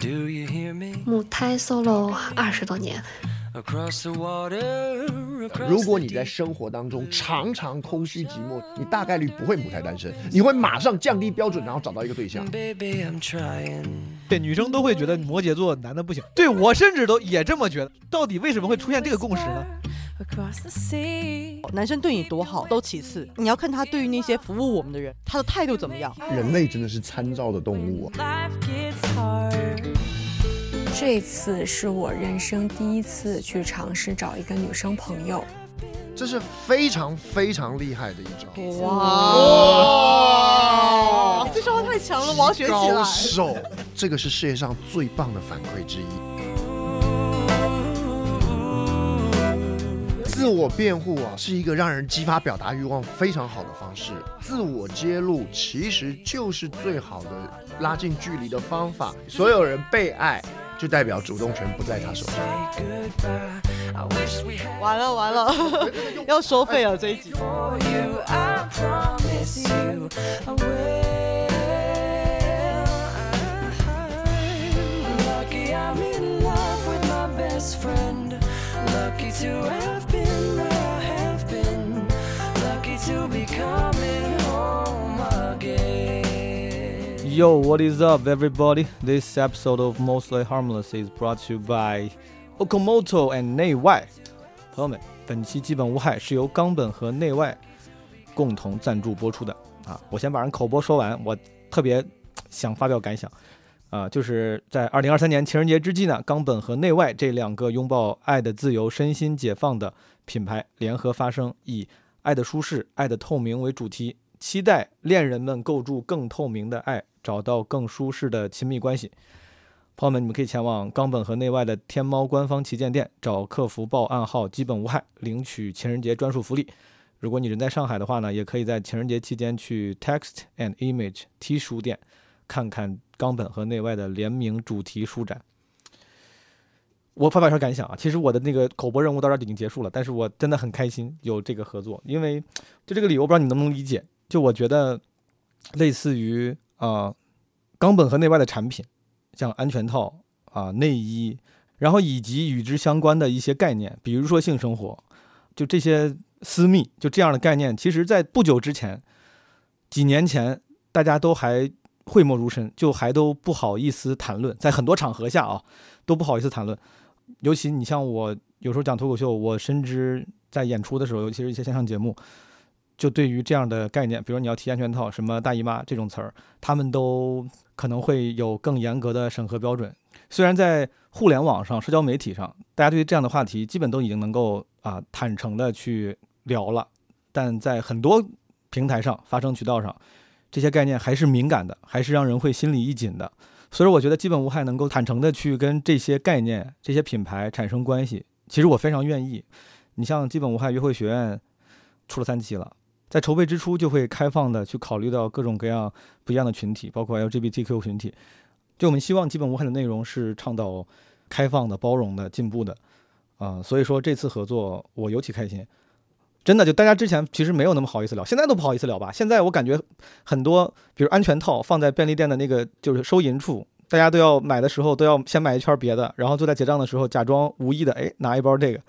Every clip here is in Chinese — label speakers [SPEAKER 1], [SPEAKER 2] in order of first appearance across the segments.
[SPEAKER 1] Do you hear me?
[SPEAKER 2] 母胎 solo 二十多年，
[SPEAKER 1] Across the water, across
[SPEAKER 3] 如果
[SPEAKER 1] the
[SPEAKER 3] 你在
[SPEAKER 1] deep
[SPEAKER 3] 生活当中常常空虚寂寞，你大概率不会母胎单身，你会马上降低标准，然后找到一个对象。
[SPEAKER 1] baby, I'm trying.
[SPEAKER 4] 对，女生都会觉得摩羯座男的不行。对我甚至都也这么觉得。到底为什么会出现这个共识呢？
[SPEAKER 5] Across the sea.
[SPEAKER 6] 男生对你多好都其次，你要看他对于那些服务我们的人，他的态度怎么样。
[SPEAKER 3] 人类真的是参照的动物、啊。
[SPEAKER 5] Life gets hard.
[SPEAKER 7] 这次是我人生第一次去尝试找一个女生朋友，
[SPEAKER 8] 这是非常非常厉害的一招，
[SPEAKER 6] 哇，啊这说话太强了，我要学起
[SPEAKER 8] 高
[SPEAKER 6] 来。
[SPEAKER 8] 手，这个是世界上最棒的反馈之一。自我辩护啊，是一个让人激发表达欲望非常好的方式。自我揭露其实就是最好的拉近距离的方法。所有人被爱，就代表主动权不在他手上。
[SPEAKER 1] Say goodbye. I wish we had
[SPEAKER 6] 完了 完了，要收费了这一集。
[SPEAKER 1] for you. I promise you, I will. I'm lucky I'm in love with my best friend. Lucky to have been where I have been. Lucky to be coming home again.
[SPEAKER 9] Yo, what is up, everybody? This episode of Mostly Harmless is brought to you by Okamoto and 内外。朋友们，本期基本无害是由冈本和内外共同赞助播出的啊！我先把人口播说完，我特别想发表感想。啊、就是在二零二三年情人节之际呢，冈本和内外这两个拥抱爱的自由、身心解放的品牌联合发声，以爱的舒适、爱的透明为主题，期待恋人们构筑更透明的爱，找到更舒适的亲密关系。朋友们，你们可以前往冈本和内外的天猫官方旗舰店，找客服报暗号“基本无害”，领取情人节专属福利。如果你人在上海的话呢，也可以在情人节期间去 Text and Image T 书店看看冈本和内外的联名主题书展。我发表一下感想啊，其实我的那个口播任务到这儿已经结束了，但是我真的很开心有这个合作，因为就这个理由，我不知道你能不能理解。就我觉得，类似于啊，冈、本和内外的产品，像安全套啊、内衣，然后以及与之相关的一些概念，比如说性生活，就这些私密，就这样的概念，其实在不久之前，几年前，大家都还讳莫如深，就还都不好意思谈论，在很多场合下啊，都不好意思谈论。尤其你像我有时候讲脱口秀，我深知在演出的时候，尤其是一些线上节目，就对于这样的概念，比如你要提安全套、什么大姨妈这种词儿，他们都可能会有更严格的审核标准。虽然在互联网上、社交媒体上，大家对于这样的话题基本都已经能够啊、坦诚的去聊了，但在很多平台上、发声渠道上，这些概念还是敏感的，还是让人会心里一紧的。所以我觉得基本无害能够坦诚的去跟这些概念、这些品牌产生关系，其实我非常愿意。你像基本无害约会学院出了三期了，在筹备之初就会开放的去考虑到各种各样不一样的群体，包括 LGBTQ 群体。就我们希望基本无害的内容是倡导开放的、包容的、进步的，啊、所以说这次合作我尤其开心。真的，就大家之前其实没有那么好意思聊，现在都不好意思聊吧。现在我感觉很多，比如安全套放在便利店的那个就是收银处，大家都要买的时候都要先买一圈别的，然后就在结账的时候假装无意的哎拿一包这个。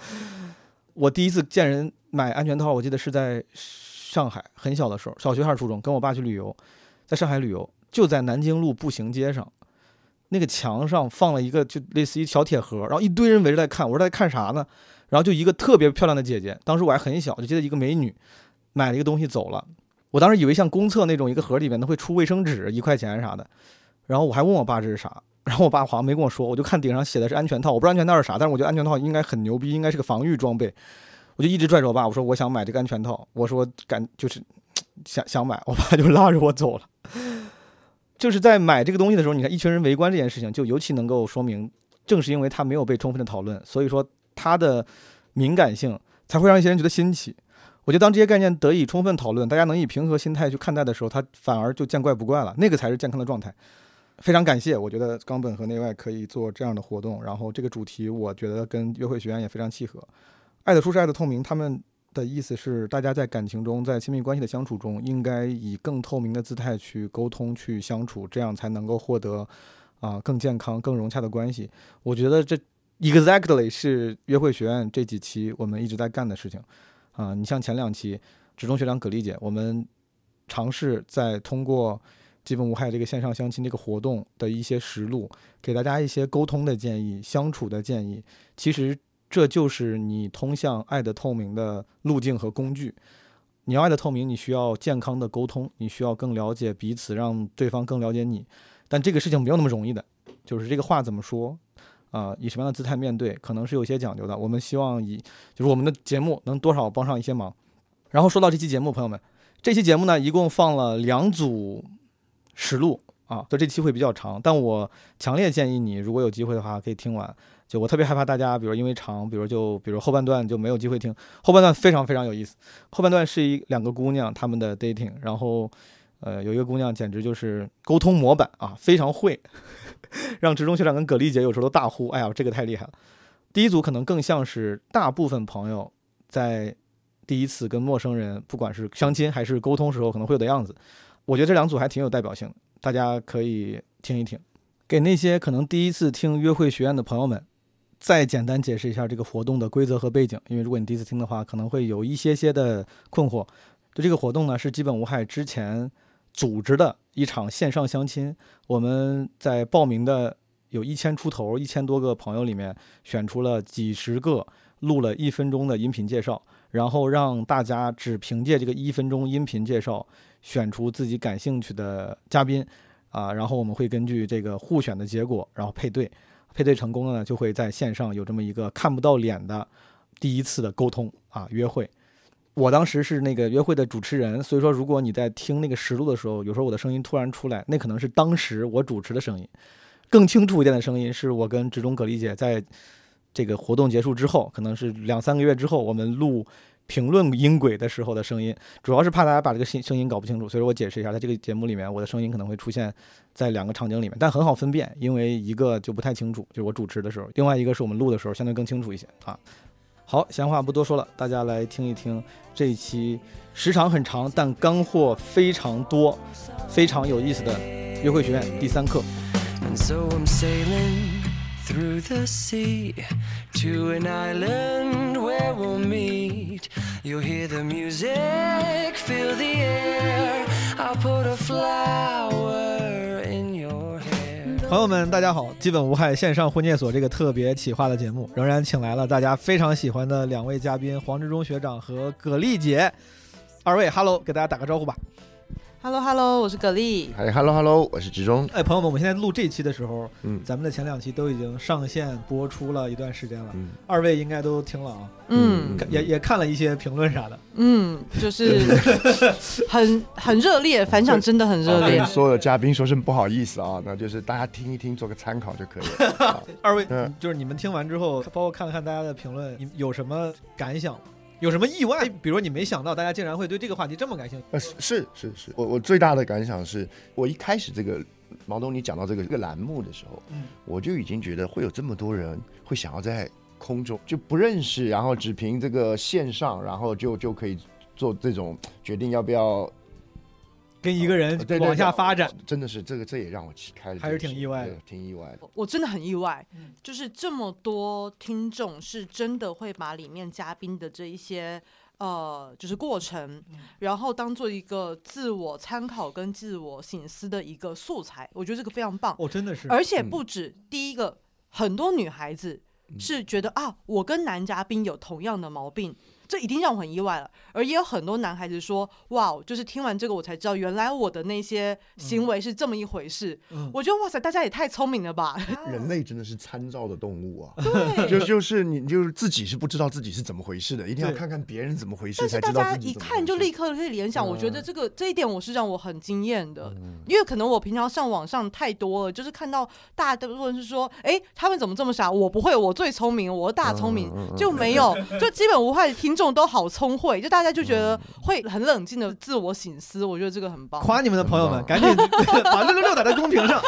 [SPEAKER 9] 我第一次见人买安全套，我记得是在上海，很小的时候，小学还是初中，跟我爸去旅游，在上海旅游，就在南京路步行街上，那个墙上放了一个就类似于小铁盒，然后一堆人围着来看，我说在哎看啥呢？然后就一个特别漂亮的姐姐，当时我还很小，就记得一个美女买了一个东西走了。我当时以为像公厕那种一个盒里面它会出卫生纸一块钱啥的，然后我还问我爸这是啥， 然后我爸好像没跟我说，我就看顶上写的是安全套，我不知道安全套是啥，但是我觉得安全套应该很牛逼，应该是个防御装备，我就一直拽着我爸，我说我想买这个安全套，我说感就是嘖想想买，我爸就拉着我走了。就是在买这个东西的时候，你看一群人围观这件事情，就尤其能够说明，正是因为它没有被充分的讨论，所以说它的敏感性才会让一些人觉得新奇。我觉得当这些概念得以充分讨论，大家能以平和心态去看待的时候，它反而就见怪不怪了，那个才是健康的状态。非常感谢，我觉得冈本和内外可以做这样的活动，然后这个主题我觉得跟约会学院也非常契合。爱的舒适，爱的透明，他们的意思是，大家在感情中，在亲密关系的相处中，应该以更透明的姿态去沟通、去相处，这样才能够获得啊更健康、更融洽的关系。我觉得这 exactly 是约会学院这几期我们一直在干的事情啊。你像前两期职中学长葛丽姐，我们尝试在通过基本无害这个线上相亲这个活动的一些实录，给大家一些沟通的建议、相处的建议。其实这就是你通向爱的透明的路径和工具。你要爱的透明，你需要健康的沟通，你需要更了解彼此，让对方更了解你。但这个事情没有那么容易的，就是这个话怎么说啊、以什么样的姿态面对，可能是有些讲究的。我们希望以就是我们的节目能多少帮上一些忙。然后说到这期节目，朋友们，这期节目呢一共放了两组实录啊，所以这期会比较长，但我强烈建议你，如果有机会的话，可以听完。就我特别害怕大家，比如因为长，比如就比如后半段就没有机会听，后半段非常非常有意思。后半段是一两个姑娘她们的 dating，然后呃有一个姑娘简直就是沟通模板啊，非常会， 让职中学长跟葛丽姐有时候都大呼：“哎呀，这个太厉害了！”第一组可能更像是大部分朋友在第一次跟陌生人，不管是相亲还是沟通时候可能会有的样子。我觉得这两组还挺有代表性的，大家可以听一听。给那些可能第一次听约会学院的朋友们，再简单解释一下这个活动的规则和背景，因为如果你第一次听的话，可能会有一些些的困惑。就这个活动呢，是基本无害之前组织的一场线上相亲，我们在报名的有一千出头、一千多个朋友里面，选出了几十个，录了一分钟的音频介绍，然后让大家只凭借这个一分钟音频介绍，选出自己感兴趣的嘉宾，啊，然后我们会根据这个互选的结果，然后配对。配对成功了呢，就会在线上有这么一个看不到脸的第一次的沟通啊，约会。我当时是那个约会的主持人，所以说如果你在听那个实录的时候，有时候我的声音突然出来，那可能是当时我主持的声音。更清楚一点的声音是我跟职中葛丽姐在这个活动结束之后，可能是两三个月之后，我们录评论音轨的时候的声音。主要是怕大家把这个声声音搞不清楚，所以说我解释一下，在这个节目里面，我的声音可能会出现在两个场景里面，但很好分辨，因为一个就不太清楚，就是我主持的时候；另外一个是我们录的时候，相对更清楚一些啊。好，闲话不多说了，大家来听一听这一期时长很长，但干货非常多、非常有意思的约会学院第三课。
[SPEAKER 1] And so I'm sailing through the sea to an island where we'll meet. You'll hear the music, feel the air. I'll put a flower in your hair.
[SPEAKER 7] 朋友们，大家好！基本无害线上婚介所这个特别企划的节目，仍然请来了大家非常喜欢的两位嘉宾黄志忠学长和葛丽姐。二位，Hello，给大家打个招呼吧。
[SPEAKER 6] Hello Hello，我是葛丽。
[SPEAKER 8] 哎，Hello Hello，我是植中。
[SPEAKER 7] 哎，朋友们，我们现在录这期的时候，
[SPEAKER 8] 嗯
[SPEAKER 7] 咱们的前两期都已经上线播出了一段时间了，
[SPEAKER 8] 嗯
[SPEAKER 7] 二位应该都听了啊，
[SPEAKER 6] 嗯
[SPEAKER 8] 嗯
[SPEAKER 7] 也也看了一些评论啥的。
[SPEAKER 6] 嗯，就是很很热烈，反响真的很热烈
[SPEAKER 8] 跟。所有嘉宾说声不好意思啊，那就是大家听一听，做个参考就可以 了。
[SPEAKER 7] 二位
[SPEAKER 8] 嗯
[SPEAKER 7] 就是你们听完之后，包括看了看大家的评论，你有什么感想吗？有什么意外？比如说你没想到大家竟然会对这个话题这么感兴趣。
[SPEAKER 8] 呃，是是是是，我我最大的感想是，我一开始这个毛东你讲到这个这个栏目的时候，
[SPEAKER 7] 嗯
[SPEAKER 8] 我就已经觉得会有这么多人会想要在空中就不认识，然后只凭这个线上，然后就就可以做这种决定要不要呃
[SPEAKER 7] 跟一个人
[SPEAKER 8] 对对对
[SPEAKER 7] 往下发展，
[SPEAKER 8] 真的是这个，这也让我开了这个视角，
[SPEAKER 7] 还是挺意外的
[SPEAKER 8] 对，挺意外的。
[SPEAKER 6] 我真的很意外，
[SPEAKER 7] 嗯
[SPEAKER 6] 就是这么多听众是真的会把里面嘉宾的这一些呃，就是过程，
[SPEAKER 7] 嗯
[SPEAKER 6] 然后当做一个自我参考跟自我醒思的一个素材，我觉得这个非常棒。
[SPEAKER 7] 哦，真的是，
[SPEAKER 6] 而且不止第一个，很多女孩子是觉得啊，我跟男嘉宾有同样的毛病，这一定让我很意外了。而也有很多男孩子说，哇，就是听完这个我才知道，原来我的那些行为是这么一回事。
[SPEAKER 7] 嗯
[SPEAKER 6] 我觉得哇塞，大家也太聪明了吧！
[SPEAKER 8] 人类真的是参照的动物啊，
[SPEAKER 6] 对，
[SPEAKER 8] 就就是你就是自己是不知道自己是怎么回事的，一定要
[SPEAKER 7] 对
[SPEAKER 8] 看看别人怎么回事
[SPEAKER 6] 但是
[SPEAKER 8] 才
[SPEAKER 6] 大
[SPEAKER 8] 知道
[SPEAKER 6] 家
[SPEAKER 8] 自己
[SPEAKER 6] 一
[SPEAKER 8] 怎么
[SPEAKER 6] 看就
[SPEAKER 8] 回事
[SPEAKER 6] 立刻可以联想，我觉得
[SPEAKER 8] 嗯
[SPEAKER 6] 这个这一点我是让我很惊艳的，因为可能我平常上网上太多了，就是看到大家都是说，哎，他们怎么这么傻？我不会，我最聪明，我大聪
[SPEAKER 8] 嗯
[SPEAKER 6] 明，就没有，就基本无害的听众都好聪慧，就大家就觉得
[SPEAKER 8] 嗯
[SPEAKER 6] 会很冷静的自我醒思，我觉得这个很棒。
[SPEAKER 7] 夸你们的朋友们，
[SPEAKER 8] 很棒
[SPEAKER 7] 赶紧把六六六打在公屏上。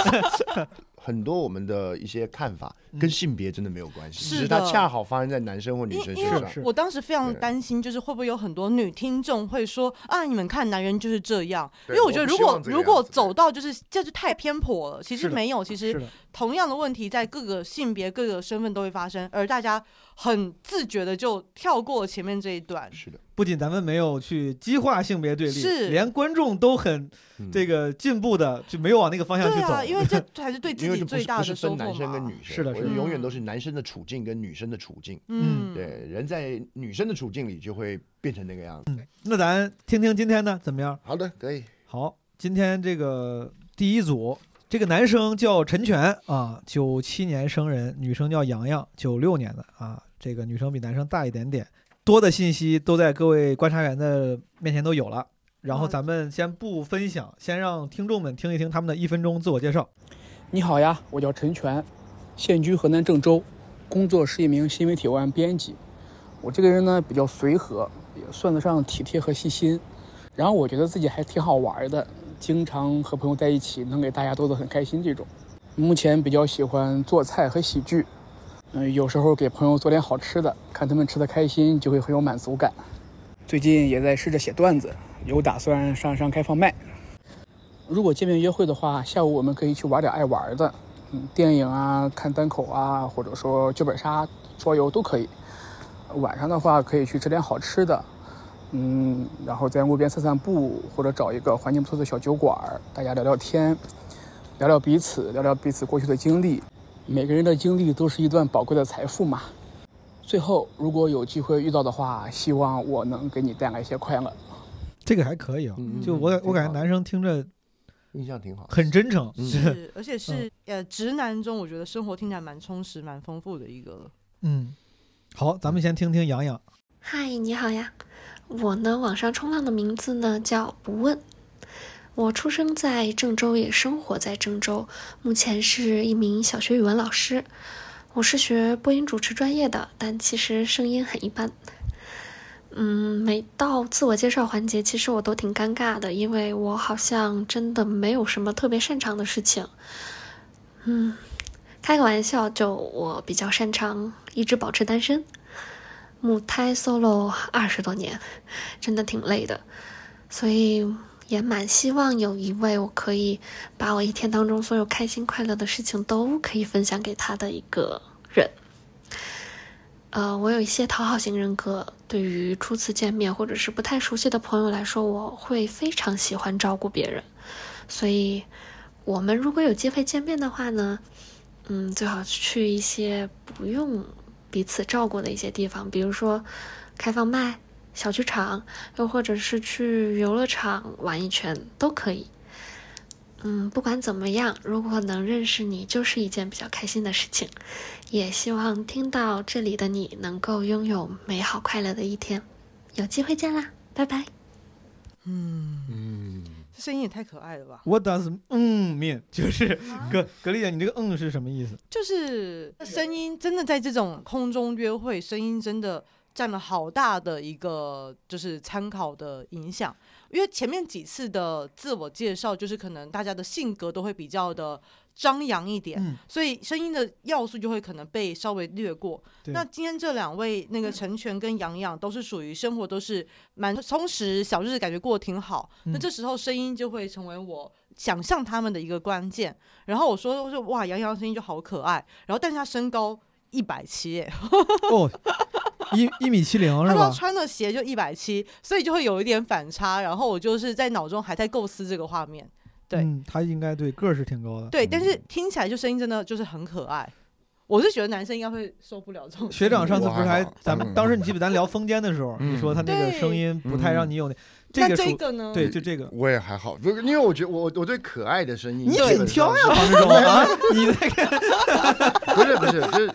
[SPEAKER 8] 很多我们的一些看法
[SPEAKER 9] 嗯
[SPEAKER 8] 跟性别真的没有关系，
[SPEAKER 6] 是
[SPEAKER 8] 只是它
[SPEAKER 6] 的
[SPEAKER 8] 恰好发生在男生或女
[SPEAKER 6] 因
[SPEAKER 8] 生
[SPEAKER 6] 因
[SPEAKER 8] 身
[SPEAKER 6] 为
[SPEAKER 8] 上。
[SPEAKER 6] 我当时非常
[SPEAKER 8] 对
[SPEAKER 6] 担心，就是会不会有很多女听众会说啊，你们看男人就是这样。
[SPEAKER 8] 对
[SPEAKER 6] 因为我觉得
[SPEAKER 8] 我不
[SPEAKER 6] 如
[SPEAKER 8] 希
[SPEAKER 6] 果
[SPEAKER 8] 望这个
[SPEAKER 6] 如果
[SPEAKER 8] 样子
[SPEAKER 6] 走到就是这就太偏颇了，其
[SPEAKER 9] 是
[SPEAKER 6] 实
[SPEAKER 9] 的
[SPEAKER 6] 没有，
[SPEAKER 8] 啊
[SPEAKER 6] 其
[SPEAKER 9] 是
[SPEAKER 6] 实
[SPEAKER 9] 的，
[SPEAKER 6] 同样的问题在各个性别、各个身份都会发生，而大家很自觉的就跳过前面这一段。
[SPEAKER 8] 是的，
[SPEAKER 9] 不仅咱们没有去激化性别对立，
[SPEAKER 6] 是
[SPEAKER 9] 连观众都很
[SPEAKER 8] 嗯
[SPEAKER 9] 这个进步的，就没有往那个方向去
[SPEAKER 6] 对
[SPEAKER 9] 走。
[SPEAKER 6] 啊，因为这才是对
[SPEAKER 8] 因
[SPEAKER 6] 自
[SPEAKER 8] 为
[SPEAKER 6] 己
[SPEAKER 8] 就不
[SPEAKER 6] 最
[SPEAKER 8] 是
[SPEAKER 6] 大
[SPEAKER 8] 不
[SPEAKER 6] 的
[SPEAKER 8] 是
[SPEAKER 6] 收
[SPEAKER 8] 分
[SPEAKER 6] 获
[SPEAKER 8] 男生跟
[SPEAKER 6] 嘛。
[SPEAKER 8] 女生，
[SPEAKER 9] 是的
[SPEAKER 8] 我
[SPEAKER 9] 是
[SPEAKER 8] 觉得
[SPEAKER 6] 的
[SPEAKER 8] 永远都是男生的处境跟女生的处境。
[SPEAKER 6] 嗯，
[SPEAKER 8] 对，，人在女生的处境里就会变成那个样子。
[SPEAKER 9] 那咱听听今天呢怎么样？
[SPEAKER 8] 好的，可以。
[SPEAKER 9] 好，今天这个第一组，这个男生叫陈全啊，九七年生人，女生叫洋洋，九六年的啊，这个女生比男生大一点点，多的信息都在各位观察员的面前都有了。然
[SPEAKER 6] 嗯
[SPEAKER 9] 后咱们先不分享，先让听众们听一听他们的一分钟自我介绍。
[SPEAKER 10] 你好呀，我叫陈全，现居河南郑州，工作是一名新媒体文案编辑。我这个人呢比较随和，也算得上体贴和细心。然后我觉得自己还挺好玩的，经常和朋友在一起，能给大家逗得很开心这种。目前比较喜欢做菜和喜剧，嗯、有时候给朋友做点好吃的，看他们吃的开心，就会很有满足感。最近也在试着写段子，有打算上上开放麦。如果见面约会的话，下午我们可以去玩点爱玩的，嗯，电影啊、看单口啊，或者说剧本杀、桌游都可以。晚上的话，可以去吃点好吃的，嗯，然后在路边散散步，或者找一个环境不错的小酒馆儿，大家聊聊天，聊聊彼此，聊聊彼此过去的经历。每个人的经历都是一段宝贵的财富嘛。最后，如果有机会遇到的话，希望我能给你带来一些快乐。
[SPEAKER 9] 这个还可以啊，
[SPEAKER 8] 嗯
[SPEAKER 9] 就我我感觉男生听着
[SPEAKER 8] 印象挺好。
[SPEAKER 9] 很真诚，嗯
[SPEAKER 6] 是，而且是呃，直男中我觉得生活听起来蛮充实、蛮丰富的一个了。
[SPEAKER 9] 嗯，好，咱们先听听洋洋。
[SPEAKER 2] 嗨，你好呀！我呢，网上冲浪的名字呢叫不问。我出生在郑州，也生活在郑州，目前是一名小学语文老师。我是学播音主持专业的，但其实声音很一般。嗯，每到自我介绍环节，其实我都挺尴尬的，因为我好像真的没有什么特别擅长的事情。嗯，开个玩笑，就我比较擅长一直保持单身。母胎 solo 二十多年，真的挺累的，所以也蛮希望有一位我可以把我一天当中所有开心快乐的事情都可以分享给他的一个人。呃，我有一些讨好型人格，对于初次见面或者是不太熟悉的朋友来说，我会非常喜欢照顾别人，所以我们如果有机会见面的话呢，嗯，最好去一些不用彼此照顾的一些地方，比如说开放麦、小剧场，又或者是去游乐场玩一圈都可以。嗯，不管怎么样，如果能认识你，就是一件比较开心的事情。也希望听到这里的你能够拥有美好快乐的一天。有机会见啦，拜拜。
[SPEAKER 6] 嗯，
[SPEAKER 8] 嗯，
[SPEAKER 6] 这声音也太可爱了吧！
[SPEAKER 9] What does 嗯 mean？就是
[SPEAKER 6] 啊
[SPEAKER 9] 格格力姐，你这个嗯是什么意思？
[SPEAKER 6] 就是声音真的在这种空中约会，声音真的占了好大的一个就是参考的影响。因为前面几次的自我介绍，就是可能大家的性格都会比较的张扬一点，
[SPEAKER 9] 嗯
[SPEAKER 6] 所以声音的要素就会可能被稍微略过。
[SPEAKER 9] 对
[SPEAKER 6] 那今天这两位，那个陈全跟杨洋，都是属于生活都是蛮充实，小日子感觉过得挺好。那
[SPEAKER 9] 嗯
[SPEAKER 6] 这时候声音就会成为我想象他们的一个关键。然后我说，我说哇，杨洋声音就好可爱，然后但是他身高。一百七，
[SPEAKER 9] 哦，一一米七零
[SPEAKER 6] 他
[SPEAKER 9] 哦是
[SPEAKER 6] 说
[SPEAKER 9] 吧？
[SPEAKER 6] 穿的鞋就一百七，所以就会有一点反差。然后我就是在脑中还在构思这个画面，对
[SPEAKER 9] 嗯，他应该对个儿是挺高的。
[SPEAKER 6] 对，但是听起来就声音真的就是很可爱。我是觉得男生应该会受不了这种，
[SPEAKER 9] 学长上次
[SPEAKER 8] 我
[SPEAKER 9] 不是
[SPEAKER 8] 还
[SPEAKER 9] 还
[SPEAKER 8] 好
[SPEAKER 9] 咱们
[SPEAKER 8] 嗯
[SPEAKER 9] 当时你记不？咱聊风间的时候，
[SPEAKER 8] 嗯
[SPEAKER 9] 你说他那个
[SPEAKER 6] 对
[SPEAKER 9] 声音不太让你有那这
[SPEAKER 6] 那
[SPEAKER 9] 个
[SPEAKER 6] 这
[SPEAKER 9] 属
[SPEAKER 6] 个呢？
[SPEAKER 9] 对，就这个。
[SPEAKER 8] 我也还好，不是因为我觉得我我对可爱的声音
[SPEAKER 9] 你
[SPEAKER 8] 基本
[SPEAKER 9] 挺挑呀，
[SPEAKER 8] 上
[SPEAKER 9] 黄志忠 啊！你那个
[SPEAKER 8] 是，不是不是，就是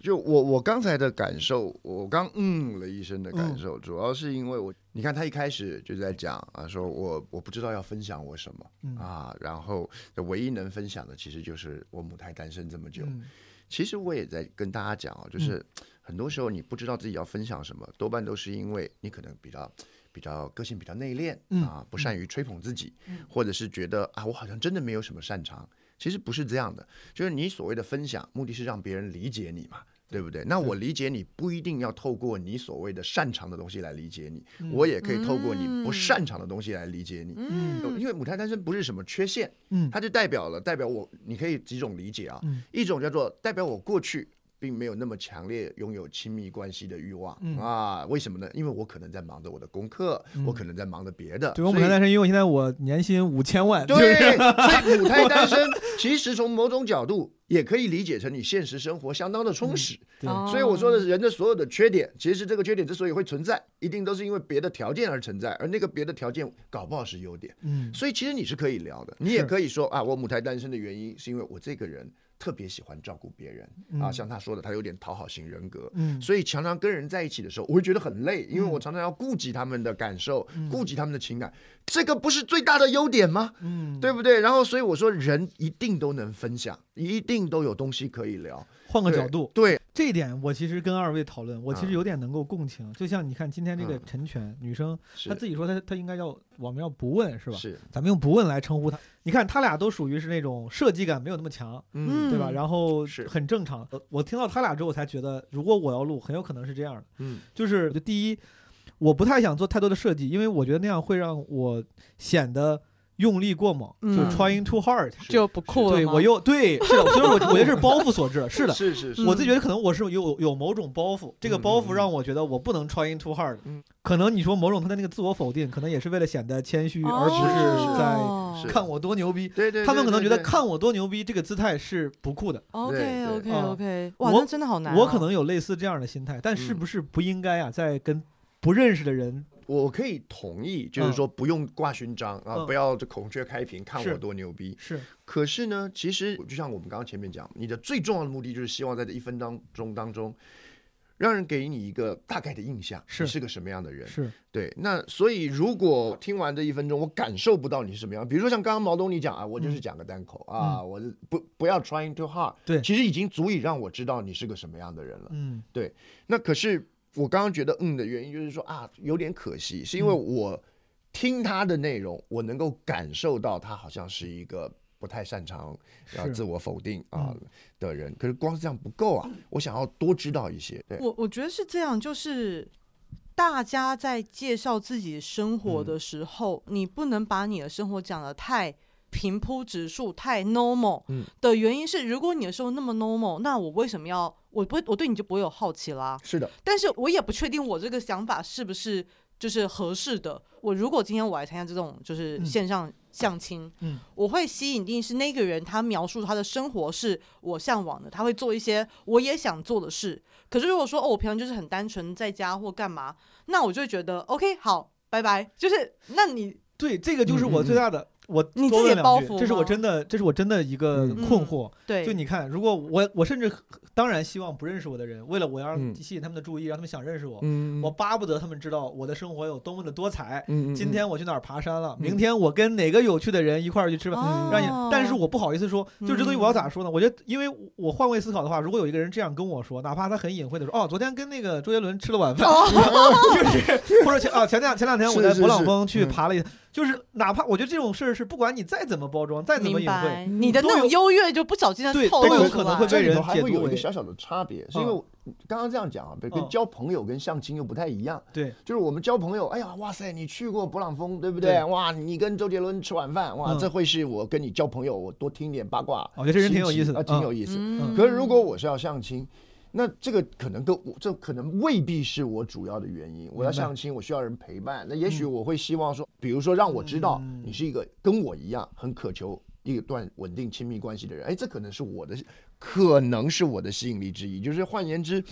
[SPEAKER 8] 就我我刚才的感受，我刚嗯了一声的感受，主要是因为我你看他一开始就在讲啊，说我我不知道要分享我什么、
[SPEAKER 9] 嗯
[SPEAKER 8] 啊，然后唯一能分享的其实就是我母胎单身这么久，
[SPEAKER 9] 嗯
[SPEAKER 8] 其实我也在跟大家啊讲哦，就是很多时候你不知道自己要分享什么，多半都是因为你可能比较比较个性比较内敛
[SPEAKER 9] 嗯
[SPEAKER 8] 啊，不善于吹捧自己
[SPEAKER 6] 嗯，
[SPEAKER 8] 或者是觉得啊，我好像真的没有什么擅长。其实不是这样的，就是你所谓的分享，目的是让别人理解你嘛，对不对？那我理解你不一定要透过你所谓的擅长的东西来理解你，
[SPEAKER 9] 嗯
[SPEAKER 8] 我也可以透过你不擅长的东西来理解你。
[SPEAKER 6] 嗯
[SPEAKER 8] 因为母胎单身不是什么缺陷，
[SPEAKER 9] 嗯
[SPEAKER 8] 它就代表了代表我，你可以几种理解啊，
[SPEAKER 9] 嗯
[SPEAKER 8] 一种叫做代表我过去并没有那么强烈拥有亲密关系的欲望、
[SPEAKER 9] 嗯
[SPEAKER 8] 啊，为什么呢？因为我可能在忙着我的功课，
[SPEAKER 9] 嗯
[SPEAKER 8] 我可能在忙着别的，
[SPEAKER 9] 对我母胎单身，因为我现在我年薪五千万，
[SPEAKER 8] 所
[SPEAKER 9] 就
[SPEAKER 8] 以
[SPEAKER 9] 是
[SPEAKER 8] 对， 所以母胎单身其实从某种角度也可以理解成你现实生活相当的充实。
[SPEAKER 9] 嗯对
[SPEAKER 6] 哦
[SPEAKER 8] 所以我说的是人的所有的缺点，其实这个缺点之所以会存在，一定都是因为别的条件而存在，而那个别的条件搞不好是优点。
[SPEAKER 9] 嗯
[SPEAKER 8] 所以其实你是可以聊的，你也可以说啊，我母胎单身的原因是因为我这个人特别喜欢照顾别人、啊，
[SPEAKER 9] 嗯
[SPEAKER 8] 像他说的，他有点讨好型人格。
[SPEAKER 9] 嗯，
[SPEAKER 8] 所以常常跟人在一起的时候，我会觉得很累，因为我常常要顾及他们的感受，顾及他们的情感，这个不是最大的优点吗？
[SPEAKER 9] 嗯，
[SPEAKER 8] 对不对？然后所以我说，人一定都能分享，一定都有东西可以聊。
[SPEAKER 9] 换个
[SPEAKER 8] 对
[SPEAKER 9] 角度，
[SPEAKER 8] 对，
[SPEAKER 9] 这一点我其实跟二位讨论，我其
[SPEAKER 8] 嗯
[SPEAKER 9] 实有点能够共情。就像你看今天这个
[SPEAKER 8] 嗯
[SPEAKER 9] 陈全女生，
[SPEAKER 8] 是
[SPEAKER 9] 她自己说她她应该叫网名叫不问是吧？
[SPEAKER 8] 是，
[SPEAKER 9] 咱们用不问来称呼她。你看她俩都属于是那种设计感没有那么强，
[SPEAKER 8] 嗯
[SPEAKER 9] 对吧？然后
[SPEAKER 8] 是
[SPEAKER 9] 很正常。呃我听到他俩之后，我才觉得如果我要录，很有可能是这样的，
[SPEAKER 8] 嗯
[SPEAKER 9] 就是就第一，我不太想做太多的设计，因为我觉得那样会让我显得用力过猛，就
[SPEAKER 6] 嗯
[SPEAKER 9] trying too hard。
[SPEAKER 6] 就不酷了吗。
[SPEAKER 9] 对我又对是的，所以我我觉得是包袱所致，是的。
[SPEAKER 8] 是是是，
[SPEAKER 9] 我自己觉得可能我是有有某种包袱，这个包袱让我觉得我不能 trying too hard。
[SPEAKER 8] 嗯
[SPEAKER 9] 可能你说某种他的那个自我否定，可能也是为了显得谦虚，而不
[SPEAKER 6] 哦
[SPEAKER 8] 是
[SPEAKER 9] 是在看我多牛逼。
[SPEAKER 8] 对对，
[SPEAKER 9] 他们可能觉得
[SPEAKER 8] 对，
[SPEAKER 9] 看我多牛逼这个姿态是不酷的。啊
[SPEAKER 6] OK
[SPEAKER 8] 对
[SPEAKER 6] 嗯 OK
[SPEAKER 8] 对
[SPEAKER 6] OK，哇，
[SPEAKER 9] 嗯我
[SPEAKER 6] 那真的好难啊。
[SPEAKER 9] 我可能有类似这样的心态，但是
[SPEAKER 8] 嗯
[SPEAKER 9] 不是不应该啊？在跟不认识的人，
[SPEAKER 8] 对我可以同意，就是说不用挂勋章啊，
[SPEAKER 9] 嗯
[SPEAKER 8] 不要这孔雀开屏，看
[SPEAKER 9] 是
[SPEAKER 8] 我多牛逼。
[SPEAKER 9] 是
[SPEAKER 8] 可是呢，其实就像我们刚刚前面讲，你的最重要的目的就是希望在这一分当中当中，让人给你一个大概的印象，
[SPEAKER 9] 是
[SPEAKER 8] 你是个什么样的人。
[SPEAKER 9] 是，
[SPEAKER 8] 对，那所以如果听完这一分钟，我感受不到你是什么样，比如说像刚刚毛东你讲啊，我就是讲个单口、啊，我不不要 trying too hard，
[SPEAKER 9] 嗯对
[SPEAKER 8] 其实已经足以让我知道你是个什么样的人了。
[SPEAKER 9] 嗯
[SPEAKER 8] 那可是我刚刚觉得嗯的原因就是说啊，有点可惜，是因为
[SPEAKER 9] 嗯
[SPEAKER 8] 我听他的内容，我能够感受到他好像是一个不太擅长啊
[SPEAKER 9] 是嗯
[SPEAKER 8] 自我否定啊、的人，可是光是这样不够啊，我想要多知道一些。对，
[SPEAKER 6] 我我觉得是这样，就是大家在介绍自己生
[SPEAKER 9] 嗯
[SPEAKER 6] 活的时候，你不能把你的生活讲的太平铺直述、太 normal
[SPEAKER 8] 嗯
[SPEAKER 6] 的原因是，如果你的生活那么 normal，那我为什么要我不会我对你就不会有好奇啦？
[SPEAKER 8] 是的，
[SPEAKER 6] 但是我也不确定我这个想法是不是就是合适的。我如果今天我来参加这种就是
[SPEAKER 9] 嗯
[SPEAKER 6] 线上相亲，
[SPEAKER 9] 嗯
[SPEAKER 6] 我会吸引定是那个人他描述他的生活是我向往的，他会做一些我也想做的事。可是如果说哦，我平常就是很单纯在家或干嘛，那我就会觉得 OK 好。拜拜，就是那你
[SPEAKER 9] 对，这个就是
[SPEAKER 8] 嗯
[SPEAKER 9] 我最大的。我
[SPEAKER 6] 你
[SPEAKER 9] 多
[SPEAKER 6] 自己
[SPEAKER 9] 问
[SPEAKER 6] 的包
[SPEAKER 9] 两句，
[SPEAKER 6] 袱
[SPEAKER 9] 这是我
[SPEAKER 6] 吗
[SPEAKER 9] 真的，这是我真的一个
[SPEAKER 8] 嗯
[SPEAKER 9] 困惑。
[SPEAKER 6] 对
[SPEAKER 9] 就你看，如果我我甚至当然希望不认识我的人，为了我要让
[SPEAKER 8] 嗯
[SPEAKER 9] 吸引他们的注意，让他们想认识我，
[SPEAKER 8] 嗯
[SPEAKER 9] 我巴不得他们知道我的生活有多么的多彩。
[SPEAKER 8] 嗯
[SPEAKER 9] 今天我去哪儿爬山了，明天我跟哪个有趣的人一块儿去吃饭，
[SPEAKER 6] 哦嗯
[SPEAKER 9] 让你，但是我不好意思说，就这东西我要咋说呢？我觉得，因为我换位思考的话，如果有一个人这样跟我说，哪怕他很隐晦的说，哦，昨天跟那个周杰伦吃了晚饭，
[SPEAKER 6] 哦
[SPEAKER 9] 就是或者前啊前两前两天我在
[SPEAKER 8] 是是
[SPEAKER 9] 勃朗峰
[SPEAKER 8] 是
[SPEAKER 9] 去
[SPEAKER 8] 嗯
[SPEAKER 9] 爬了一，就是哪怕我觉得这种事儿是不管你再怎么包装，再怎么
[SPEAKER 6] 明
[SPEAKER 9] 隐晦
[SPEAKER 6] 白，你的那
[SPEAKER 9] 都
[SPEAKER 6] 种
[SPEAKER 9] 有
[SPEAKER 6] 优越就不小心的
[SPEAKER 9] 对
[SPEAKER 6] 透
[SPEAKER 9] 都
[SPEAKER 6] 露
[SPEAKER 9] 有
[SPEAKER 6] 出
[SPEAKER 9] 可能
[SPEAKER 6] 来
[SPEAKER 9] 嗯会被
[SPEAKER 8] 这里
[SPEAKER 9] 人
[SPEAKER 8] 头还
[SPEAKER 9] 解
[SPEAKER 8] 会
[SPEAKER 9] 读
[SPEAKER 8] 有一
[SPEAKER 9] 为
[SPEAKER 8] 个小小的差别，是因为
[SPEAKER 9] 嗯
[SPEAKER 8] 我刚刚这样讲啊，跟
[SPEAKER 9] 嗯
[SPEAKER 8] 交朋友跟相亲又不太一样。
[SPEAKER 9] 对，
[SPEAKER 8] 就是我们交朋友，哎呀，哇塞，你去过勃朗峰，对不
[SPEAKER 9] 对
[SPEAKER 8] 对？哇，你跟周杰伦吃晚饭，哇，
[SPEAKER 9] 嗯哦
[SPEAKER 8] 这会是我跟你交朋友，我多听点八卦。
[SPEAKER 9] 我觉得这人挺有意思的
[SPEAKER 8] 啊，挺
[SPEAKER 9] 嗯
[SPEAKER 8] 有意思。
[SPEAKER 6] 嗯
[SPEAKER 8] 可是如果我是要相亲，那这个可能跟我这可能未必是我主要的原因。我要相亲，我需要人陪伴。那也许我会希望说，比如说让我知道
[SPEAKER 9] 嗯
[SPEAKER 8] 你是一个跟我一样很渴求一段稳定亲密关系的人。哎，这可能是我的，可能是我的吸引力之一。就是换言之，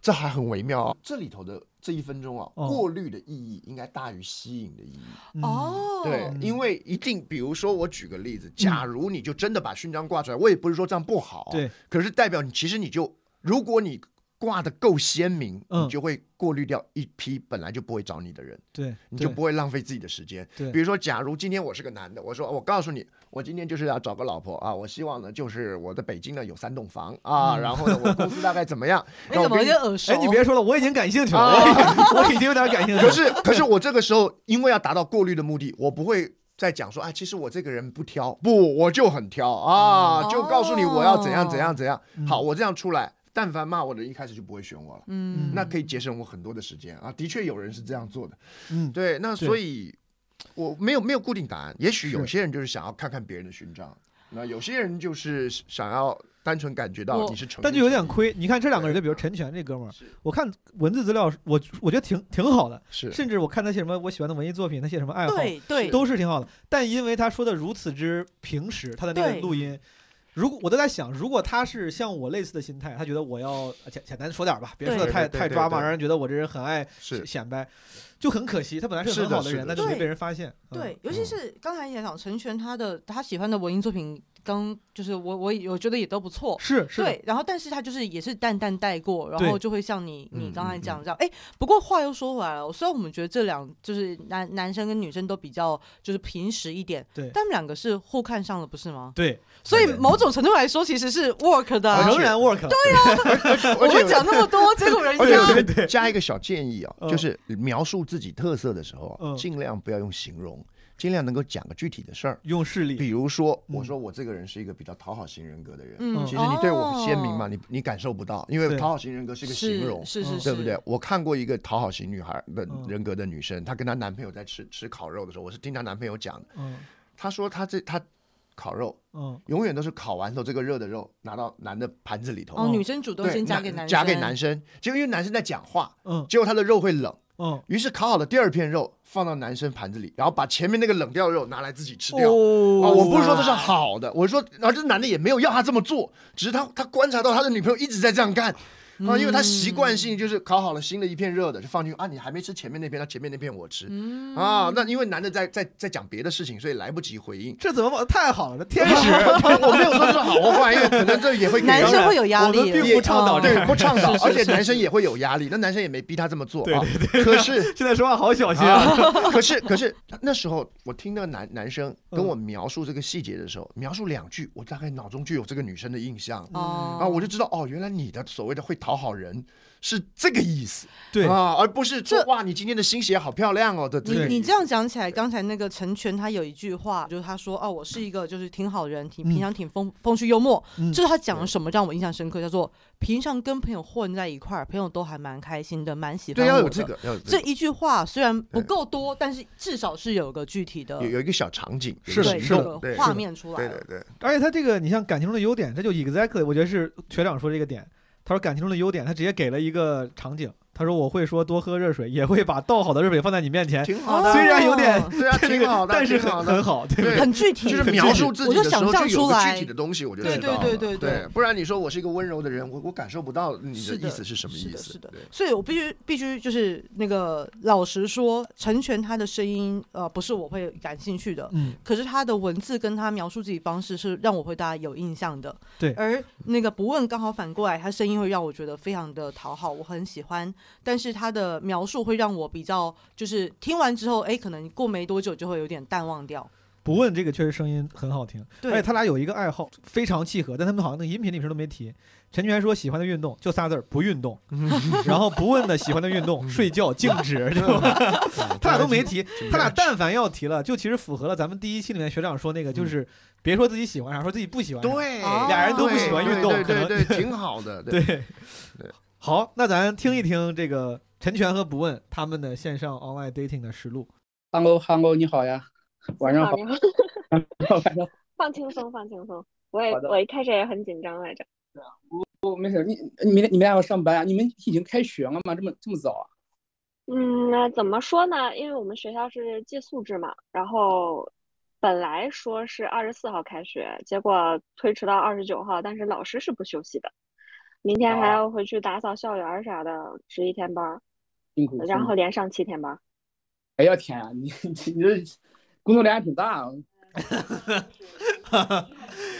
[SPEAKER 8] 这还很微妙、啊。这里头的这一分钟啊，
[SPEAKER 9] 哦
[SPEAKER 8] 过滤的意义应该大于吸引的意义。
[SPEAKER 9] 嗯，嗯
[SPEAKER 6] 哦，
[SPEAKER 8] 对，因为一定，比如说我举个例子，假如你就真的把勋章挂出来，我也不是说这样不好、啊，
[SPEAKER 9] 对，
[SPEAKER 8] 可是代表你其实你就，如果你挂的够鲜明，
[SPEAKER 9] 嗯
[SPEAKER 8] 你就会过滤掉一批本来就不会找你的人，
[SPEAKER 9] 对，
[SPEAKER 8] 你
[SPEAKER 9] 对
[SPEAKER 8] 就不会浪费自己的时间。
[SPEAKER 9] 对
[SPEAKER 8] 比如说，假如今天我是个男的，我说我告诉你，我今天就是要找个老婆啊，我希望呢就是我的北京呢有三栋房啊，然后呢我公司大概怎么 样？
[SPEAKER 6] 你
[SPEAKER 8] 然后
[SPEAKER 6] 嗯怎
[SPEAKER 8] 我
[SPEAKER 6] 么有
[SPEAKER 8] 跟
[SPEAKER 6] 点耳熟？
[SPEAKER 9] 哎，你别说了，我已经感兴趣了，
[SPEAKER 8] 啊
[SPEAKER 9] 我已经 我已经有点感兴趣
[SPEAKER 8] 可
[SPEAKER 9] 了。
[SPEAKER 8] 是可是我这个时候，因为要达到过滤的目的，我不会再讲说，哎，其实我这个人不挑，不，我就很挑啊，
[SPEAKER 6] 嗯
[SPEAKER 8] 就告诉你我要怎样怎样怎样。
[SPEAKER 6] 哦
[SPEAKER 8] 好，我这样出来，但凡骂我的人一开始就不会选我了，
[SPEAKER 6] 嗯，
[SPEAKER 8] 那可以节省我很多的时间啊。的确有人是这样做的，
[SPEAKER 9] 嗯，
[SPEAKER 8] 对，那
[SPEAKER 9] 对
[SPEAKER 8] 所以我没有没有固定答案，也许有
[SPEAKER 9] 是
[SPEAKER 8] 些人就是想要看看别人的勋章，那有些人就是想要单纯感觉到
[SPEAKER 6] 我
[SPEAKER 8] 啊你是成，嗯
[SPEAKER 9] 但就有点亏。你看这两个人，就比如陈全这哥们儿，我看文字资料，我我觉得挺挺好的，
[SPEAKER 8] 是
[SPEAKER 9] 甚至我看他写什么我喜欢的文艺作品，他写什么爱好，
[SPEAKER 6] 对对，
[SPEAKER 9] 都是挺好的。但因为他说的如此之平实，他的那个
[SPEAKER 6] 对
[SPEAKER 9] 录音，如果我都在想，如果他是像我类似的心态，他觉得我要简简单说点儿吧，别说的
[SPEAKER 8] 对对
[SPEAKER 9] 太
[SPEAKER 8] 对
[SPEAKER 9] 太
[SPEAKER 8] 对
[SPEAKER 9] 抓马，
[SPEAKER 8] 对
[SPEAKER 9] 让人觉得我这人很爱
[SPEAKER 8] 是
[SPEAKER 9] 显摆，就很可惜。他本来是
[SPEAKER 8] 是
[SPEAKER 9] 个
[SPEAKER 8] 的
[SPEAKER 9] 很好的人，
[SPEAKER 8] 是
[SPEAKER 9] 但
[SPEAKER 8] 的
[SPEAKER 9] 就没
[SPEAKER 6] 对
[SPEAKER 9] 被人发现。嗯
[SPEAKER 6] 对，，尤其是刚才也讲陈璇他的他喜欢的文艺作品，刚就是我我我觉得也都不错。
[SPEAKER 9] 是是的，
[SPEAKER 6] 对，然后但是他就是也是淡淡带过，然
[SPEAKER 9] 对
[SPEAKER 6] 后就会像你你
[SPEAKER 8] 嗯
[SPEAKER 6] 刚才
[SPEAKER 8] 嗯
[SPEAKER 6] 讲这样。哎、不过话又说回来了，虽然我们觉得这两就是男男生跟女生都比较就是平实一点，
[SPEAKER 9] 对
[SPEAKER 6] 但他们两个是互看上了，不是吗？
[SPEAKER 9] 对，
[SPEAKER 6] 所以
[SPEAKER 8] 对
[SPEAKER 6] 某种程度来说，其实是 work 的啊、啊
[SPEAKER 9] 仍然 work。对
[SPEAKER 8] 啊
[SPEAKER 6] 我们讲那么多，结果人
[SPEAKER 8] 而且我
[SPEAKER 6] 家
[SPEAKER 8] 觉得加一个小建议啊，
[SPEAKER 9] 嗯
[SPEAKER 8] 就是描述自己特色的时候
[SPEAKER 9] 嗯
[SPEAKER 8] 啊，尽量不要用形容，尽量能够讲个具体的事儿。
[SPEAKER 9] 用视力
[SPEAKER 8] 比如说，
[SPEAKER 9] 嗯
[SPEAKER 8] 我说我这个人是一个比较讨好型人格的人，
[SPEAKER 6] 嗯
[SPEAKER 8] 其实你对我很鲜明嘛，
[SPEAKER 6] 哦
[SPEAKER 8] 你你感受不到，因
[SPEAKER 9] 对
[SPEAKER 8] 为讨好型人格是一个形容，
[SPEAKER 6] 是是是，
[SPEAKER 8] 对不对
[SPEAKER 6] 是？？
[SPEAKER 8] 我看过一个讨好型女孩的
[SPEAKER 9] 嗯
[SPEAKER 8] 人格的女生，她跟她男朋友在吃吃烤肉的时候，我是听她男朋友讲的，
[SPEAKER 9] 嗯
[SPEAKER 8] 她说她这她烤肉
[SPEAKER 9] 嗯，
[SPEAKER 8] 永远都是烤完之后这个热的肉拿到男的盘子里头，
[SPEAKER 6] 哦，女生主动
[SPEAKER 8] 对
[SPEAKER 6] 先夹
[SPEAKER 8] 那
[SPEAKER 6] 给男
[SPEAKER 8] 夹给
[SPEAKER 6] 生
[SPEAKER 8] 男生，结果因为男生在讲话，
[SPEAKER 9] 嗯
[SPEAKER 8] 结果他的肉会冷。
[SPEAKER 9] 嗯，
[SPEAKER 8] 于是烤好的第二片肉放到男生盘子里，然后把前面那个冷掉的肉拿来自己吃掉。
[SPEAKER 9] 哦
[SPEAKER 8] 啊，我不是说这是好的，我是说，然后这男的也没有要他这么做，只是他他观察到他的女朋友一直在这样干。啊，因为他习惯性就是烤好了新的一片热的就放进去啊，你还没吃前面那片，那前面那片我吃、啊。那因为男的在在在讲别的事情，所以来不及回应。
[SPEAKER 9] 这怎么往太好了？这天使，
[SPEAKER 8] 我没有说是好或坏，因为可能这也会给
[SPEAKER 6] 男
[SPEAKER 8] 人
[SPEAKER 6] 生会有压力，
[SPEAKER 9] 我们并不倡导这
[SPEAKER 8] 啊对
[SPEAKER 9] 个
[SPEAKER 8] 不倡导，
[SPEAKER 6] 是
[SPEAKER 8] 而且
[SPEAKER 6] 是
[SPEAKER 8] 男
[SPEAKER 6] 是
[SPEAKER 8] 生也会有压力，那男生也没逼他这么做啊。可是
[SPEAKER 9] 现在说话好小心啊。
[SPEAKER 8] 啊！可是可是那时候我听那个男男生跟我描述这个细节的时候，描述两句，我大概脑中就有这个女生的印象了。
[SPEAKER 6] 哦
[SPEAKER 8] 啊，我就知道哦，原来你的所谓的会讨好人是这个意思，
[SPEAKER 9] 对
[SPEAKER 8] 啊，而不是说
[SPEAKER 6] 这
[SPEAKER 8] 哇，你今天的新鞋好漂亮哦的这
[SPEAKER 6] 你
[SPEAKER 8] 个意思。
[SPEAKER 6] 你这样讲起来，刚才那个陈全他有一句话，就是他说哦，我是一个就是挺好人，挺
[SPEAKER 9] 嗯
[SPEAKER 6] 平常挺风风趣幽默。
[SPEAKER 9] 嗯
[SPEAKER 6] 就是他讲了什么让我印象深刻，叫做平常跟朋友混在一块儿，朋友都还蛮开心的，蛮喜欢
[SPEAKER 8] 对，要
[SPEAKER 6] 我的。
[SPEAKER 8] 有这个，要有
[SPEAKER 6] 这
[SPEAKER 8] 个。
[SPEAKER 6] 一句话虽然不
[SPEAKER 8] 对
[SPEAKER 6] 够多，但是至少是有个具体的
[SPEAKER 8] 有有一个小场景，有一
[SPEAKER 9] 是
[SPEAKER 8] 个
[SPEAKER 9] 的
[SPEAKER 6] 对
[SPEAKER 8] 行
[SPEAKER 9] 是的
[SPEAKER 8] 动
[SPEAKER 6] 有
[SPEAKER 8] 对
[SPEAKER 6] 个画面出来
[SPEAKER 8] 对
[SPEAKER 6] 了
[SPEAKER 8] 对对，
[SPEAKER 9] 而且他这个，你像感情中的优点，这就 exactly，我觉得是学长说这个点。他说感情中的优点，他直接给了一个场景。他说我会说多喝热水，也会把倒好的热水放在你面前，
[SPEAKER 8] 挺好
[SPEAKER 6] 哦
[SPEAKER 8] 的，
[SPEAKER 9] 虽然有点
[SPEAKER 8] 对啊，
[SPEAKER 9] 这个
[SPEAKER 8] 挺好的，
[SPEAKER 9] 但是
[SPEAKER 8] 挺好
[SPEAKER 9] 很
[SPEAKER 8] 的
[SPEAKER 9] 很。好，对不对？
[SPEAKER 8] 对
[SPEAKER 6] 很具体，
[SPEAKER 8] 就是
[SPEAKER 9] 很具
[SPEAKER 8] 描
[SPEAKER 9] 体
[SPEAKER 8] 述自己
[SPEAKER 6] 我
[SPEAKER 8] 的
[SPEAKER 6] 就
[SPEAKER 8] 时候，
[SPEAKER 6] 想象
[SPEAKER 8] 有
[SPEAKER 6] 出
[SPEAKER 8] 个
[SPEAKER 6] 来
[SPEAKER 8] 具体的东西，我就
[SPEAKER 6] 对
[SPEAKER 8] 知道了。
[SPEAKER 6] 对对对对
[SPEAKER 8] 对，不然你说我是一个温柔的人，我我感受不到你
[SPEAKER 6] 是
[SPEAKER 8] 的
[SPEAKER 6] 的
[SPEAKER 8] 意思是什么意
[SPEAKER 6] 是的，
[SPEAKER 8] 思。
[SPEAKER 6] 是的
[SPEAKER 8] 对，
[SPEAKER 6] 所以我必须必须就是那个老实说，成全他的声音，呃，不是我会感兴趣的，
[SPEAKER 9] 嗯，
[SPEAKER 6] 可是他的文字跟他描述自己方式是让我会大家有印象的。
[SPEAKER 9] 对
[SPEAKER 6] 而那个不问刚好反过来，他声音会让我觉得非常的讨好，我很喜欢。但是他的描述会让我比较，就是听完之后，哎，可能过没多久就会有点淡忘掉。
[SPEAKER 9] 不问这个确实声音很好听，
[SPEAKER 6] 对
[SPEAKER 9] 而且他俩有一个爱好非常契合，但他们好像那个音频里面都没提。陈全说喜欢的运动就仨字儿不 运动，然后不问的喜欢的
[SPEAKER 8] 嗯
[SPEAKER 9] 运动睡觉静 止，对吧？他俩都没提，
[SPEAKER 8] 嗯
[SPEAKER 9] 他俩但凡要提了，就其实符合了咱们第一期里面学长说那个，就是别说自己喜欢啥，说自己不喜欢
[SPEAKER 8] 嗯
[SPEAKER 9] 啥。
[SPEAKER 8] 对
[SPEAKER 6] 哦
[SPEAKER 9] 俩人都不喜欢运动
[SPEAKER 8] 对对
[SPEAKER 9] 可能
[SPEAKER 8] 对，对挺好的。对，
[SPEAKER 9] 对，好，那咱听一听这个陈全和不问他们的线上 online dating 的实录。
[SPEAKER 11] Hello Hello，你好呀，晚上好，
[SPEAKER 12] 你好，
[SPEAKER 11] 晚上
[SPEAKER 12] 放轻松，放轻松。我也
[SPEAKER 11] 好的啊
[SPEAKER 12] 我一开始也很紧张来着，
[SPEAKER 11] 好，没事。你你明天你们俩要上班啊？你们已经开学了吗？这么这么早啊？
[SPEAKER 12] 嗯，那怎么说呢？因为我们学校是寄宿制嘛，然后本来说是二十四号开学，结果推迟到二十九号，但是老师是不休息的，明天还
[SPEAKER 11] 啊
[SPEAKER 12] 要回去打扫校园儿啥的，值一天班儿，
[SPEAKER 11] 辛苦。
[SPEAKER 12] 然
[SPEAKER 11] 辛苦
[SPEAKER 12] 后连上七天班儿。
[SPEAKER 11] 哎呀天啊，你你这工作量还挺大啊。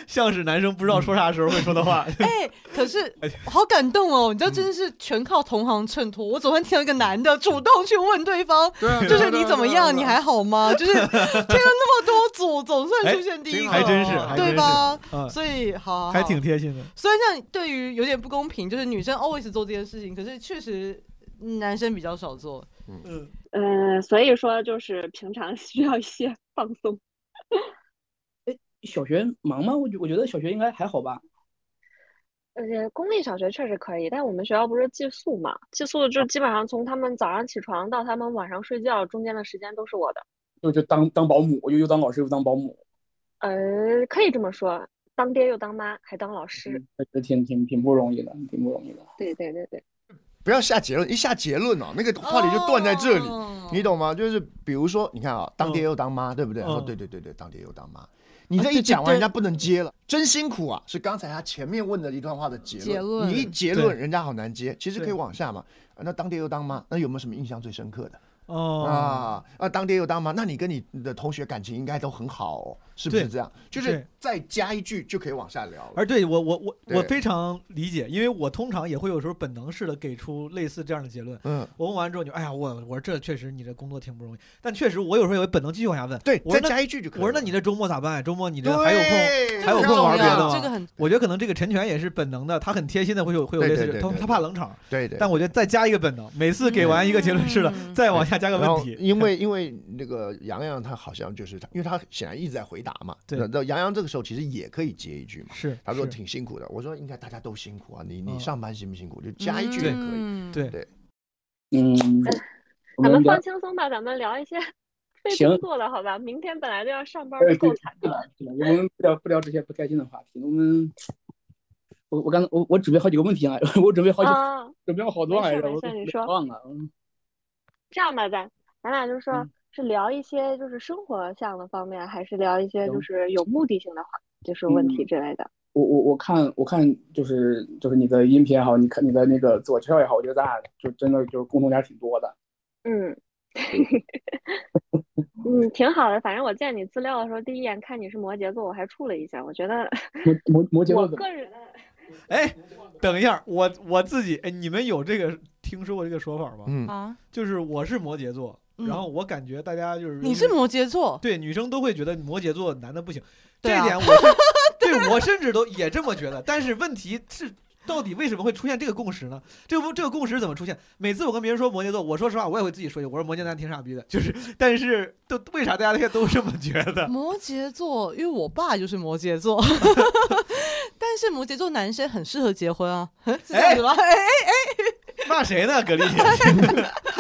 [SPEAKER 9] 像是男生不知道说啥时候会说的话，
[SPEAKER 6] 哎、可是好感动哦！你知道，真的是全靠同行衬托。我昨天听到一个男的主动去问对方，
[SPEAKER 8] 对啊
[SPEAKER 6] 就是你怎么样，你还好吗？就是天啊，那多组，总算出现第一个，
[SPEAKER 9] 哎挺好还真是还真是
[SPEAKER 6] 对吧
[SPEAKER 9] 嗯？
[SPEAKER 6] 所以好， 好
[SPEAKER 9] 还挺贴心的。
[SPEAKER 6] 虽然这样对于有点不公平，就是女生 always 做这件事情，可是确实男生比较少做。
[SPEAKER 12] 嗯嗯，所以说就是平常需要一些放松。
[SPEAKER 11] 小学忙吗？我觉我觉得小学应该还好吧。
[SPEAKER 12] 呃，公立小学确实可以，但我们学校不是寄宿嘛，寄宿就基本上从他们早上起床到他们晚上睡觉中间的时间都是我的。
[SPEAKER 11] 就就当当保姆，又又当老师又当保姆，
[SPEAKER 12] 呃，可以这么说，当爹又当妈，还当老师。
[SPEAKER 11] 还是挺挺挺不容易的，挺不容易的。
[SPEAKER 12] 嗯对对对对，
[SPEAKER 8] 不要下结论，一下结论哦，那个话题就断在这里，
[SPEAKER 6] 哦
[SPEAKER 8] 你懂吗？就是比如说，你看啊，当爹又当妈，对不对？
[SPEAKER 13] 嗯
[SPEAKER 8] 说对对对对，当爹又当妈。你
[SPEAKER 6] 啊
[SPEAKER 8] 这一讲完，人家不能接了，真辛苦啊！是刚才他前面问的一段话的结
[SPEAKER 13] 结论
[SPEAKER 8] 论，你一结论，
[SPEAKER 13] 对
[SPEAKER 8] 人家好难接。其实可以
[SPEAKER 13] 对
[SPEAKER 8] 往下嘛。啊那当爹又当妈，那有没有什么印象最深刻的？
[SPEAKER 9] 哦
[SPEAKER 8] 啊啊，当爹又当妈，那你跟你的同学感情应该都很好、哦，是不是
[SPEAKER 9] 对
[SPEAKER 8] 这样？就
[SPEAKER 9] 对
[SPEAKER 8] 是再加一句就可以往下聊了。
[SPEAKER 9] 而对我我我我
[SPEAKER 8] 对
[SPEAKER 9] 非常理解，因为我通常也会有时候本能式的给出类似这样的结论。
[SPEAKER 8] 嗯，
[SPEAKER 9] 我问完之后你就哎呀，我我说这确实你这工作挺不容易，但确实我有时候也会本能继续往下问。
[SPEAKER 8] 对
[SPEAKER 9] 我说
[SPEAKER 8] 再
[SPEAKER 9] 那
[SPEAKER 8] 加一句就可以
[SPEAKER 9] 我说那你这周末咋办？周末你这
[SPEAKER 8] 对
[SPEAKER 9] 还有空还有空玩别的吗？
[SPEAKER 6] 这个很重要这个很
[SPEAKER 9] 我觉得可能这个陈全也是本能的，他很贴心的会有会有类
[SPEAKER 8] 对
[SPEAKER 9] 似
[SPEAKER 8] 对
[SPEAKER 9] 这
[SPEAKER 8] 对
[SPEAKER 9] 他
[SPEAKER 8] 对
[SPEAKER 9] 他怕冷场。
[SPEAKER 8] 对对。
[SPEAKER 9] 但我觉得再加一个本能，每次给完一个结论式的，
[SPEAKER 8] 嗯
[SPEAKER 9] 再往下加个
[SPEAKER 8] 然
[SPEAKER 9] 问
[SPEAKER 8] 后
[SPEAKER 9] 题。
[SPEAKER 8] 因为因为那个杨洋他好像就是他，因为他显然一直在回答嘛。
[SPEAKER 9] 对
[SPEAKER 8] 那那杨洋这个时候其实也可以接一句嘛。
[SPEAKER 9] 是
[SPEAKER 8] 他说
[SPEAKER 9] 是
[SPEAKER 8] 挺辛苦的。我说应该大家都辛苦啊，你你
[SPEAKER 9] 嗯
[SPEAKER 8] 上班辛不辛苦？就加一句也可以。
[SPEAKER 9] 对
[SPEAKER 8] 对，
[SPEAKER 11] 嗯，我
[SPEAKER 12] 咱们
[SPEAKER 11] 聊
[SPEAKER 12] 放轻松吧，咱们聊 一些非
[SPEAKER 11] 行
[SPEAKER 12] 工作的好吧？明天本来就要上班，
[SPEAKER 11] 呃，
[SPEAKER 12] 不
[SPEAKER 11] 对
[SPEAKER 12] 够惨。
[SPEAKER 11] 啊，对我们不聊不聊这些不开心的话题。我们，我我刚才我我准备好几个问题啊， 我准备好几、
[SPEAKER 12] 啊
[SPEAKER 11] 准备了好多来着，
[SPEAKER 12] 没
[SPEAKER 11] 我
[SPEAKER 12] 事没事你
[SPEAKER 11] 我
[SPEAKER 12] 说
[SPEAKER 11] 忘了。嗯
[SPEAKER 12] 这样吧，咱咱俩就说、是聊一些就是生活向的方面，还是聊一些就是有目的性的话，就是问
[SPEAKER 11] 嗯
[SPEAKER 12] 题之类的。
[SPEAKER 11] 我我我看我看就是就是你的音频也好，你看你的那个自我介绍也好，我觉得咱俩就真的就是共同点挺多的。
[SPEAKER 12] 嗯，嗯，挺好的。反正我见你资料的时候，第一眼看你是摩羯座，我还处了一下。我 觉得
[SPEAKER 11] 摩摩羯座
[SPEAKER 12] 我
[SPEAKER 11] 怎么？
[SPEAKER 12] 个人
[SPEAKER 9] 哎，等一下，我我自己哎，你们有这个听说过这个说法吗？
[SPEAKER 6] 嗯啊，
[SPEAKER 9] 就是我是摩羯座，
[SPEAKER 6] 嗯
[SPEAKER 9] 然后我感觉大家就是
[SPEAKER 6] 你是摩羯座，
[SPEAKER 9] 对女生都会觉得摩羯座男的不行，
[SPEAKER 6] 对啊
[SPEAKER 9] 这点 我是对我甚至都也这么觉得。但是问题是，到底为什么会出现这个共识呢？这个这个共识怎么出现？每次我跟别人说摩羯座，我说实话我也会自己说一句，我说摩羯男挺傻逼的，就是但是都为啥大家现在都这么觉得？
[SPEAKER 6] 摩羯座，因为我爸就是摩羯座， 但是摩羯座男生很适合结婚啊， 是这样子吗？哎哎
[SPEAKER 9] 骂谁呢？格力姐，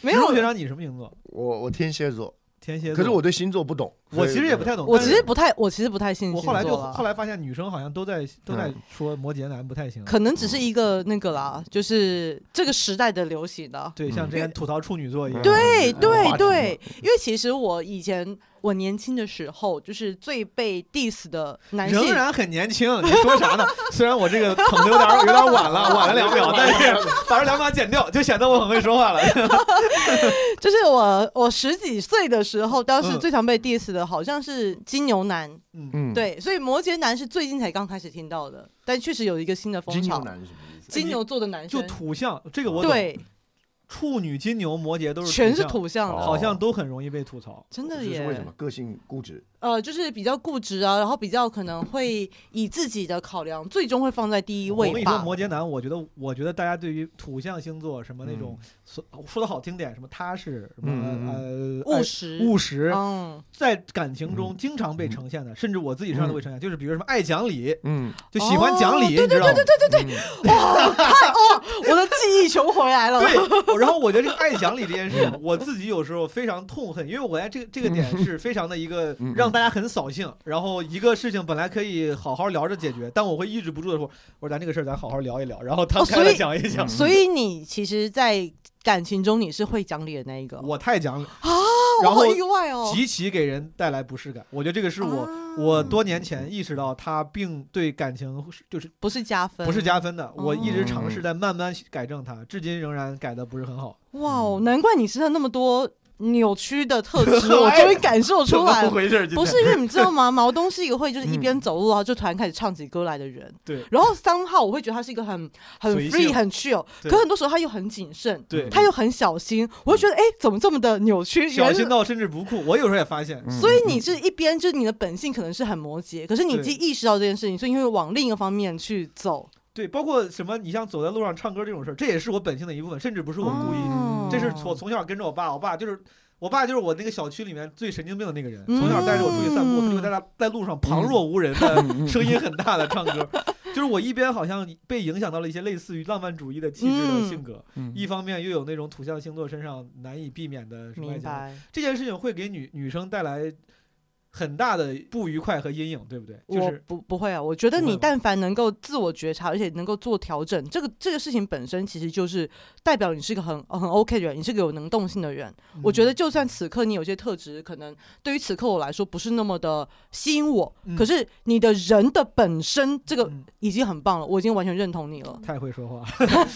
[SPEAKER 6] 没有
[SPEAKER 9] 学长，你什么星座？
[SPEAKER 8] 我我天蝎座，
[SPEAKER 9] 天蝎座
[SPEAKER 8] 可是我对星座不懂，
[SPEAKER 9] 我其
[SPEAKER 8] 所
[SPEAKER 9] 实
[SPEAKER 8] 以
[SPEAKER 9] 也不太懂。
[SPEAKER 6] 我
[SPEAKER 9] 但
[SPEAKER 6] 其
[SPEAKER 9] 是
[SPEAKER 6] 实不太，我其实不太信
[SPEAKER 9] 我
[SPEAKER 6] 星座
[SPEAKER 9] 后
[SPEAKER 6] 啊
[SPEAKER 9] 来就
[SPEAKER 6] 了
[SPEAKER 9] 后来发现女生好像都在都在说摩羯男不太行，
[SPEAKER 6] 可能只是一个那个啦，就是这个时代的流行的。
[SPEAKER 9] 对像之前吐槽处女座一样。
[SPEAKER 6] 嗯对对
[SPEAKER 9] 话题嘛
[SPEAKER 6] 对，因为其实我以前我年轻的时候，就是最被 diss 的男性，
[SPEAKER 9] 仍然很年轻，你说啥 呢？虽然我这个捧的有点有点晚了，晚了两秒，但是把这两秒剪掉，就显得我很会说话了。
[SPEAKER 6] 就是我我十几岁的时候，当
[SPEAKER 9] 嗯
[SPEAKER 6] 时最常被 diss 的好像是金牛男，
[SPEAKER 8] 嗯
[SPEAKER 6] 对，所以摩羯男是最近才刚开始听到的，但确实有一个新的风潮。
[SPEAKER 8] 是什么意思？
[SPEAKER 6] 金牛座的男
[SPEAKER 9] 哎就
[SPEAKER 6] 生
[SPEAKER 9] 土象，这个我懂。
[SPEAKER 6] 对，
[SPEAKER 9] 处女、金牛、摩羯都是
[SPEAKER 6] 全是土象的
[SPEAKER 9] 好像都很容易被吐槽。
[SPEAKER 6] 真的耶。
[SPEAKER 8] 个性固执？
[SPEAKER 6] 呃，就是比较固执啊，然后比较可能会以自己的考量，最终会放在第一
[SPEAKER 9] 哦我跟
[SPEAKER 6] 位
[SPEAKER 9] 你说，
[SPEAKER 6] 吧。
[SPEAKER 9] 摩羯男，我觉得，我觉得大家对于土象星座什么那种，说说的好听点，什么踏实，什么
[SPEAKER 6] 嗯嗯嗯嗯
[SPEAKER 9] 呃
[SPEAKER 6] 务实
[SPEAKER 9] 务实，
[SPEAKER 6] 嗯，
[SPEAKER 9] 在感情中经常被呈现的，甚至我自己身上都会呈现，就是比如什么爱讲理，
[SPEAKER 8] 嗯，
[SPEAKER 9] 就喜欢讲理，
[SPEAKER 6] 哦对
[SPEAKER 9] 你知
[SPEAKER 6] 对
[SPEAKER 9] 道吗
[SPEAKER 6] 对对对对对，哇，太哦，我的记忆求回来了。
[SPEAKER 9] 对，然后我觉得 这个爱讲理这件事情，我自己有时候非常痛恨，因为我在这个这个点是非常的一个让大家很扫兴，然后一个事情本来可以好好聊着解决，但我会抑制不住的说，我说咱这个事儿咱好好聊一聊，然后摊
[SPEAKER 6] 哦，
[SPEAKER 9] 开
[SPEAKER 6] 所
[SPEAKER 9] 了
[SPEAKER 6] 以
[SPEAKER 9] 讲一讲。
[SPEAKER 6] 所以你其实，在感情中你是会讲理的那一个。
[SPEAKER 9] 我太讲理
[SPEAKER 6] 啊，我
[SPEAKER 9] 然后
[SPEAKER 6] 好意外哦。啊
[SPEAKER 9] 极其给人带来不适感。我觉得这个是我、我多年前意识到它并对感情就是
[SPEAKER 6] 不是加分，
[SPEAKER 9] 不是加分的，我一直尝试
[SPEAKER 6] 哦
[SPEAKER 9] 在慢慢改正它，至今仍然改的不是很好。
[SPEAKER 14] 嗯
[SPEAKER 6] 哇哦，难怪你身上那么多扭曲的特 质，我终于感受出来
[SPEAKER 14] 哎怎
[SPEAKER 6] 了。
[SPEAKER 14] 么回事儿今
[SPEAKER 6] 不是
[SPEAKER 14] 天
[SPEAKER 6] 因为你知道吗？毛东是一个会就是一边走路啊，就突然开始唱起歌来的人。
[SPEAKER 14] 对
[SPEAKER 6] 然后三号我会觉得他是一个很很
[SPEAKER 14] 随性
[SPEAKER 6] free 很 chill，
[SPEAKER 14] 对
[SPEAKER 6] 可很多时候他又很谨慎，
[SPEAKER 14] 对嗯
[SPEAKER 6] 他又很小心，我会觉得哎，怎么这么的扭 曲？
[SPEAKER 9] 小
[SPEAKER 6] 原嗯
[SPEAKER 9] 心到甚至不酷。我有时候也发
[SPEAKER 14] 嗯
[SPEAKER 9] 现，
[SPEAKER 6] 所以你是一边就是你的本性可能是很摩羯，可是你自己
[SPEAKER 9] 对
[SPEAKER 6] 意识到这件事情，所以你会往另一个方面去走。
[SPEAKER 9] 对，包括什么，你像走在路上唱歌这种事儿，这也是我本性的一部分，甚至不是我故意，
[SPEAKER 14] 哦
[SPEAKER 9] 这是我从小跟着我爸，我爸就是。我爸就是我那个小区里面最神经病的那个人，嗯
[SPEAKER 6] 嗯
[SPEAKER 9] 从小带着我出
[SPEAKER 14] 嗯
[SPEAKER 9] 去散步，他就会在他在路上旁若无人
[SPEAKER 6] 嗯
[SPEAKER 9] 的、声音很大的唱歌，就是我一边好像被影响到了一些类似于浪漫主义的气质的性格，
[SPEAKER 14] 嗯嗯
[SPEAKER 9] 一方面又有那种土象星座身上难以避免的什么
[SPEAKER 6] 明白
[SPEAKER 9] 这件事情会给女女生带来很大的不愉快和阴影，对不对？就
[SPEAKER 6] 我
[SPEAKER 9] 是
[SPEAKER 6] 不不会啊，我觉得
[SPEAKER 9] 不会
[SPEAKER 6] 你
[SPEAKER 9] 吗
[SPEAKER 6] 但凡能够自我觉察，而且能够做调整，这个这个事情本身其实就是代表你是一个很很 OK 的人，你是个有能动性的人。我觉
[SPEAKER 9] 嗯
[SPEAKER 6] 得就算此刻你有些特质，可能对于此刻我来说不是那么的吸引我，
[SPEAKER 9] 嗯
[SPEAKER 6] 可是你的人的本身这个已经很棒了，我已经完全认同你了。
[SPEAKER 9] 太会说话。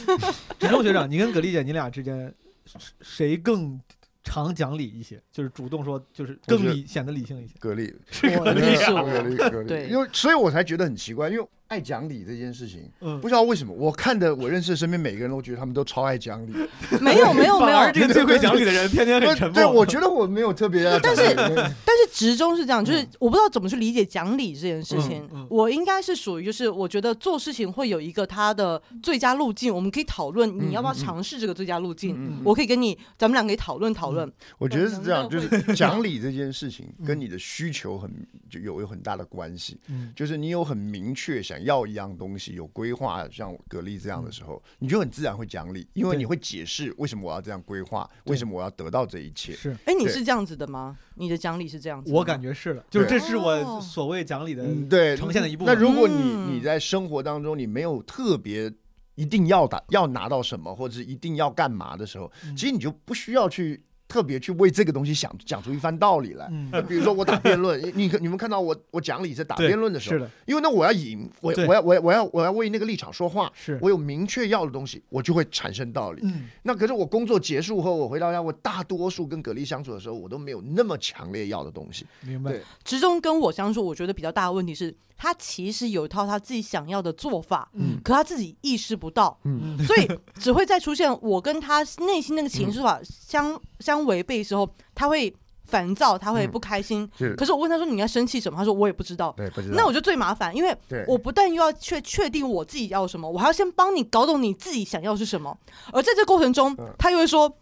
[SPEAKER 9] 陈冲学长，你跟葛丽姐，你俩之间谁谁更常讲理一些？就是主动说，就是
[SPEAKER 8] 我觉
[SPEAKER 9] 更
[SPEAKER 8] 得
[SPEAKER 9] 理显得理性一些。
[SPEAKER 8] 格力
[SPEAKER 9] 是格力啊
[SPEAKER 8] 格力，格力，
[SPEAKER 9] 对
[SPEAKER 8] 因为所以我才觉得很奇怪，因为爱讲理这件事情，
[SPEAKER 9] 嗯
[SPEAKER 8] 不知道为什么，我看的我认识的身边每个人都觉得他们都超爱讲理，
[SPEAKER 6] 没有没有没有反而
[SPEAKER 14] 这个最会讲理的人天天很沉默
[SPEAKER 8] 对，我觉得我没有特别要讲
[SPEAKER 6] 但
[SPEAKER 8] 理，
[SPEAKER 6] 是但是职中是这样，就是我不知道怎么去理解讲理这件事情。
[SPEAKER 14] 嗯嗯
[SPEAKER 6] 我应该是属于就是我觉得做事情会有一个它的最佳路径，我们可以讨论
[SPEAKER 8] 嗯
[SPEAKER 6] 你要不要
[SPEAKER 8] 嗯
[SPEAKER 6] 尝试这个最佳路径。
[SPEAKER 8] 嗯嗯
[SPEAKER 6] 我可以跟你咱们俩可以讨论讨论。
[SPEAKER 8] 嗯我觉得是这样，
[SPEAKER 6] 本
[SPEAKER 8] 就
[SPEAKER 6] 能地会
[SPEAKER 8] 是讲理这件事情跟你的需求很就有有很大的关系
[SPEAKER 9] 嗯。
[SPEAKER 8] 就是你有很明确想要一样东西，有规划，像格力这样的时候，你就很自然会讲理，因为
[SPEAKER 9] 嗯对
[SPEAKER 8] 你会解释为什么我要这样规划，
[SPEAKER 9] 对
[SPEAKER 8] 为什么我要得到这一切。
[SPEAKER 9] 是
[SPEAKER 6] 哎，你是
[SPEAKER 8] 对
[SPEAKER 6] 这样子的吗？你的讲理是这样子的吗？哦
[SPEAKER 9] 我感觉是的，就是这是我所谓讲理的
[SPEAKER 8] 嗯对
[SPEAKER 9] 呈现的一部
[SPEAKER 8] 那
[SPEAKER 9] 分。
[SPEAKER 8] 如果你你在生活当中你没有特别。一定要打要拿到什么，或者是一定要干嘛的时候，
[SPEAKER 9] 嗯
[SPEAKER 8] 其实你就不需要去特别去为这个东西想讲出一番道理来。
[SPEAKER 9] 嗯
[SPEAKER 8] 那比如说我打辩 论，你你们看到我我讲理是打
[SPEAKER 9] 对
[SPEAKER 8] 辩论的时候，
[SPEAKER 9] 是的
[SPEAKER 8] 因为那我要赢，我
[SPEAKER 9] 对
[SPEAKER 8] 我要我要我要我要为那个立场说话，
[SPEAKER 9] 是
[SPEAKER 8] 我有明确要的东西，我就会产生道理。
[SPEAKER 9] 嗯
[SPEAKER 8] 那可是我工作结束后，我回到家，我大多数跟葛丽相处的时候，我都没有那么强烈要的东西。
[SPEAKER 9] 明白
[SPEAKER 8] 对
[SPEAKER 6] 职中跟我相处，我觉得比较大的问题是，他其实有一套他自己想要的做法，
[SPEAKER 8] 嗯
[SPEAKER 6] 可他自己意识不到，
[SPEAKER 8] 嗯
[SPEAKER 6] 所以只会在出现我跟他内心那个情绪
[SPEAKER 8] 嗯
[SPEAKER 6] 法相、相违背的时候，他会烦躁，他会不开心。
[SPEAKER 8] 嗯是
[SPEAKER 6] 可是我问他说你在生气什么，他说我也不知道。
[SPEAKER 8] 对不知道
[SPEAKER 6] 那我就最麻烦，因为
[SPEAKER 8] 对
[SPEAKER 6] 我不但又要确确定我自己要什么，我还要先帮你搞懂你自己想要是什么，而在这过程中，
[SPEAKER 8] 嗯
[SPEAKER 6] 他又会说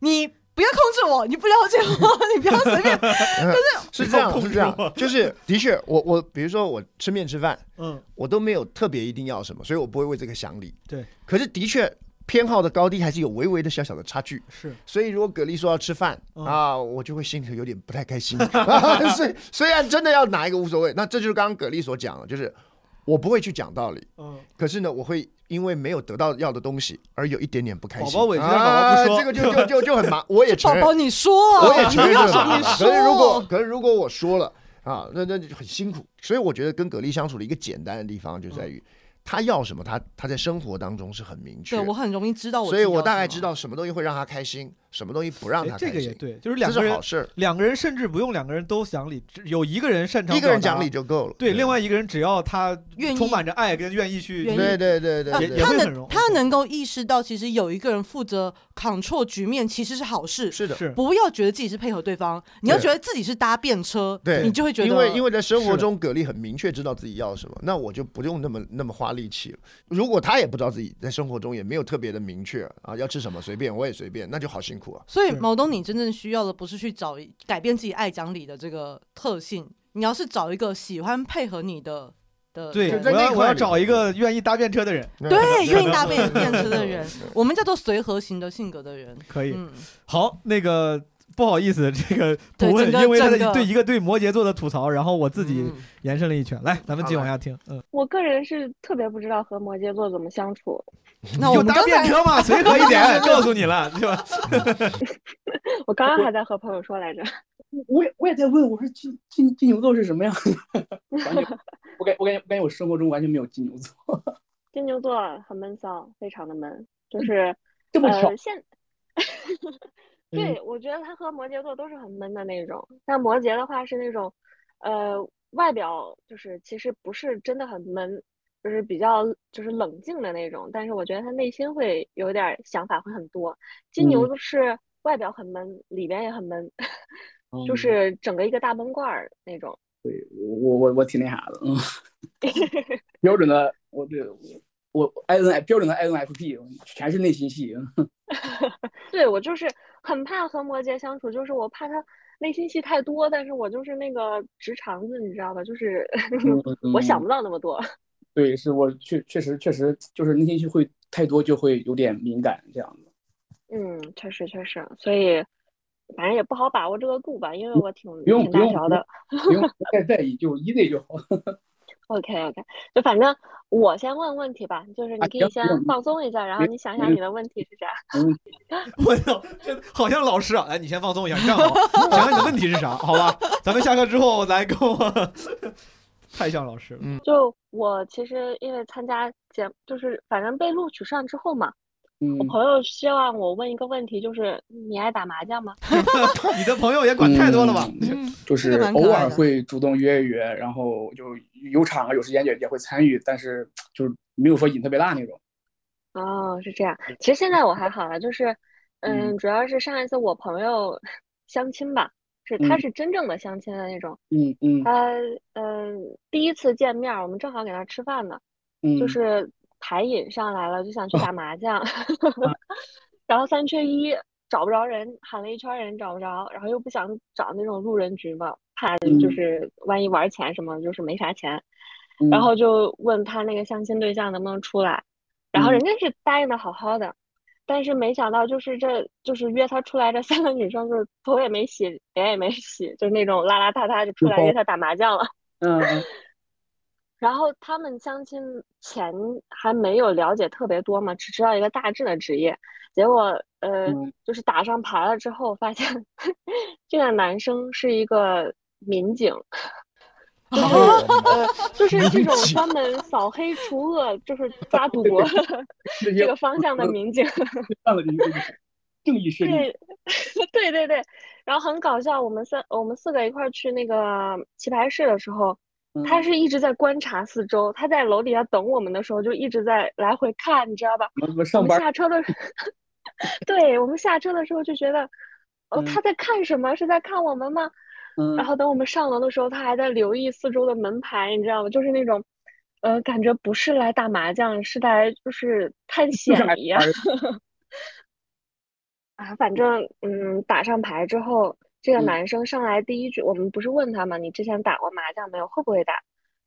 [SPEAKER 6] 你。不要控制我，你不了解我，你不要随便，就是
[SPEAKER 8] 是这样，是这样， 就是的确，我我比如说我吃面吃饭，
[SPEAKER 9] 嗯，
[SPEAKER 8] 我都没有特别一定要什么，所以我不会为这个想理。
[SPEAKER 9] 对，
[SPEAKER 8] 可是的确偏好的高低还是有微微的小小的差距。
[SPEAKER 9] 是，
[SPEAKER 8] 所以如果葛丽说要吃饭、
[SPEAKER 9] 嗯
[SPEAKER 8] 啊，我就会心里有点不太开 心。所以虽然真的要哪一个无所谓，那这就是刚刚葛丽所讲的，就是我不会去讲道理，
[SPEAKER 9] 嗯，
[SPEAKER 8] 可是呢，我会因为没有得到要的东西而有一点点不开心。
[SPEAKER 9] 宝宝委屈让宝宝不说
[SPEAKER 8] 啊、这个就就 就就很麻，我也承认。
[SPEAKER 6] 宝宝你说啊
[SPEAKER 8] 我也承认这个麻
[SPEAKER 6] 你
[SPEAKER 8] 烦。
[SPEAKER 6] 说
[SPEAKER 8] 可是如果可是如果我说了啊，那那就很辛苦。所以我觉得跟葛丽相处的一个简单的地方就在于，他要什么，他他在生活当中是很明确
[SPEAKER 6] 对
[SPEAKER 8] 的。
[SPEAKER 6] 我很容易知道我自
[SPEAKER 8] 所
[SPEAKER 6] 己
[SPEAKER 8] 以
[SPEAKER 6] 要什么，
[SPEAKER 8] 我大概知道什么东西会让他开心，什么东西不让他
[SPEAKER 9] 哎
[SPEAKER 8] 开心。
[SPEAKER 9] 这个也对，就是两个
[SPEAKER 8] 这是
[SPEAKER 9] 人
[SPEAKER 8] 好事儿。
[SPEAKER 9] 两个人甚至不用两个人都讲理，只有一个人擅长
[SPEAKER 8] 一个人
[SPEAKER 9] 表达
[SPEAKER 8] 讲理就够了
[SPEAKER 9] 对，
[SPEAKER 8] 对
[SPEAKER 9] 另外一个人只要他
[SPEAKER 6] 愿意
[SPEAKER 9] 充满着爱跟愿意去，
[SPEAKER 6] 愿意对
[SPEAKER 8] 对对
[SPEAKER 6] 啊
[SPEAKER 9] 也也
[SPEAKER 6] 他
[SPEAKER 9] 会很
[SPEAKER 6] 能
[SPEAKER 9] 容
[SPEAKER 6] 他能够意识到，其实有一个人负责 control 局面，其实是好事。
[SPEAKER 8] 是
[SPEAKER 9] 的是
[SPEAKER 6] 不要觉得自己是配合对方，你要觉得自己是搭便车，
[SPEAKER 8] 对，
[SPEAKER 6] 你就会觉得，
[SPEAKER 8] 因为因为在生活中，葛丽很明确知道自己要什么，那我就不用那么那么花力气了。如果他也不知道自己在生活中也没有特别的明确啊，要吃什么随便，我也随便，那就好辛苦啊。
[SPEAKER 6] 所以毛东，你真正需要的不是去找改变自己爱讲理的这个特性，你要是找一个喜欢配合你的的
[SPEAKER 9] 对，
[SPEAKER 6] 人
[SPEAKER 9] 我要我要找一个愿意搭便车的人，
[SPEAKER 6] 对愿 意搭配便车 的人，我们叫做随和型的性格的人。
[SPEAKER 9] 可以
[SPEAKER 6] 嗯。
[SPEAKER 9] 好，那个不好意思，这个
[SPEAKER 6] 对
[SPEAKER 9] 不问
[SPEAKER 6] 整，个
[SPEAKER 9] 因为他
[SPEAKER 6] 整
[SPEAKER 9] 的
[SPEAKER 6] 个嗯
[SPEAKER 9] 对一个对摩羯座的吐槽，然后我自己延伸了一圈。来，咱们继续往下听。嗯，
[SPEAKER 12] 我个人是特别不知道和摩羯座怎么相 处。
[SPEAKER 6] 那我
[SPEAKER 9] 就
[SPEAKER 6] 们
[SPEAKER 9] 搭
[SPEAKER 6] 刚才
[SPEAKER 9] 便 车 嘛，随和一点，告诉你了，对吧？
[SPEAKER 12] 我刚刚还在和朋友说来着，
[SPEAKER 11] 我也我也在问，我说金 金金牛座是什么样的？ 完全，我感我感觉我感觉我生活中完全没有金牛座。
[SPEAKER 12] 金牛座很闷骚，非常的闷，就是
[SPEAKER 11] 这么巧
[SPEAKER 12] 呃、现呃对，
[SPEAKER 10] 嗯
[SPEAKER 12] 我觉得他和摩羯座都是很闷的那种，但摩羯的话是那种，呃，外表就是其实不是真的很闷，就是比较就是冷静的那种，但是我觉得他内心会有点儿想法会很多。金牛
[SPEAKER 10] 嗯
[SPEAKER 12] 座是外表很闷，里边也很闷， 就
[SPEAKER 6] 呃
[SPEAKER 10] 嗯
[SPEAKER 12] 是整个一个大闷罐儿那种。
[SPEAKER 10] 对我我我挺那啥的，嗯，标准的我对我我 I N I 标准的 I N F P 全是内心戏，嗯
[SPEAKER 12] 对，我就是很怕和摩羯相处，就是我怕他内心戏太多，但是我就是那个直肠子，你知道吧？就是
[SPEAKER 10] 嗯
[SPEAKER 12] 我想不到那么多。
[SPEAKER 10] 对，是我确确实确实就是内心戏会太多，就会有点敏感这样子。
[SPEAKER 12] 嗯，确实确实，所以反正也不好把握这个度吧，因为我挺
[SPEAKER 10] 不用
[SPEAKER 12] 挺
[SPEAKER 10] 不
[SPEAKER 12] 大
[SPEAKER 10] 用
[SPEAKER 12] 条的。
[SPEAKER 10] 不 用不太在意，就一类就好。
[SPEAKER 12] OK OK，就反正我先问问题吧，就是你
[SPEAKER 10] 啊
[SPEAKER 12] 可以
[SPEAKER 10] 行
[SPEAKER 12] 先
[SPEAKER 10] 没问题
[SPEAKER 12] 放松一下，然后你想想你的问题是啥。
[SPEAKER 9] 我操，这好像老师啊！哎，你先放松一下，你站好， 想想你的问题是啥，好吧？咱们下课之后来跟我， 太像老师了。嗯
[SPEAKER 12] 就我其实因为参加节，就是反正被录取上之后嘛，我
[SPEAKER 10] 嗯，
[SPEAKER 12] 朋友希望我问一个问题，就是你爱打麻 将吗？
[SPEAKER 9] 你的朋友也管太多了吧？
[SPEAKER 10] 嗯 就是
[SPEAKER 12] 这个蛮可
[SPEAKER 10] 偶
[SPEAKER 12] 爱
[SPEAKER 10] 尔
[SPEAKER 12] 的
[SPEAKER 10] 会主动约一约，然后就有场合有时间也也会参与，但是就是没有说瘾特别大那种。
[SPEAKER 12] 哦，是这样。其实现在我还好了，就是，嗯，主要是上一次我朋友相亲吧，是他
[SPEAKER 10] 嗯
[SPEAKER 12] 是真正的相亲的那种。
[SPEAKER 10] 嗯嗯
[SPEAKER 12] 他嗯，第一次见面儿，我们正好给他吃饭呢，就
[SPEAKER 10] 嗯哦啊
[SPEAKER 12] 是牌瘾上来了，就想去打麻将， 然后三缺一找不着人，喊了一圈儿人找不着，然后又不想找那种路人局嘛，怕就
[SPEAKER 10] 嗯
[SPEAKER 12] 是万一玩钱什么，就是没啥钱，
[SPEAKER 10] 嗯
[SPEAKER 12] 然 后就问他那个相亲对象能不能出来，然后
[SPEAKER 10] 嗯
[SPEAKER 12] 人家是答应的好好的，但是没想到就是这就是约他出来这三个女生就是头也没洗，脸也没洗，就那种邋邋遢遢就出来约他打麻将了。
[SPEAKER 10] 嗯嗯
[SPEAKER 12] 然后他们相亲前还没有了解特别多嘛，只知道一个大致的职业。结果，呃，
[SPEAKER 10] 嗯
[SPEAKER 12] 就是打上牌了之后，发现 这个男生是一个民警，就是、哦 呃，就是这
[SPEAKER 10] 民
[SPEAKER 12] 种
[SPEAKER 10] 警
[SPEAKER 12] 专门扫黑除恶，就是抓赌 博
[SPEAKER 10] 这
[SPEAKER 12] 这个方向的民警。
[SPEAKER 10] 这样的一个正义势力。
[SPEAKER 12] 对， 对对对，然后很搞笑，我们三我们四个一块儿去那个棋牌室的时候，他
[SPEAKER 10] 嗯
[SPEAKER 12] 是一直在观察四周，他在楼底下等我们的时候就一直在来回看，你知道吧？
[SPEAKER 10] 我我
[SPEAKER 12] 我
[SPEAKER 10] 上
[SPEAKER 12] 们
[SPEAKER 10] 班
[SPEAKER 12] 下车的时候， 对，我们下车的时候就觉得，哦，他在看什么？是在看我们吗？
[SPEAKER 10] 嗯
[SPEAKER 12] 然后等我们上楼的时候，他还在留意四周的门牌，你知道吗？就是那种，呃，感觉不是来打麻将，是来就是探
[SPEAKER 10] 就是
[SPEAKER 12] 险
[SPEAKER 10] 来
[SPEAKER 12] 一样。
[SPEAKER 10] 玩儿
[SPEAKER 12] 啊，反正嗯，打上牌之后，这个
[SPEAKER 10] 嗯
[SPEAKER 12] 男生上来第一句，我们不是问他吗？你之前打过麻将没有？会不会打？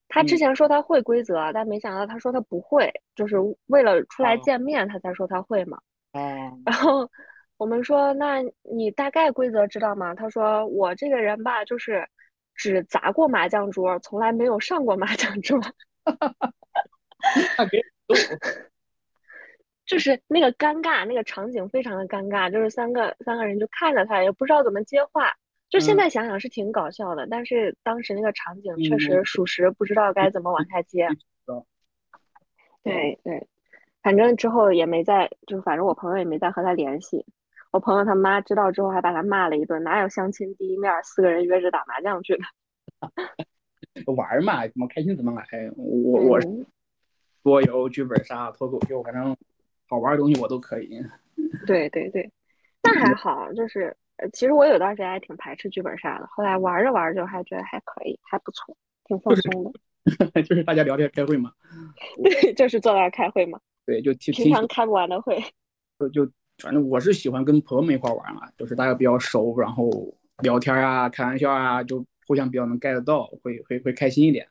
[SPEAKER 12] 他之
[SPEAKER 10] 嗯
[SPEAKER 12] 前说他会规则，但没想到他说他不会，就是为了出来见面，他才说他会嘛。
[SPEAKER 10] 哦，
[SPEAKER 12] 然后我们说，那你大概规则知道吗？他说我这个人吧，就是只砸过麻将桌，从来没有上过麻将桌。
[SPEAKER 10] 那别人
[SPEAKER 12] 就是那个尴尬，那个场景非常的尴尬，就是三个三个人就看着他，也不知道怎么接话。就现
[SPEAKER 10] 嗯
[SPEAKER 12] 在想想是挺搞笑的，但是当时那个场景确
[SPEAKER 10] 嗯
[SPEAKER 12] 实属实不知道该怎么往下接。
[SPEAKER 10] 道
[SPEAKER 12] 对对，反正之后也没再，就反正我朋友也没再和他联系。我朋友他妈知道之后还把他骂了一顿，哪有相亲第一面儿四个人约着打麻将去的？
[SPEAKER 10] 玩儿嘛，怎么开心怎么来。我我是
[SPEAKER 12] 嗯
[SPEAKER 10] 桌游、剧本杀、脱口秀，反正好玩儿的东西我都可以。
[SPEAKER 12] 对对对，那还好，就是呃其实我有段时间还挺排斥剧本杀的，后来玩着玩着还觉得还可以，还不错，挺放松的。
[SPEAKER 10] 就是大家聊天开会嘛，
[SPEAKER 12] 对，就是坐那儿开会嘛，
[SPEAKER 10] 对，就挺
[SPEAKER 12] 平
[SPEAKER 10] 挺
[SPEAKER 12] 常开不完的会。
[SPEAKER 10] 就就反正我是喜欢跟朋友们一块儿玩嘛，就是大家比较熟，然后聊天啊、开玩笑啊，就互相比较能 get 到，会会会开心一点。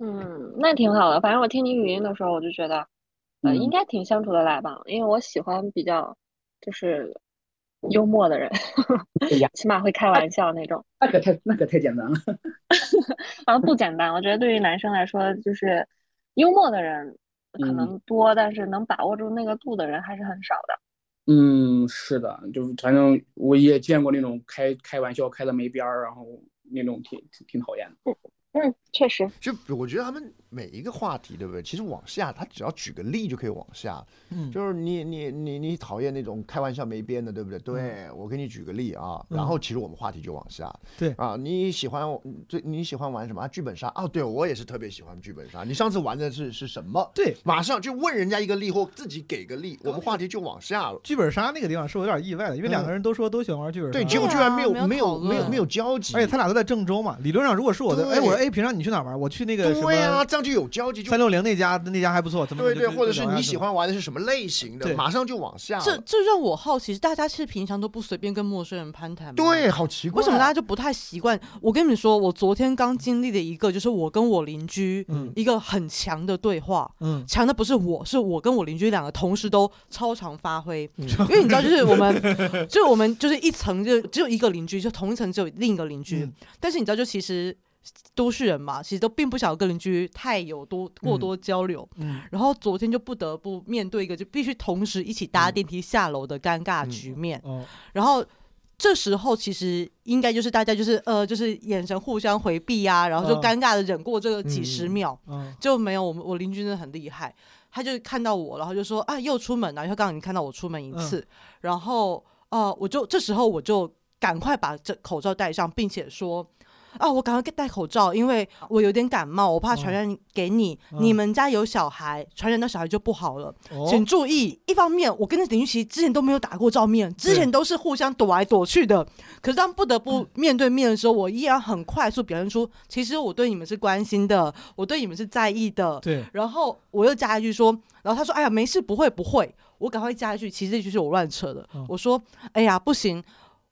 [SPEAKER 12] 嗯，那挺好的。反正我听你语音的时候，我就觉得，呃，
[SPEAKER 10] 嗯
[SPEAKER 12] 应该挺相处得来吧，因为我喜欢比较就是幽默的人，
[SPEAKER 10] 哎呀，
[SPEAKER 12] 起码会开玩笑 那种。
[SPEAKER 10] 那可太那可太简 单了。
[SPEAKER 12] 啊，不简单。我觉得对于男生来说，就是幽默的人可
[SPEAKER 9] 嗯
[SPEAKER 12] 能多，但是能把握住那个度的人还是很少的。
[SPEAKER 10] 嗯，是的，就是反正我也见过那种开开玩笑开的没边儿，然后那种挺挺挺讨厌的。
[SPEAKER 12] 嗯，确实，
[SPEAKER 8] 就我觉得他们每一个话题，对不对？其实往下，他只要举个例就可以往下。
[SPEAKER 9] 嗯
[SPEAKER 8] 就是你你你你讨厌那种开玩笑没边的，对不对？对，我给你举个例啊，
[SPEAKER 9] 嗯
[SPEAKER 8] 然后其实我们话题就往下。
[SPEAKER 9] 对
[SPEAKER 8] 啊，你喜欢最你喜欢玩什么啊？剧本杀啊？对我也是特别喜欢剧本杀。你上次玩的是是什么？
[SPEAKER 9] 对，
[SPEAKER 8] 马上就问人家一个例或自己给个例，我们话题就往下了。
[SPEAKER 9] 剧本杀那个地方是我有点意外的，因为两个人都说都喜欢玩剧本
[SPEAKER 8] 嗯
[SPEAKER 9] 杀，
[SPEAKER 8] 对结果居然没有对啊没有没有讨论没有没有交集
[SPEAKER 9] 而且他俩都在郑州嘛。理论上，如果是我的，
[SPEAKER 8] 对
[SPEAKER 9] 哎，我说哎，平常你去哪儿玩？我去那个什么
[SPEAKER 8] 对啊，这样就有交集，就
[SPEAKER 9] 三六零那家，那家还不错，怎么
[SPEAKER 8] 对
[SPEAKER 9] 就
[SPEAKER 8] 对，
[SPEAKER 9] 就
[SPEAKER 8] 或者
[SPEAKER 9] 就是聊下
[SPEAKER 8] 你
[SPEAKER 9] 去
[SPEAKER 8] 喜
[SPEAKER 9] 了
[SPEAKER 8] 欢玩的是什么类型
[SPEAKER 9] 对
[SPEAKER 8] 的，马上就往下了。
[SPEAKER 6] 这这让我好奇，大家是平常都不随便跟陌生人攀谈吗？
[SPEAKER 8] 对，好奇怪，
[SPEAKER 6] 为什么大家就不太习惯？我跟你们说，我昨天刚经历的一个，就是我跟我邻居
[SPEAKER 8] 嗯
[SPEAKER 6] 一个很强的对话，
[SPEAKER 9] 嗯
[SPEAKER 6] 强的不是我，是我跟我邻居两个同时都超常发挥，
[SPEAKER 8] 嗯
[SPEAKER 6] 因为你知道，就是我们，就是我们就是一层就只有一个邻居，就同一层只有另一个邻
[SPEAKER 8] 嗯
[SPEAKER 6] 居，但是你知道，就其实。都市人嘛，其实都并不想跟邻居太有多过多交流。
[SPEAKER 9] 嗯
[SPEAKER 6] 然后昨天就不得不面对一个就必须同时一起搭电梯下楼的尴尬局面。
[SPEAKER 9] 嗯哦，
[SPEAKER 6] 然后这时候其实应该就是大家就是呃就是眼神互相回避啊，然后就
[SPEAKER 9] 嗯
[SPEAKER 6] 尴尬的忍过这个几十秒，
[SPEAKER 9] 嗯
[SPEAKER 6] 就没有我们我邻居真的很厉害，他就看到我，然后就说啊又出门了、因为刚刚你看到我出门一次，
[SPEAKER 9] 嗯
[SPEAKER 6] 然后呃我就这时候我就赶快把这口罩戴上，并且说。啊，我赶快戴口罩，因为我有点感冒，我怕传染给你。
[SPEAKER 9] 嗯
[SPEAKER 6] 你们家有小孩，传染到小孩就不好了，
[SPEAKER 9] 哦
[SPEAKER 6] 请注意。一方面，我跟那林玉琪之前都没有打过照面，之前都是互相躲来躲去的。可是当不得
[SPEAKER 9] 嗯
[SPEAKER 6] 不面对面的时候，我依然很快速表现出，其实我对你们是关心的，我对你们是在意的。
[SPEAKER 9] 对
[SPEAKER 6] 然后我又加一句说，然后他说：“哎呀，没事，不会，不会。”我赶快加一句，其实这句是我乱扯的。
[SPEAKER 9] 嗯
[SPEAKER 6] 我说：“哎呀，不行。”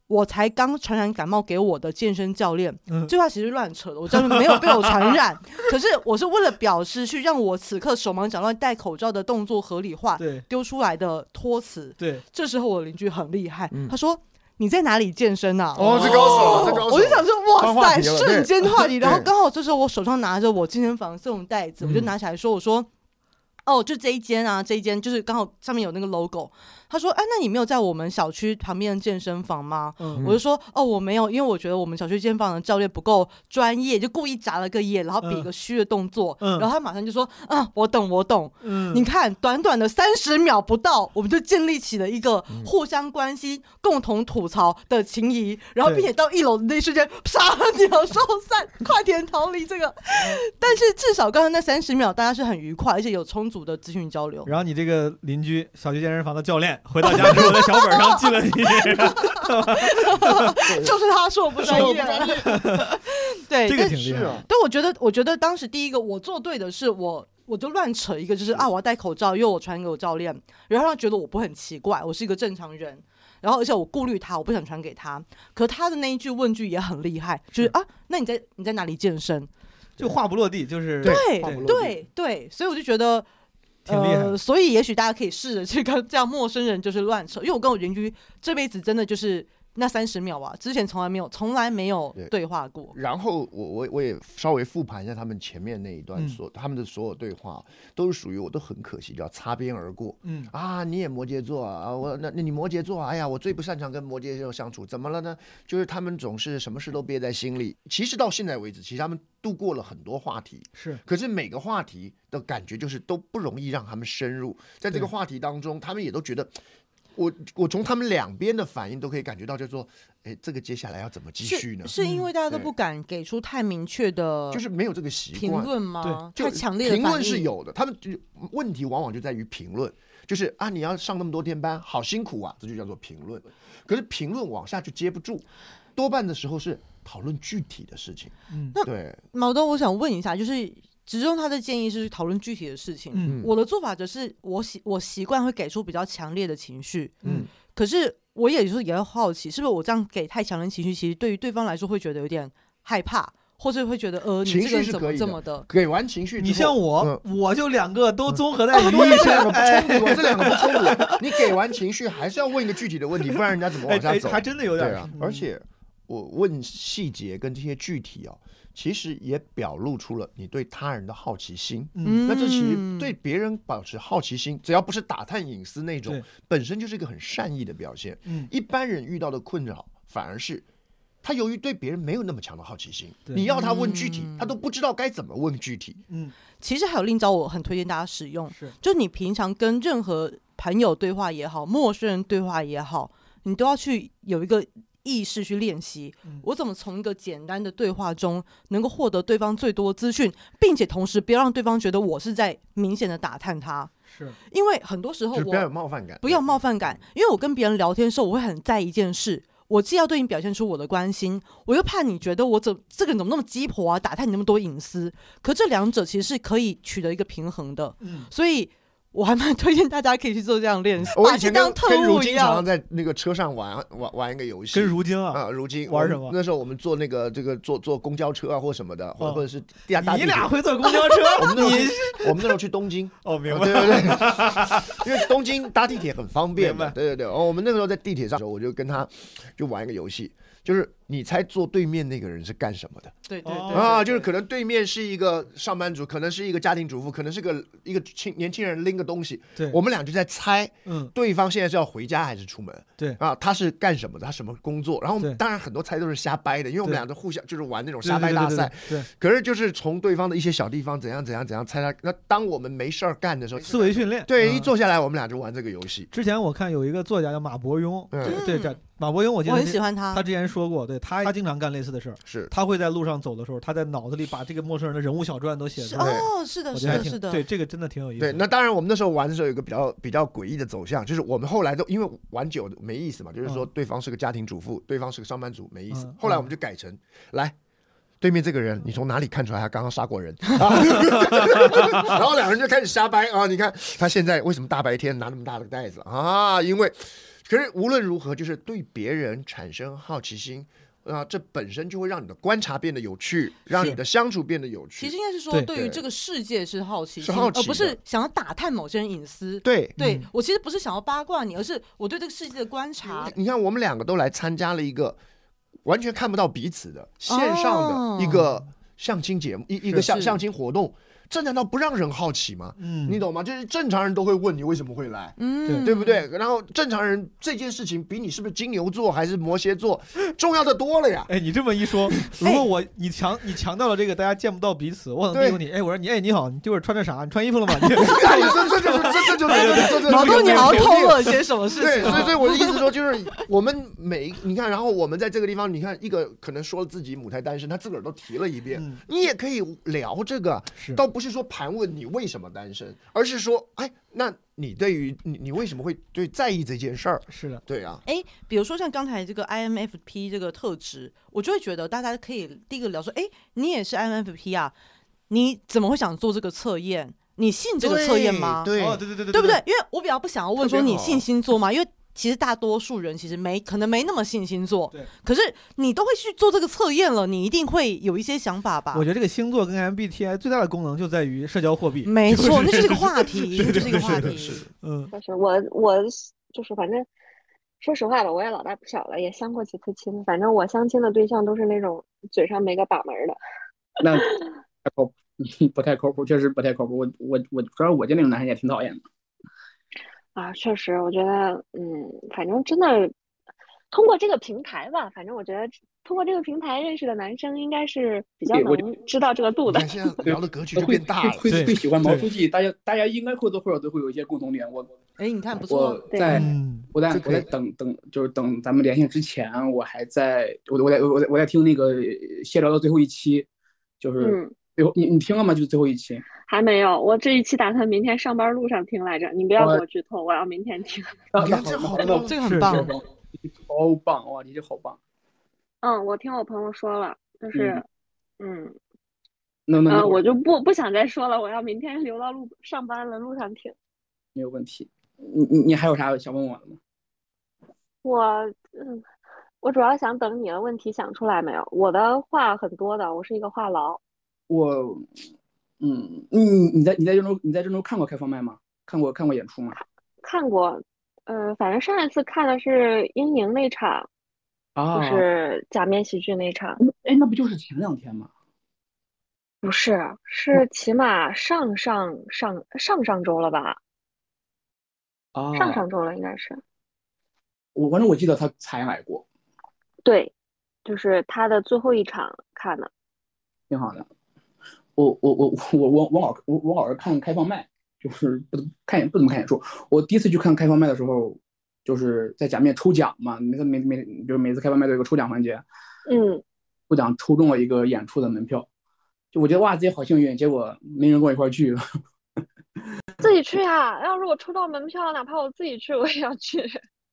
[SPEAKER 6] 我才刚传染感冒给我的健身教练，
[SPEAKER 9] 嗯
[SPEAKER 6] 这话其实乱扯的，我真的没有被我传染。可是我是为了表示去让我此刻手忙脚乱戴口罩的动作合理化
[SPEAKER 9] 对，
[SPEAKER 6] 丢出来的托词。
[SPEAKER 9] 对，
[SPEAKER 6] 这时候我邻居很厉害，他说。你在哪里健身啊？
[SPEAKER 9] 嗯哦这高手这高手
[SPEAKER 6] 我就想说，
[SPEAKER 9] 换
[SPEAKER 6] 哇
[SPEAKER 9] 话
[SPEAKER 6] 塞，
[SPEAKER 9] 题了
[SPEAKER 6] 瞬间
[SPEAKER 9] 对
[SPEAKER 6] 话题。然后
[SPEAKER 9] 对
[SPEAKER 6] 刚好这时候我手上拿着我健身房送的袋子，我就
[SPEAKER 9] 嗯
[SPEAKER 6] 拿起来说，我说，哦，就这一间啊，这一间就是刚好上面有那个 logo。他说，哎，那你没有在我们小区旁边的健身房吗？
[SPEAKER 9] 嗯
[SPEAKER 6] 我就说，哦，我没有，因为我觉得我们小区健身房的教练不够专业，就故意眨了个眼，然后比一个虚的动作，
[SPEAKER 9] 嗯
[SPEAKER 6] 然后他马上就说，啊，我懂，我懂。
[SPEAKER 9] 嗯
[SPEAKER 6] 你看，短短的三十秒不到，我们就建立起了一个互相关心、共同吐槽的情谊，然后
[SPEAKER 9] 对
[SPEAKER 6] 并且到一楼的那一瞬间，啪，鸟兽散，快点逃离这个。但是至少刚刚那三十秒，大家是很愉快，而且有充足的资讯交流。
[SPEAKER 9] 然后你这个邻居小区健身房的教练回到家之后，在小本上 记了你。
[SPEAKER 6] 就是他说我不专业， 对，
[SPEAKER 9] 这个
[SPEAKER 6] 但
[SPEAKER 9] 挺厉害是啊
[SPEAKER 6] 但我觉得，我觉得当时第一个我做对的是我。我就乱扯一个，就是啊，我要戴口罩，因为我传给我教练，然后他觉得我不很奇怪，我是一个正常人，然后而且我顾虑他，我不想传给他。可他的那一句问句也很厉害，就是啊，那你在你在哪里健身？
[SPEAKER 9] 就话不落地，就是
[SPEAKER 6] 对对对，所以我就觉得。
[SPEAKER 9] 挺厉害
[SPEAKER 6] 呃，所以也许大家可以试着去跟这样陌生人就是乱扯，因为我跟我邻居这辈子真的就是那三十秒啊，之前从来没有从来没有对话过。
[SPEAKER 8] 然后我我我也稍微复盘一下他们前面那一段
[SPEAKER 6] 嗯
[SPEAKER 8] 所、他们的所有对话，都是属于我都很可惜，叫擦边而过。
[SPEAKER 9] 嗯
[SPEAKER 8] 啊，你也摩羯座啊，啊我那那你摩羯座啊，哎呀，我最不擅长跟摩羯座相处，怎么了呢？就是他们总是什么事都憋在心里。其实到现在为止，其实他们度过了很多话题，
[SPEAKER 9] 是
[SPEAKER 8] 可是每个话题的感觉就是都不容易让他们深入，在这个
[SPEAKER 9] 对
[SPEAKER 8] 话题当中，他们也都觉得。我我从他们两边的反应都可以感觉到，就是说，哎，这个接下来要怎么继续
[SPEAKER 6] 是
[SPEAKER 8] 呢？嗯
[SPEAKER 6] 是因为大家都
[SPEAKER 8] 对
[SPEAKER 6] 不敢给出太明确的，
[SPEAKER 8] 就是没有这个习惯。
[SPEAKER 6] 评论吗？
[SPEAKER 8] 对
[SPEAKER 6] 太
[SPEAKER 8] 就
[SPEAKER 6] 强烈的
[SPEAKER 8] 评
[SPEAKER 6] 反
[SPEAKER 8] 论是
[SPEAKER 6] 应
[SPEAKER 8] 有的，他们就问题往往就在于评论，就是啊，你要上那么多天班，好辛苦啊，这就叫做评论。可是评论往下就接不住，多半的时候是讨论具体的事情。
[SPEAKER 9] 嗯
[SPEAKER 6] 那
[SPEAKER 8] 对，
[SPEAKER 6] 毛东，我想问一下，就是直中他的建议是讨论具体的事情，
[SPEAKER 9] 嗯
[SPEAKER 6] 我的做法则是我习我习惯会给出比较强烈的情绪，
[SPEAKER 9] 嗯，
[SPEAKER 6] 可是我也就是也要好奇，是不是我这样给太强烈的情绪，其实对于对方来说会觉得有点害怕，或者会觉得呃，你
[SPEAKER 8] 情
[SPEAKER 6] 这个
[SPEAKER 8] 绪
[SPEAKER 6] 人
[SPEAKER 8] 是
[SPEAKER 6] 怎
[SPEAKER 8] 可
[SPEAKER 6] 么
[SPEAKER 8] 以
[SPEAKER 6] 这么的？
[SPEAKER 8] 给完情绪之后，
[SPEAKER 9] 你像我，我就两个都综合在
[SPEAKER 8] 嗯，
[SPEAKER 9] 你
[SPEAKER 8] 不
[SPEAKER 9] 一哎
[SPEAKER 8] 这两个不冲突啊，
[SPEAKER 9] 身，
[SPEAKER 8] 这两个不冲突。你给完情绪，还是要问一个具体的问题，不然人家怎么往
[SPEAKER 9] 哎
[SPEAKER 8] 下
[SPEAKER 9] 哎
[SPEAKER 8] 走？
[SPEAKER 9] 还真的有点
[SPEAKER 8] 对啊
[SPEAKER 9] 嗯。
[SPEAKER 8] 而且我问细节跟这些具体啊，其实也表露出了你对他人的好奇心。
[SPEAKER 9] 嗯
[SPEAKER 8] 那这其实
[SPEAKER 9] 嗯
[SPEAKER 8] 对别人保持好奇心，只要不是打探隐私那种
[SPEAKER 9] 对，
[SPEAKER 8] 本身就是一个很善意的表现。
[SPEAKER 9] 嗯
[SPEAKER 8] 一般人遇到的困扰反而是。他由于对别人没有那么强的好奇心，
[SPEAKER 13] 对
[SPEAKER 8] 你要他问具体，
[SPEAKER 6] 嗯
[SPEAKER 8] 他都不知道该怎么问具体。
[SPEAKER 9] 嗯，
[SPEAKER 6] 其实还有另一招，我很推荐大家使用，就你平常跟任何朋友对话也好，陌生人对话也好，你都要去有一个意识去练习，
[SPEAKER 8] 嗯
[SPEAKER 6] 我怎么从一个简单的对话中能够获得对方最多资讯，并且同时不要让对方觉得我是在明显的打探他。
[SPEAKER 9] 是
[SPEAKER 6] 因为很多时候
[SPEAKER 8] 就
[SPEAKER 6] 我
[SPEAKER 8] 是不要有冒犯感。
[SPEAKER 6] 不要冒犯感，因为我跟别人聊天的时候，我会很在意一件事，我既要对你表现出我的关心，我又怕你觉得我怎这个人怎么那么鸡婆啊，打探你那么多隐私。可这两者其实是可以取得一个平衡的，
[SPEAKER 9] 嗯
[SPEAKER 6] 所以我还蛮 推荐大家可以去做这样的练习，
[SPEAKER 8] 嗯我
[SPEAKER 6] 把
[SPEAKER 8] 以
[SPEAKER 6] 这
[SPEAKER 8] 前
[SPEAKER 6] 当
[SPEAKER 8] 跟
[SPEAKER 6] 特
[SPEAKER 8] 跟如
[SPEAKER 6] 务一
[SPEAKER 8] 今常
[SPEAKER 6] 样
[SPEAKER 8] 常。在那个车上玩玩玩一个游戏，
[SPEAKER 9] 跟如今啊
[SPEAKER 8] 啊，如今
[SPEAKER 9] 玩
[SPEAKER 8] 我
[SPEAKER 9] 什
[SPEAKER 8] 们
[SPEAKER 9] 么
[SPEAKER 8] 那时候我们坐那个这个坐坐公交车啊或什么的，或
[SPEAKER 9] 哦
[SPEAKER 8] 或者是地下大
[SPEAKER 9] 你
[SPEAKER 8] 地铁
[SPEAKER 9] 俩会 坐公交车
[SPEAKER 8] 我们那时候
[SPEAKER 9] 你
[SPEAKER 8] 去
[SPEAKER 9] 是
[SPEAKER 8] 我们那时候去东京，啊
[SPEAKER 9] 哦，明
[SPEAKER 8] 白，对对 对，因为东京搭地铁很方便
[SPEAKER 9] 明
[SPEAKER 8] 嘛
[SPEAKER 9] 白，
[SPEAKER 8] 对对对。哦，我们那个时候在地铁上的时候，我就跟他就玩一个游戏，就是你猜坐对面那个人是干什么的。
[SPEAKER 6] 对对对
[SPEAKER 8] 啊，就是可能对面是一个上班族，可能是一个家庭主妇，可能是个一个青年轻人拎个东西。
[SPEAKER 9] 对
[SPEAKER 8] 我们俩就在猜，
[SPEAKER 9] 嗯，
[SPEAKER 8] 对方现在是要回家还是出门？
[SPEAKER 9] 对
[SPEAKER 8] 啊，他是干什么的？他什么工作？然后我们当然很多猜都是瞎掰的，因为我们
[SPEAKER 9] 对
[SPEAKER 8] 俩都互相就是玩那种
[SPEAKER 9] 对
[SPEAKER 8] 瞎掰大
[SPEAKER 9] 对对对
[SPEAKER 8] 赛。
[SPEAKER 9] 对对
[SPEAKER 8] 可是就是从对方的一些小地方怎样怎样怎样猜他。那当我们没事儿干的时候，
[SPEAKER 9] 思维训练
[SPEAKER 8] 对，
[SPEAKER 9] 嗯
[SPEAKER 8] 一坐下来我们俩就玩这个游戏。
[SPEAKER 9] 之前我看有一个作家叫马伯庸，
[SPEAKER 8] 嗯
[SPEAKER 9] 对对对，马伯庸我记得
[SPEAKER 6] 我很
[SPEAKER 9] 那
[SPEAKER 6] 喜欢他
[SPEAKER 9] 他之前说过，对他他经常干类似的事儿，
[SPEAKER 8] 是
[SPEAKER 9] 他会在路上走的时候，他在脑子里把这个陌生人的人物小传都写出来。
[SPEAKER 6] 哦，是的，
[SPEAKER 9] 我
[SPEAKER 6] 是
[SPEAKER 9] 觉得还
[SPEAKER 6] 的，
[SPEAKER 9] 挺
[SPEAKER 6] 是的，
[SPEAKER 9] 对这个真的挺有意思。
[SPEAKER 8] 对，那当然，我们那时候玩的时候有个比较比较诡异的走向，就是我们后来都因为玩久了没意思嘛，就是说
[SPEAKER 9] 嗯
[SPEAKER 8] 对方是个家庭主妇，对方是个上班族，没意思。
[SPEAKER 9] 嗯
[SPEAKER 8] 后来我们就改成来。对面这个人，你从哪里看出来他刚刚杀过人？ 然后两个人就开始瞎掰啊！你看他现在为什么大白天拿那么大的袋子啊？因为，可是无论如何，就是对别人产生好奇心啊，这本身就会让你的观察变得有趣，让你的相处变得有趣。
[SPEAKER 6] 其实应该是说，对于这
[SPEAKER 8] 个。
[SPEAKER 6] 个世界是好奇
[SPEAKER 8] 是
[SPEAKER 6] 心，
[SPEAKER 8] 好奇
[SPEAKER 6] 而不是
[SPEAKER 8] 的
[SPEAKER 6] 想要打探某些人隐私。
[SPEAKER 8] 对
[SPEAKER 6] 对
[SPEAKER 8] 嗯
[SPEAKER 6] 我其实不是想要八卦你，而是我对这个世界的观察。
[SPEAKER 8] 你看，我们两个都来参加了一个完全看不到彼此的线上
[SPEAKER 6] 哦
[SPEAKER 8] 的一个相亲节目，一一个
[SPEAKER 6] 是
[SPEAKER 8] 相
[SPEAKER 6] 是
[SPEAKER 8] 相亲活动，这难道不让人好奇吗？
[SPEAKER 9] 嗯
[SPEAKER 8] 你懂吗？就是正常人都会问你为什么会来，
[SPEAKER 6] 嗯
[SPEAKER 8] 对不对？然后正常人这件事情比你是不是金牛座还是摩羯座重要的多了呀。
[SPEAKER 9] 哎，你这么一 说，如果我你强你强调了这个，大家见不到彼此，我可能
[SPEAKER 8] 对
[SPEAKER 9] 利用你。哎，我说你哎你好，你这会儿穿着啥？你穿衣服了吗？ 你
[SPEAKER 8] 哎这这这这这这这这这，
[SPEAKER 6] 毛豆你好像透露了些什么事情
[SPEAKER 8] 对，所以
[SPEAKER 6] 啊
[SPEAKER 8] 所以我的意思说，就是我们每一你看，然后我们在这个地方，你看一个可能说自己母胎单身，他自个儿都提了一遍，
[SPEAKER 6] 嗯
[SPEAKER 8] 你也可以聊这个，倒不是说盘问你为什么单身，而是说，哎，那你对于你你为什么会对在意这件事儿？
[SPEAKER 9] 是的，
[SPEAKER 8] 对啊，
[SPEAKER 6] 哎，比如说像刚才这个 INFP 这个特质，我就会觉得大家可以第一个聊说，哎，你也是 INFP 啊，你怎么会想做这个测验？你信这个测验吗？
[SPEAKER 9] 对对哦对对对对
[SPEAKER 6] 对不对
[SPEAKER 9] 对？
[SPEAKER 6] 因为我比较不想要问说
[SPEAKER 9] 特别
[SPEAKER 6] 你
[SPEAKER 9] 好
[SPEAKER 6] 信星座吗？因为其实大多数人其实没可能没那么信星座，可是你都会去做这个测验了，你一定会有一些想法吧？
[SPEAKER 9] 我觉得这个星座跟 MBTI 最大的功能就在于社交货币。
[SPEAKER 6] 没错那就是 个话
[SPEAKER 12] 题
[SPEAKER 9] 对对
[SPEAKER 12] 就是一个话
[SPEAKER 9] 对
[SPEAKER 12] 题
[SPEAKER 9] 是的是的嗯，
[SPEAKER 12] 就是我我就是反正说实话吧，我也老大不小了，也相过几次亲，反正我相亲的对象都是那种嘴上没个把门儿的。
[SPEAKER 10] 那 不太靠谱不太靠谱，确实不太靠谱。我我我主要是我这种男生也挺讨厌的。
[SPEAKER 12] 啊，确实，我觉得，嗯，反正真的，通过这个平台吧，反正我觉得通过这个平台认识的男生应该是比较
[SPEAKER 10] 对我
[SPEAKER 12] 能知道这个度的。
[SPEAKER 8] 聊的格局就变大了
[SPEAKER 10] 会会
[SPEAKER 8] 对
[SPEAKER 10] 会喜欢毛
[SPEAKER 8] 对
[SPEAKER 10] 书记，大家大家应该或多或少都会有一些共同点。我
[SPEAKER 6] 哎，你看不错
[SPEAKER 10] 我
[SPEAKER 6] 啊，
[SPEAKER 10] 在
[SPEAKER 9] 嗯
[SPEAKER 10] 我在
[SPEAKER 6] 这
[SPEAKER 10] 我
[SPEAKER 6] 可以
[SPEAKER 10] 在等等，就是等咱们连线之前，我还在我我在我在我在听那个闲聊的最后一期，就是
[SPEAKER 12] 嗯
[SPEAKER 10] 最后你你听了吗？就是最后一期。
[SPEAKER 12] 还没有，我这一期打算明天上班路上听来着，你不要给
[SPEAKER 10] 我
[SPEAKER 12] 我剧透，我要明天 听。
[SPEAKER 10] 啊，那好那好
[SPEAKER 6] 这个很棒
[SPEAKER 10] 是是好棒哇！你这好棒。
[SPEAKER 12] 嗯，我听我朋友说了，就是，嗯，
[SPEAKER 10] 那那
[SPEAKER 12] 呃，
[SPEAKER 10] 那
[SPEAKER 12] 我就不不想再说了，我要明天留到路上班了路上听。
[SPEAKER 10] 没有问题。你你你还有啥想问我的吗？
[SPEAKER 12] 我嗯，我主要想等你的问题想出来没有？我的话很多的，我是一个话痨。
[SPEAKER 10] 我，嗯，你你在你在郑州你在郑州看过开放麦吗？看过看过演出吗？
[SPEAKER 12] 看过，呃，反正上一次看的是英宁那场，
[SPEAKER 10] 啊，
[SPEAKER 12] 就是假面喜剧那场，
[SPEAKER 10] 哎，那不就是前两天吗？
[SPEAKER 12] 不是，是起码上上上上上周了吧？
[SPEAKER 10] 啊，
[SPEAKER 12] 上上周了应该是，
[SPEAKER 10] 我反正我记得他才来过。
[SPEAKER 12] 对，就是他的最后一场看的。
[SPEAKER 10] 挺好的。我我我我我我老我我老是看开放麦，就是不怎么看演不怎么看演出。我第一次去看开放麦的时候，就是在假面抽奖嘛，每次每每就是每次开放麦都有个抽奖环节，
[SPEAKER 12] 嗯，
[SPEAKER 10] 抽奖抽中了一个演出的门票，就我觉得哇自己好幸运，结果没人跟我一块儿去。
[SPEAKER 12] 自己去呀、要是我抽到门票，哪怕我自己去，我也要去。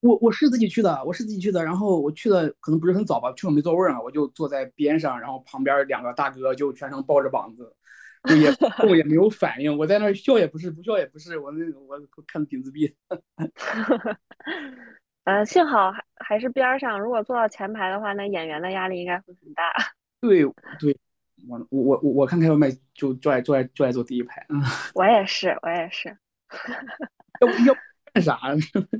[SPEAKER 10] 我我是自己去的，我是自己去的。然后我去的可能不是很早吧，去了没座位儿啊，我就坐在边上，然后旁边两个大哥就全程抱着膀子，就也动也没有反应。我在那儿笑也不是，不笑也不是，我那我看得挺自闭。
[SPEAKER 12] 呃，幸好还还是边儿上，如果坐到前排的话，那演员的压力应该会很大。
[SPEAKER 10] 对对，我我我我看开放麦就就爱就爱就爱坐第一排 啊，
[SPEAKER 12] 我也是，我也是。
[SPEAKER 10] 要不要不干啥？啊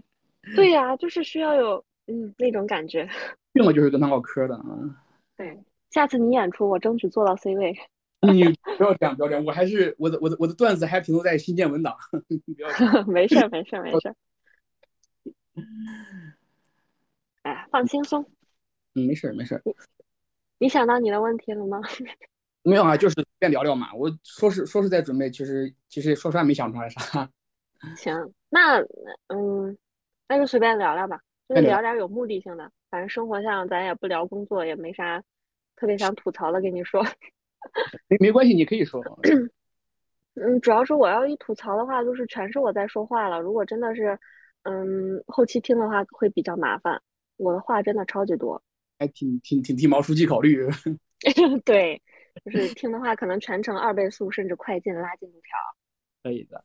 [SPEAKER 12] 对呀、就是需要有嗯那种感觉。
[SPEAKER 10] 去了就是跟他唠嗑的啊。
[SPEAKER 12] 对，下次你演出，我争取坐到 C 位。
[SPEAKER 10] 你不要这样，不要这样，我还是我的我的我的段子还停留在新建文档， 你不要这样
[SPEAKER 12] 没事儿，没事儿，没事儿。哎，放轻松。
[SPEAKER 10] 嗯，没事儿没事儿，
[SPEAKER 12] 你想到你的问题了吗？
[SPEAKER 10] 没有啊，就是随便聊聊嘛。我说是说是在准备，其实其实说出来没想出来啥。
[SPEAKER 12] 行，那嗯，那就随便聊聊吧，就是
[SPEAKER 10] 那聊
[SPEAKER 12] 聊点有目的性的。反正生活上咱也不聊工作，也没啥特别想吐槽的跟你说。
[SPEAKER 10] 没没关系，你可以说。
[SPEAKER 12] 嗯，主要是我要一吐槽的话，就是全是我在说话了。如果真的是，嗯，后期听的话会比较麻烦。我的话真的超级多，
[SPEAKER 10] 还挺挺挺替毛书记考虑。
[SPEAKER 12] 对，就是听的话可能全程二倍速甚至快进拉进度条。
[SPEAKER 10] 可以的，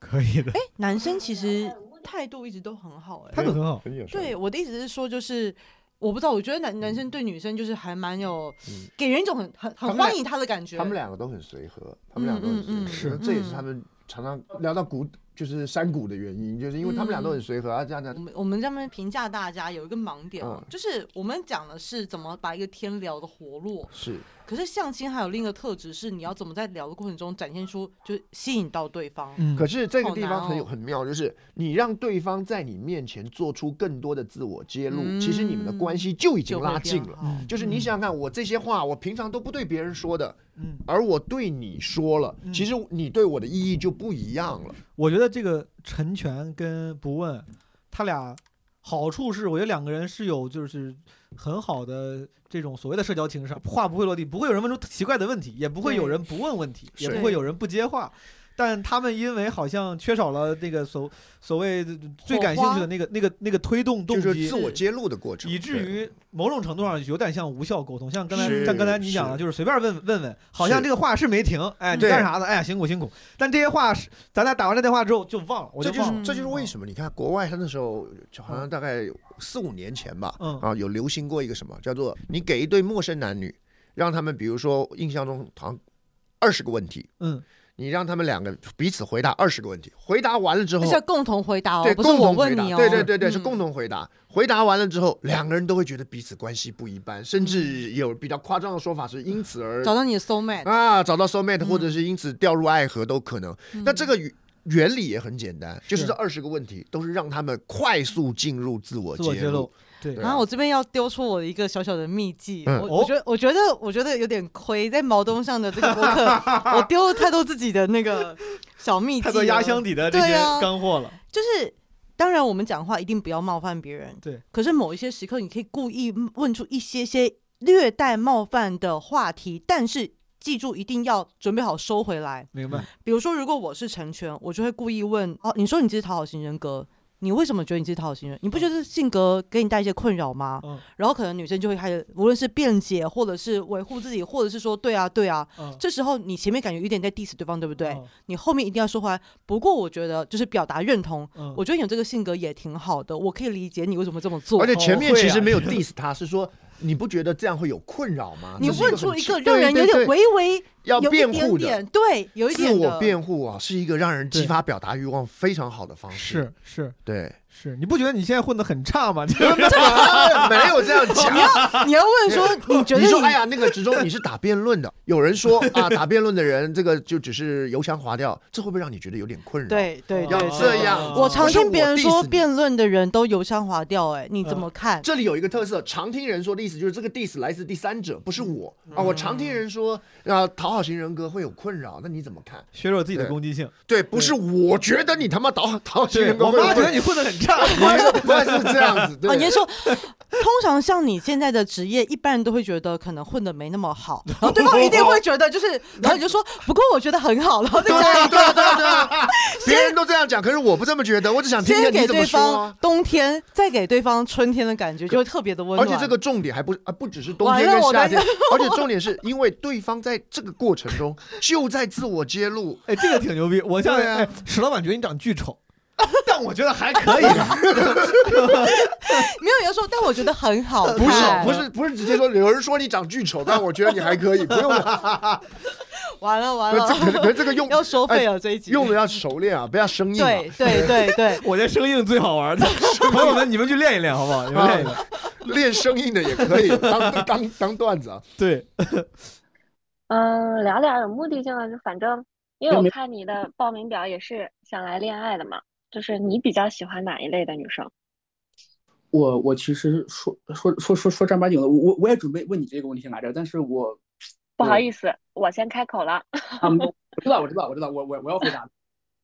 [SPEAKER 9] 可以的。
[SPEAKER 6] 哎，男生其实态度一直都很好、哎，
[SPEAKER 9] 态度很好
[SPEAKER 8] 很友善嗯
[SPEAKER 6] 对，我的意思是说，就是我不知道，我觉得男男生对女生就是还蛮有，给人一种很很很
[SPEAKER 8] 们俩
[SPEAKER 6] 欢迎他的感觉。
[SPEAKER 8] 他们两个都很随和，他们两个都很随
[SPEAKER 6] 嗯嗯嗯
[SPEAKER 8] 和，
[SPEAKER 6] 是
[SPEAKER 8] 这也是他们常常聊到谷就是山谷的原因，就是因为他们俩都很随和啊，这样这
[SPEAKER 6] 嗯我
[SPEAKER 8] 样。
[SPEAKER 6] 们我们这边评价大家有一个盲点哦，
[SPEAKER 8] 嗯
[SPEAKER 6] 就是我们讲的是怎么把一个天聊的活络，
[SPEAKER 8] 是
[SPEAKER 6] 可是相亲还有另一个特质是，你要怎么在聊的过程中展现出就是吸引到对方。
[SPEAKER 9] 嗯
[SPEAKER 8] 可是这个地
[SPEAKER 6] 好
[SPEAKER 8] 方
[SPEAKER 6] 难
[SPEAKER 8] 很
[SPEAKER 6] 哦
[SPEAKER 8] 有很妙，就是你让对方在你面前做出更多的自我揭露，
[SPEAKER 6] 嗯
[SPEAKER 8] 其实你们的关系就已经
[SPEAKER 13] 就会
[SPEAKER 8] 拉近
[SPEAKER 13] 变
[SPEAKER 8] 了
[SPEAKER 9] 嗯
[SPEAKER 13] 好。
[SPEAKER 8] 就是你想想看，我这些话我平常都不对别人说的，
[SPEAKER 9] 嗯
[SPEAKER 8] 而我对你说了，其实你对我的意义就不一样了。
[SPEAKER 9] 我觉得这个陈全跟不问，他俩好处是，我觉得两个人是有就是很好的这种所谓的社交情商，话不会落地，不会有人问出奇怪的问题，也不会有人不问问题，
[SPEAKER 15] 对
[SPEAKER 9] 也
[SPEAKER 15] 是
[SPEAKER 9] 不会有人不接话。但他们因为好像缺少了那个所所谓的最感兴趣的那个那个那个推动动
[SPEAKER 8] 就是
[SPEAKER 9] 机，
[SPEAKER 8] 自我揭露的过程
[SPEAKER 9] 以至于某种程度上有点像无效沟通。像刚才
[SPEAKER 8] 是
[SPEAKER 9] 像刚才你讲的，
[SPEAKER 8] 是
[SPEAKER 9] 就是随便问问问，好像
[SPEAKER 8] 是
[SPEAKER 9] 这个话是没停，哎，你
[SPEAKER 8] 对
[SPEAKER 9] 干啥呢？哎呀，辛苦辛苦。但这些话是咱俩打完这电话之后就忘了，我
[SPEAKER 8] 这就
[SPEAKER 9] 忘
[SPEAKER 8] 是
[SPEAKER 9] 了。嗯
[SPEAKER 8] 这就是
[SPEAKER 6] 嗯
[SPEAKER 8] 为什么你看国外他那时候就好像大概四五年前吧，
[SPEAKER 9] 嗯
[SPEAKER 8] 啊有流行过一个什么叫做你给一对陌生男女，让他们比如说印象中好像二十个问题，
[SPEAKER 9] 嗯，
[SPEAKER 8] 你让他们两个彼此回答二十个问题，回答完了之后
[SPEAKER 6] 而且要共同回答哦
[SPEAKER 8] 对，
[SPEAKER 6] 不是
[SPEAKER 8] 共
[SPEAKER 6] 我
[SPEAKER 8] 同回
[SPEAKER 6] 问
[SPEAKER 8] 答
[SPEAKER 6] 你，哦，
[SPEAKER 8] 对对对对，
[SPEAKER 6] 嗯
[SPEAKER 8] 是共同回答。回答完了之后，两个人都会觉得彼此关系不一般，甚至有比较夸张的说法是因此而
[SPEAKER 6] 嗯找到你的 soul mate。
[SPEAKER 8] 啊，找到 soul
[SPEAKER 6] 嗯
[SPEAKER 8] mate，或者是因此掉入爱河都可能。那这个原原理也很简单，就是这二十个问题都是让他们快速进入自我
[SPEAKER 9] 自我揭露
[SPEAKER 8] 露。
[SPEAKER 9] 对
[SPEAKER 8] 对
[SPEAKER 6] 然
[SPEAKER 8] 啊
[SPEAKER 6] 后我这边要丢出我的一个小小的秘技，
[SPEAKER 8] 嗯
[SPEAKER 6] 我
[SPEAKER 8] 哦
[SPEAKER 6] 我觉得我觉得我觉得有点亏，在毛东上的这个播客，我丢了太多自己的那个小秘技了，
[SPEAKER 9] 太多压箱底的这
[SPEAKER 6] 对
[SPEAKER 9] 些
[SPEAKER 6] 啊
[SPEAKER 9] 干货了。
[SPEAKER 6] 就是当然我们讲话一定不要冒犯别人，
[SPEAKER 9] 对。
[SPEAKER 6] 可是某一些时刻，你可以故意问出一些些略带冒犯的话题，但是记住一定要准备好收回来。
[SPEAKER 9] 明白。
[SPEAKER 6] 比如说，如果我是成全，我就会故意问：哦，你说你自己讨好型人格，你为什么觉得你自己讨好型人？你不
[SPEAKER 8] 嗯
[SPEAKER 6] 觉得性格给你带一些困扰吗？
[SPEAKER 9] 嗯
[SPEAKER 6] 然后可能女生就会开始，无论是辩解，或者是维护自己，或者是说对啊对啊。
[SPEAKER 9] 嗯
[SPEAKER 6] 这时候你前面感觉有点在 diss 对方，对不对？
[SPEAKER 8] 嗯
[SPEAKER 6] 你后面一定要说回来。不过我觉得就是表达认同，
[SPEAKER 8] 嗯
[SPEAKER 6] 我觉得你有这个性格也挺好的，我可以理解你为什么这么做。
[SPEAKER 8] 而且前面其实 没有
[SPEAKER 6] 哦会啊
[SPEAKER 8] diss 他，是说你不觉得这样会有困扰吗？
[SPEAKER 6] 你
[SPEAKER 8] 这是
[SPEAKER 6] 问
[SPEAKER 8] 很
[SPEAKER 6] 出一
[SPEAKER 8] 奇
[SPEAKER 6] 个让人有
[SPEAKER 8] 对对对
[SPEAKER 6] 点微微
[SPEAKER 8] 要
[SPEAKER 6] 有一
[SPEAKER 8] 辩
[SPEAKER 6] 点
[SPEAKER 8] 护的
[SPEAKER 6] 点，，对，有一
[SPEAKER 8] 自
[SPEAKER 6] 点
[SPEAKER 8] 我
[SPEAKER 6] 的
[SPEAKER 8] 辩护啊，是一个让人激发表达欲望非常好的方式。
[SPEAKER 9] 是是，
[SPEAKER 8] 对，
[SPEAKER 9] 是你不觉得你现在混的很 差吗？
[SPEAKER 8] 没有这样讲。
[SPEAKER 9] 你要
[SPEAKER 6] 你要问说你觉得
[SPEAKER 8] 你说
[SPEAKER 6] 你
[SPEAKER 8] 哎呀，那个职中你是打辩论的，有人说 啊，打辩论的人这个就只是油腔滑调，这会不会让你觉得有点困扰？
[SPEAKER 6] 对对
[SPEAKER 8] 要
[SPEAKER 6] 对，
[SPEAKER 8] 这样。
[SPEAKER 6] 我常
[SPEAKER 8] 不是
[SPEAKER 6] 听别人说
[SPEAKER 8] diss 你嗯
[SPEAKER 6] 辩论的人都油腔滑调，哎，你怎么看？哦
[SPEAKER 8] 这里有一个特色，常听人说的意思就是这个 diss 来自第三者，不是我
[SPEAKER 6] 嗯
[SPEAKER 8] 啊。我常听人说啊，讨好型人格会有困扰，那你怎么看？
[SPEAKER 9] 削弱自己的攻击性。
[SPEAKER 8] 对，不是我觉得你他妈讨好讨好型人格
[SPEAKER 9] 对
[SPEAKER 8] 会有困扰，
[SPEAKER 9] 我妈觉得你混得很 差
[SPEAKER 8] 不是不是这样子。对
[SPEAKER 6] 啊，也说，通常像你现在的职业，一般人都会觉得可能混的没那么 好，然后对方一定会觉得就是，然后你就说，不过我觉得很好，然后对
[SPEAKER 8] 对
[SPEAKER 6] 方
[SPEAKER 8] 啊对啊对啊对啊， 别人都这样讲，可是我不这么觉得，我只想听一下
[SPEAKER 6] 先
[SPEAKER 8] 你
[SPEAKER 6] 给
[SPEAKER 8] 怎么
[SPEAKER 6] 对
[SPEAKER 8] 说
[SPEAKER 6] 方
[SPEAKER 8] 啊。
[SPEAKER 6] 冬天，再给对方春天的感觉，就会特别的温
[SPEAKER 8] 而
[SPEAKER 6] 暖。
[SPEAKER 8] 且这个重点还不啊，不只是冬
[SPEAKER 6] 完
[SPEAKER 8] 天
[SPEAKER 6] 了
[SPEAKER 8] 跟
[SPEAKER 6] 我
[SPEAKER 8] 夏
[SPEAKER 6] 的
[SPEAKER 8] 天，而且重点是因为对方在这个过程 中就在自我揭露。啊
[SPEAKER 9] 哎，这个挺牛逼！我现在、哎，史老板觉得你长巨 丑，但我觉得还可以。啊
[SPEAKER 6] 没有人说，但我觉得很 好看。
[SPEAKER 8] 不是不是不是直接说，有人说你长巨丑，但我觉得你还可以，不用。
[SPEAKER 6] 完了 完
[SPEAKER 8] 可
[SPEAKER 6] 了，
[SPEAKER 8] 是可是可是这个用
[SPEAKER 6] 要收费了、
[SPEAKER 8] 哎
[SPEAKER 6] 这一集
[SPEAKER 8] 用的要熟练啊，不要生硬啊。
[SPEAKER 6] 对对对对，
[SPEAKER 9] 我觉得生硬最好玩 的，朋友们，你们去练一练好不好？你们练一
[SPEAKER 6] 啊
[SPEAKER 9] 练。
[SPEAKER 8] 啊练生硬的也可以，当当当段子啊。
[SPEAKER 9] 对，
[SPEAKER 12] 嗯，聊点有目的性的，就反正因为
[SPEAKER 8] 有
[SPEAKER 12] 我
[SPEAKER 8] 没
[SPEAKER 12] 看你的报名表也是想来恋爱的嘛，就是你比较喜欢哪一类的女生？
[SPEAKER 10] 我我其实说说说说说正儿八经的，我我我也准备问你这个问题想来着，但是 我
[SPEAKER 12] 不好
[SPEAKER 10] 我
[SPEAKER 12] 意思，我先开口了。
[SPEAKER 10] 啊，没有我知道，我知道，我知道，我我我要回答。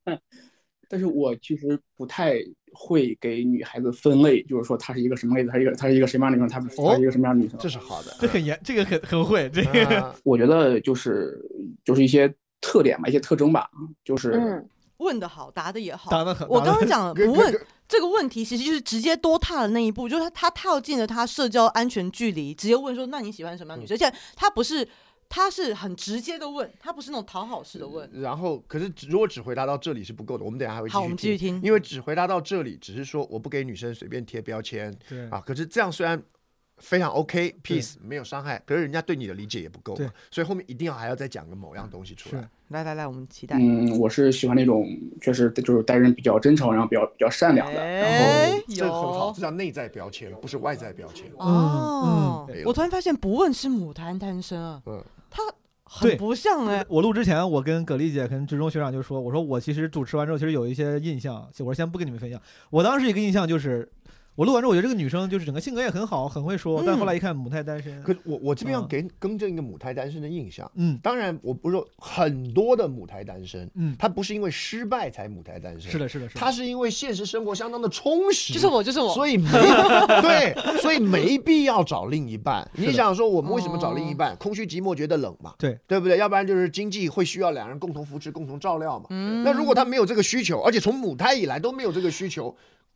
[SPEAKER 10] 嗯， 但是我其实不太会给女孩子分类，就是说她是一个什么类的，她是一个她是一个什么样的女生，她不是她是一个什么样的女生。
[SPEAKER 8] 哦这是好的，
[SPEAKER 9] 这很严，这个很很会，这个、
[SPEAKER 6] 啊
[SPEAKER 10] 我觉得就是就是一些特点吧，一些特征吧，就是
[SPEAKER 6] 嗯，问的好，答的也好，
[SPEAKER 10] 答得很
[SPEAKER 6] 我
[SPEAKER 10] 答得
[SPEAKER 6] 刚刚
[SPEAKER 10] 很
[SPEAKER 6] 讲了
[SPEAKER 10] 跟
[SPEAKER 6] 不
[SPEAKER 10] 跟
[SPEAKER 6] 问这个问题，其实就是直接多踏了那一步，就是他他踏进了他社交安全距离，直接问说那你喜欢什么样的
[SPEAKER 10] 嗯
[SPEAKER 6] 女生？而且他不是他是很直接的问，他不是那种讨好式的问。
[SPEAKER 8] 然后，可是只如果只回答到这里是不够的，我们等一下还会
[SPEAKER 6] 好我们继续
[SPEAKER 8] 听，因为只回答到这里，只是说我不给女生随便贴标签，
[SPEAKER 9] 对
[SPEAKER 8] 啊，可是这样虽然非常 OK peace 没有伤害，可是人家对你的理解也不够
[SPEAKER 10] 对
[SPEAKER 8] 嘛，所以后面一定要还要再讲个某样东西出来。
[SPEAKER 6] 来来来，我们期待。
[SPEAKER 10] 嗯，我是喜欢那种确实就是待人比较真诚，然后比较比较善良的，
[SPEAKER 8] 哎
[SPEAKER 6] 哎
[SPEAKER 10] 然后
[SPEAKER 8] 这个很好，这叫内在标签，不是外在标签。
[SPEAKER 10] 嗯
[SPEAKER 9] 嗯
[SPEAKER 6] 哦，
[SPEAKER 8] 对
[SPEAKER 6] 我突然发现不问是母胎单身啊，
[SPEAKER 8] 嗯，
[SPEAKER 6] 他
[SPEAKER 9] 对
[SPEAKER 6] 很不像哎、
[SPEAKER 9] 我录之前，我跟葛丽姐跟职中学长就说，我说我其实主持完之后，其实有一些印象，我说先不跟你们分享。我当时一个印象就是，我录完之后，我觉得这个女生就是整个性格也很好，很会说，
[SPEAKER 6] 嗯
[SPEAKER 9] 但后来一看母胎单身，
[SPEAKER 8] 可是我我这边要给更正一个母胎单身的印象，
[SPEAKER 9] 嗯，
[SPEAKER 8] 当然我不是说很多的母胎单身，
[SPEAKER 9] 嗯，
[SPEAKER 8] 他不是因为失败才母胎单身，
[SPEAKER 9] 是的是的是的
[SPEAKER 8] 他是因为现实生活相当的充实，
[SPEAKER 6] 就是我就是我
[SPEAKER 8] 所以没 对，所以没必要找另一半。
[SPEAKER 9] 是的
[SPEAKER 8] 你想说我们为什么找另一
[SPEAKER 6] 哦
[SPEAKER 8] 半？空虚寂寞觉得冷嘛，
[SPEAKER 9] 对
[SPEAKER 8] 对不对？要不然就是经济会需要两人共同扶持、共同照料嘛。
[SPEAKER 6] 嗯
[SPEAKER 8] 那如果他没有这个需求，而且从母胎以来都没有这个需求，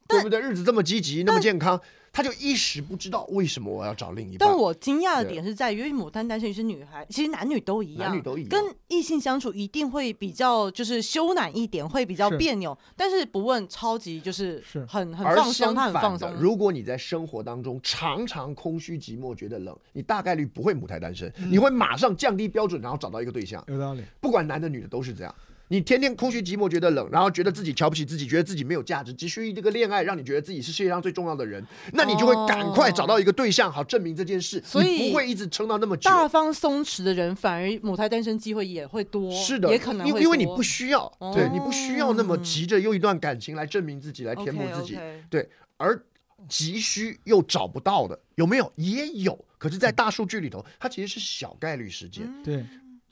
[SPEAKER 8] 对不对？日子这么积极，那么健康，他就一时不知道为什么我要找另一半。
[SPEAKER 6] 但我惊讶的
[SPEAKER 8] 对
[SPEAKER 6] 点是在于，因为牡丹单身也是女孩，其实男女都一样，
[SPEAKER 8] 男女都一样
[SPEAKER 6] 跟异性相处一定会比较就是羞赧一点，会比较
[SPEAKER 8] 是
[SPEAKER 6] 别扭。但是不问，超级就是很很
[SPEAKER 8] 而
[SPEAKER 6] 放松，
[SPEAKER 8] 相
[SPEAKER 6] 他很
[SPEAKER 8] 反
[SPEAKER 6] 放
[SPEAKER 8] 的
[SPEAKER 6] 松。
[SPEAKER 8] 如果你在生活当中常常空虚寂寞觉得冷，你大概率不会母胎单身，
[SPEAKER 6] 嗯
[SPEAKER 8] 你会马上降低标准，然后找到一个对象。
[SPEAKER 9] 有道理。
[SPEAKER 8] 不管男的女的都是这样。你天天空虚寂寞觉得冷，然后觉得自己瞧不起自己，觉得自己没有价值，急需这个恋爱让你觉得自己是世界上最重要的人，那你就会赶快找到一个对象，好证明这件事。
[SPEAKER 6] 所以
[SPEAKER 8] 你不会一直撑到那么久。
[SPEAKER 6] 大方松弛的人，反而母胎单身机会也会多，
[SPEAKER 8] 是的，
[SPEAKER 6] 也可能
[SPEAKER 8] 因
[SPEAKER 6] 会
[SPEAKER 8] 因为你
[SPEAKER 6] 多哦
[SPEAKER 8] 不需要，对你不需要那么急着用一段感情来证明自己，来填补自己
[SPEAKER 6] OK，OK
[SPEAKER 8] 对，而急需又找不到的有没有？也有，可是，在大数据里头，它其实是小概率事件
[SPEAKER 9] 对，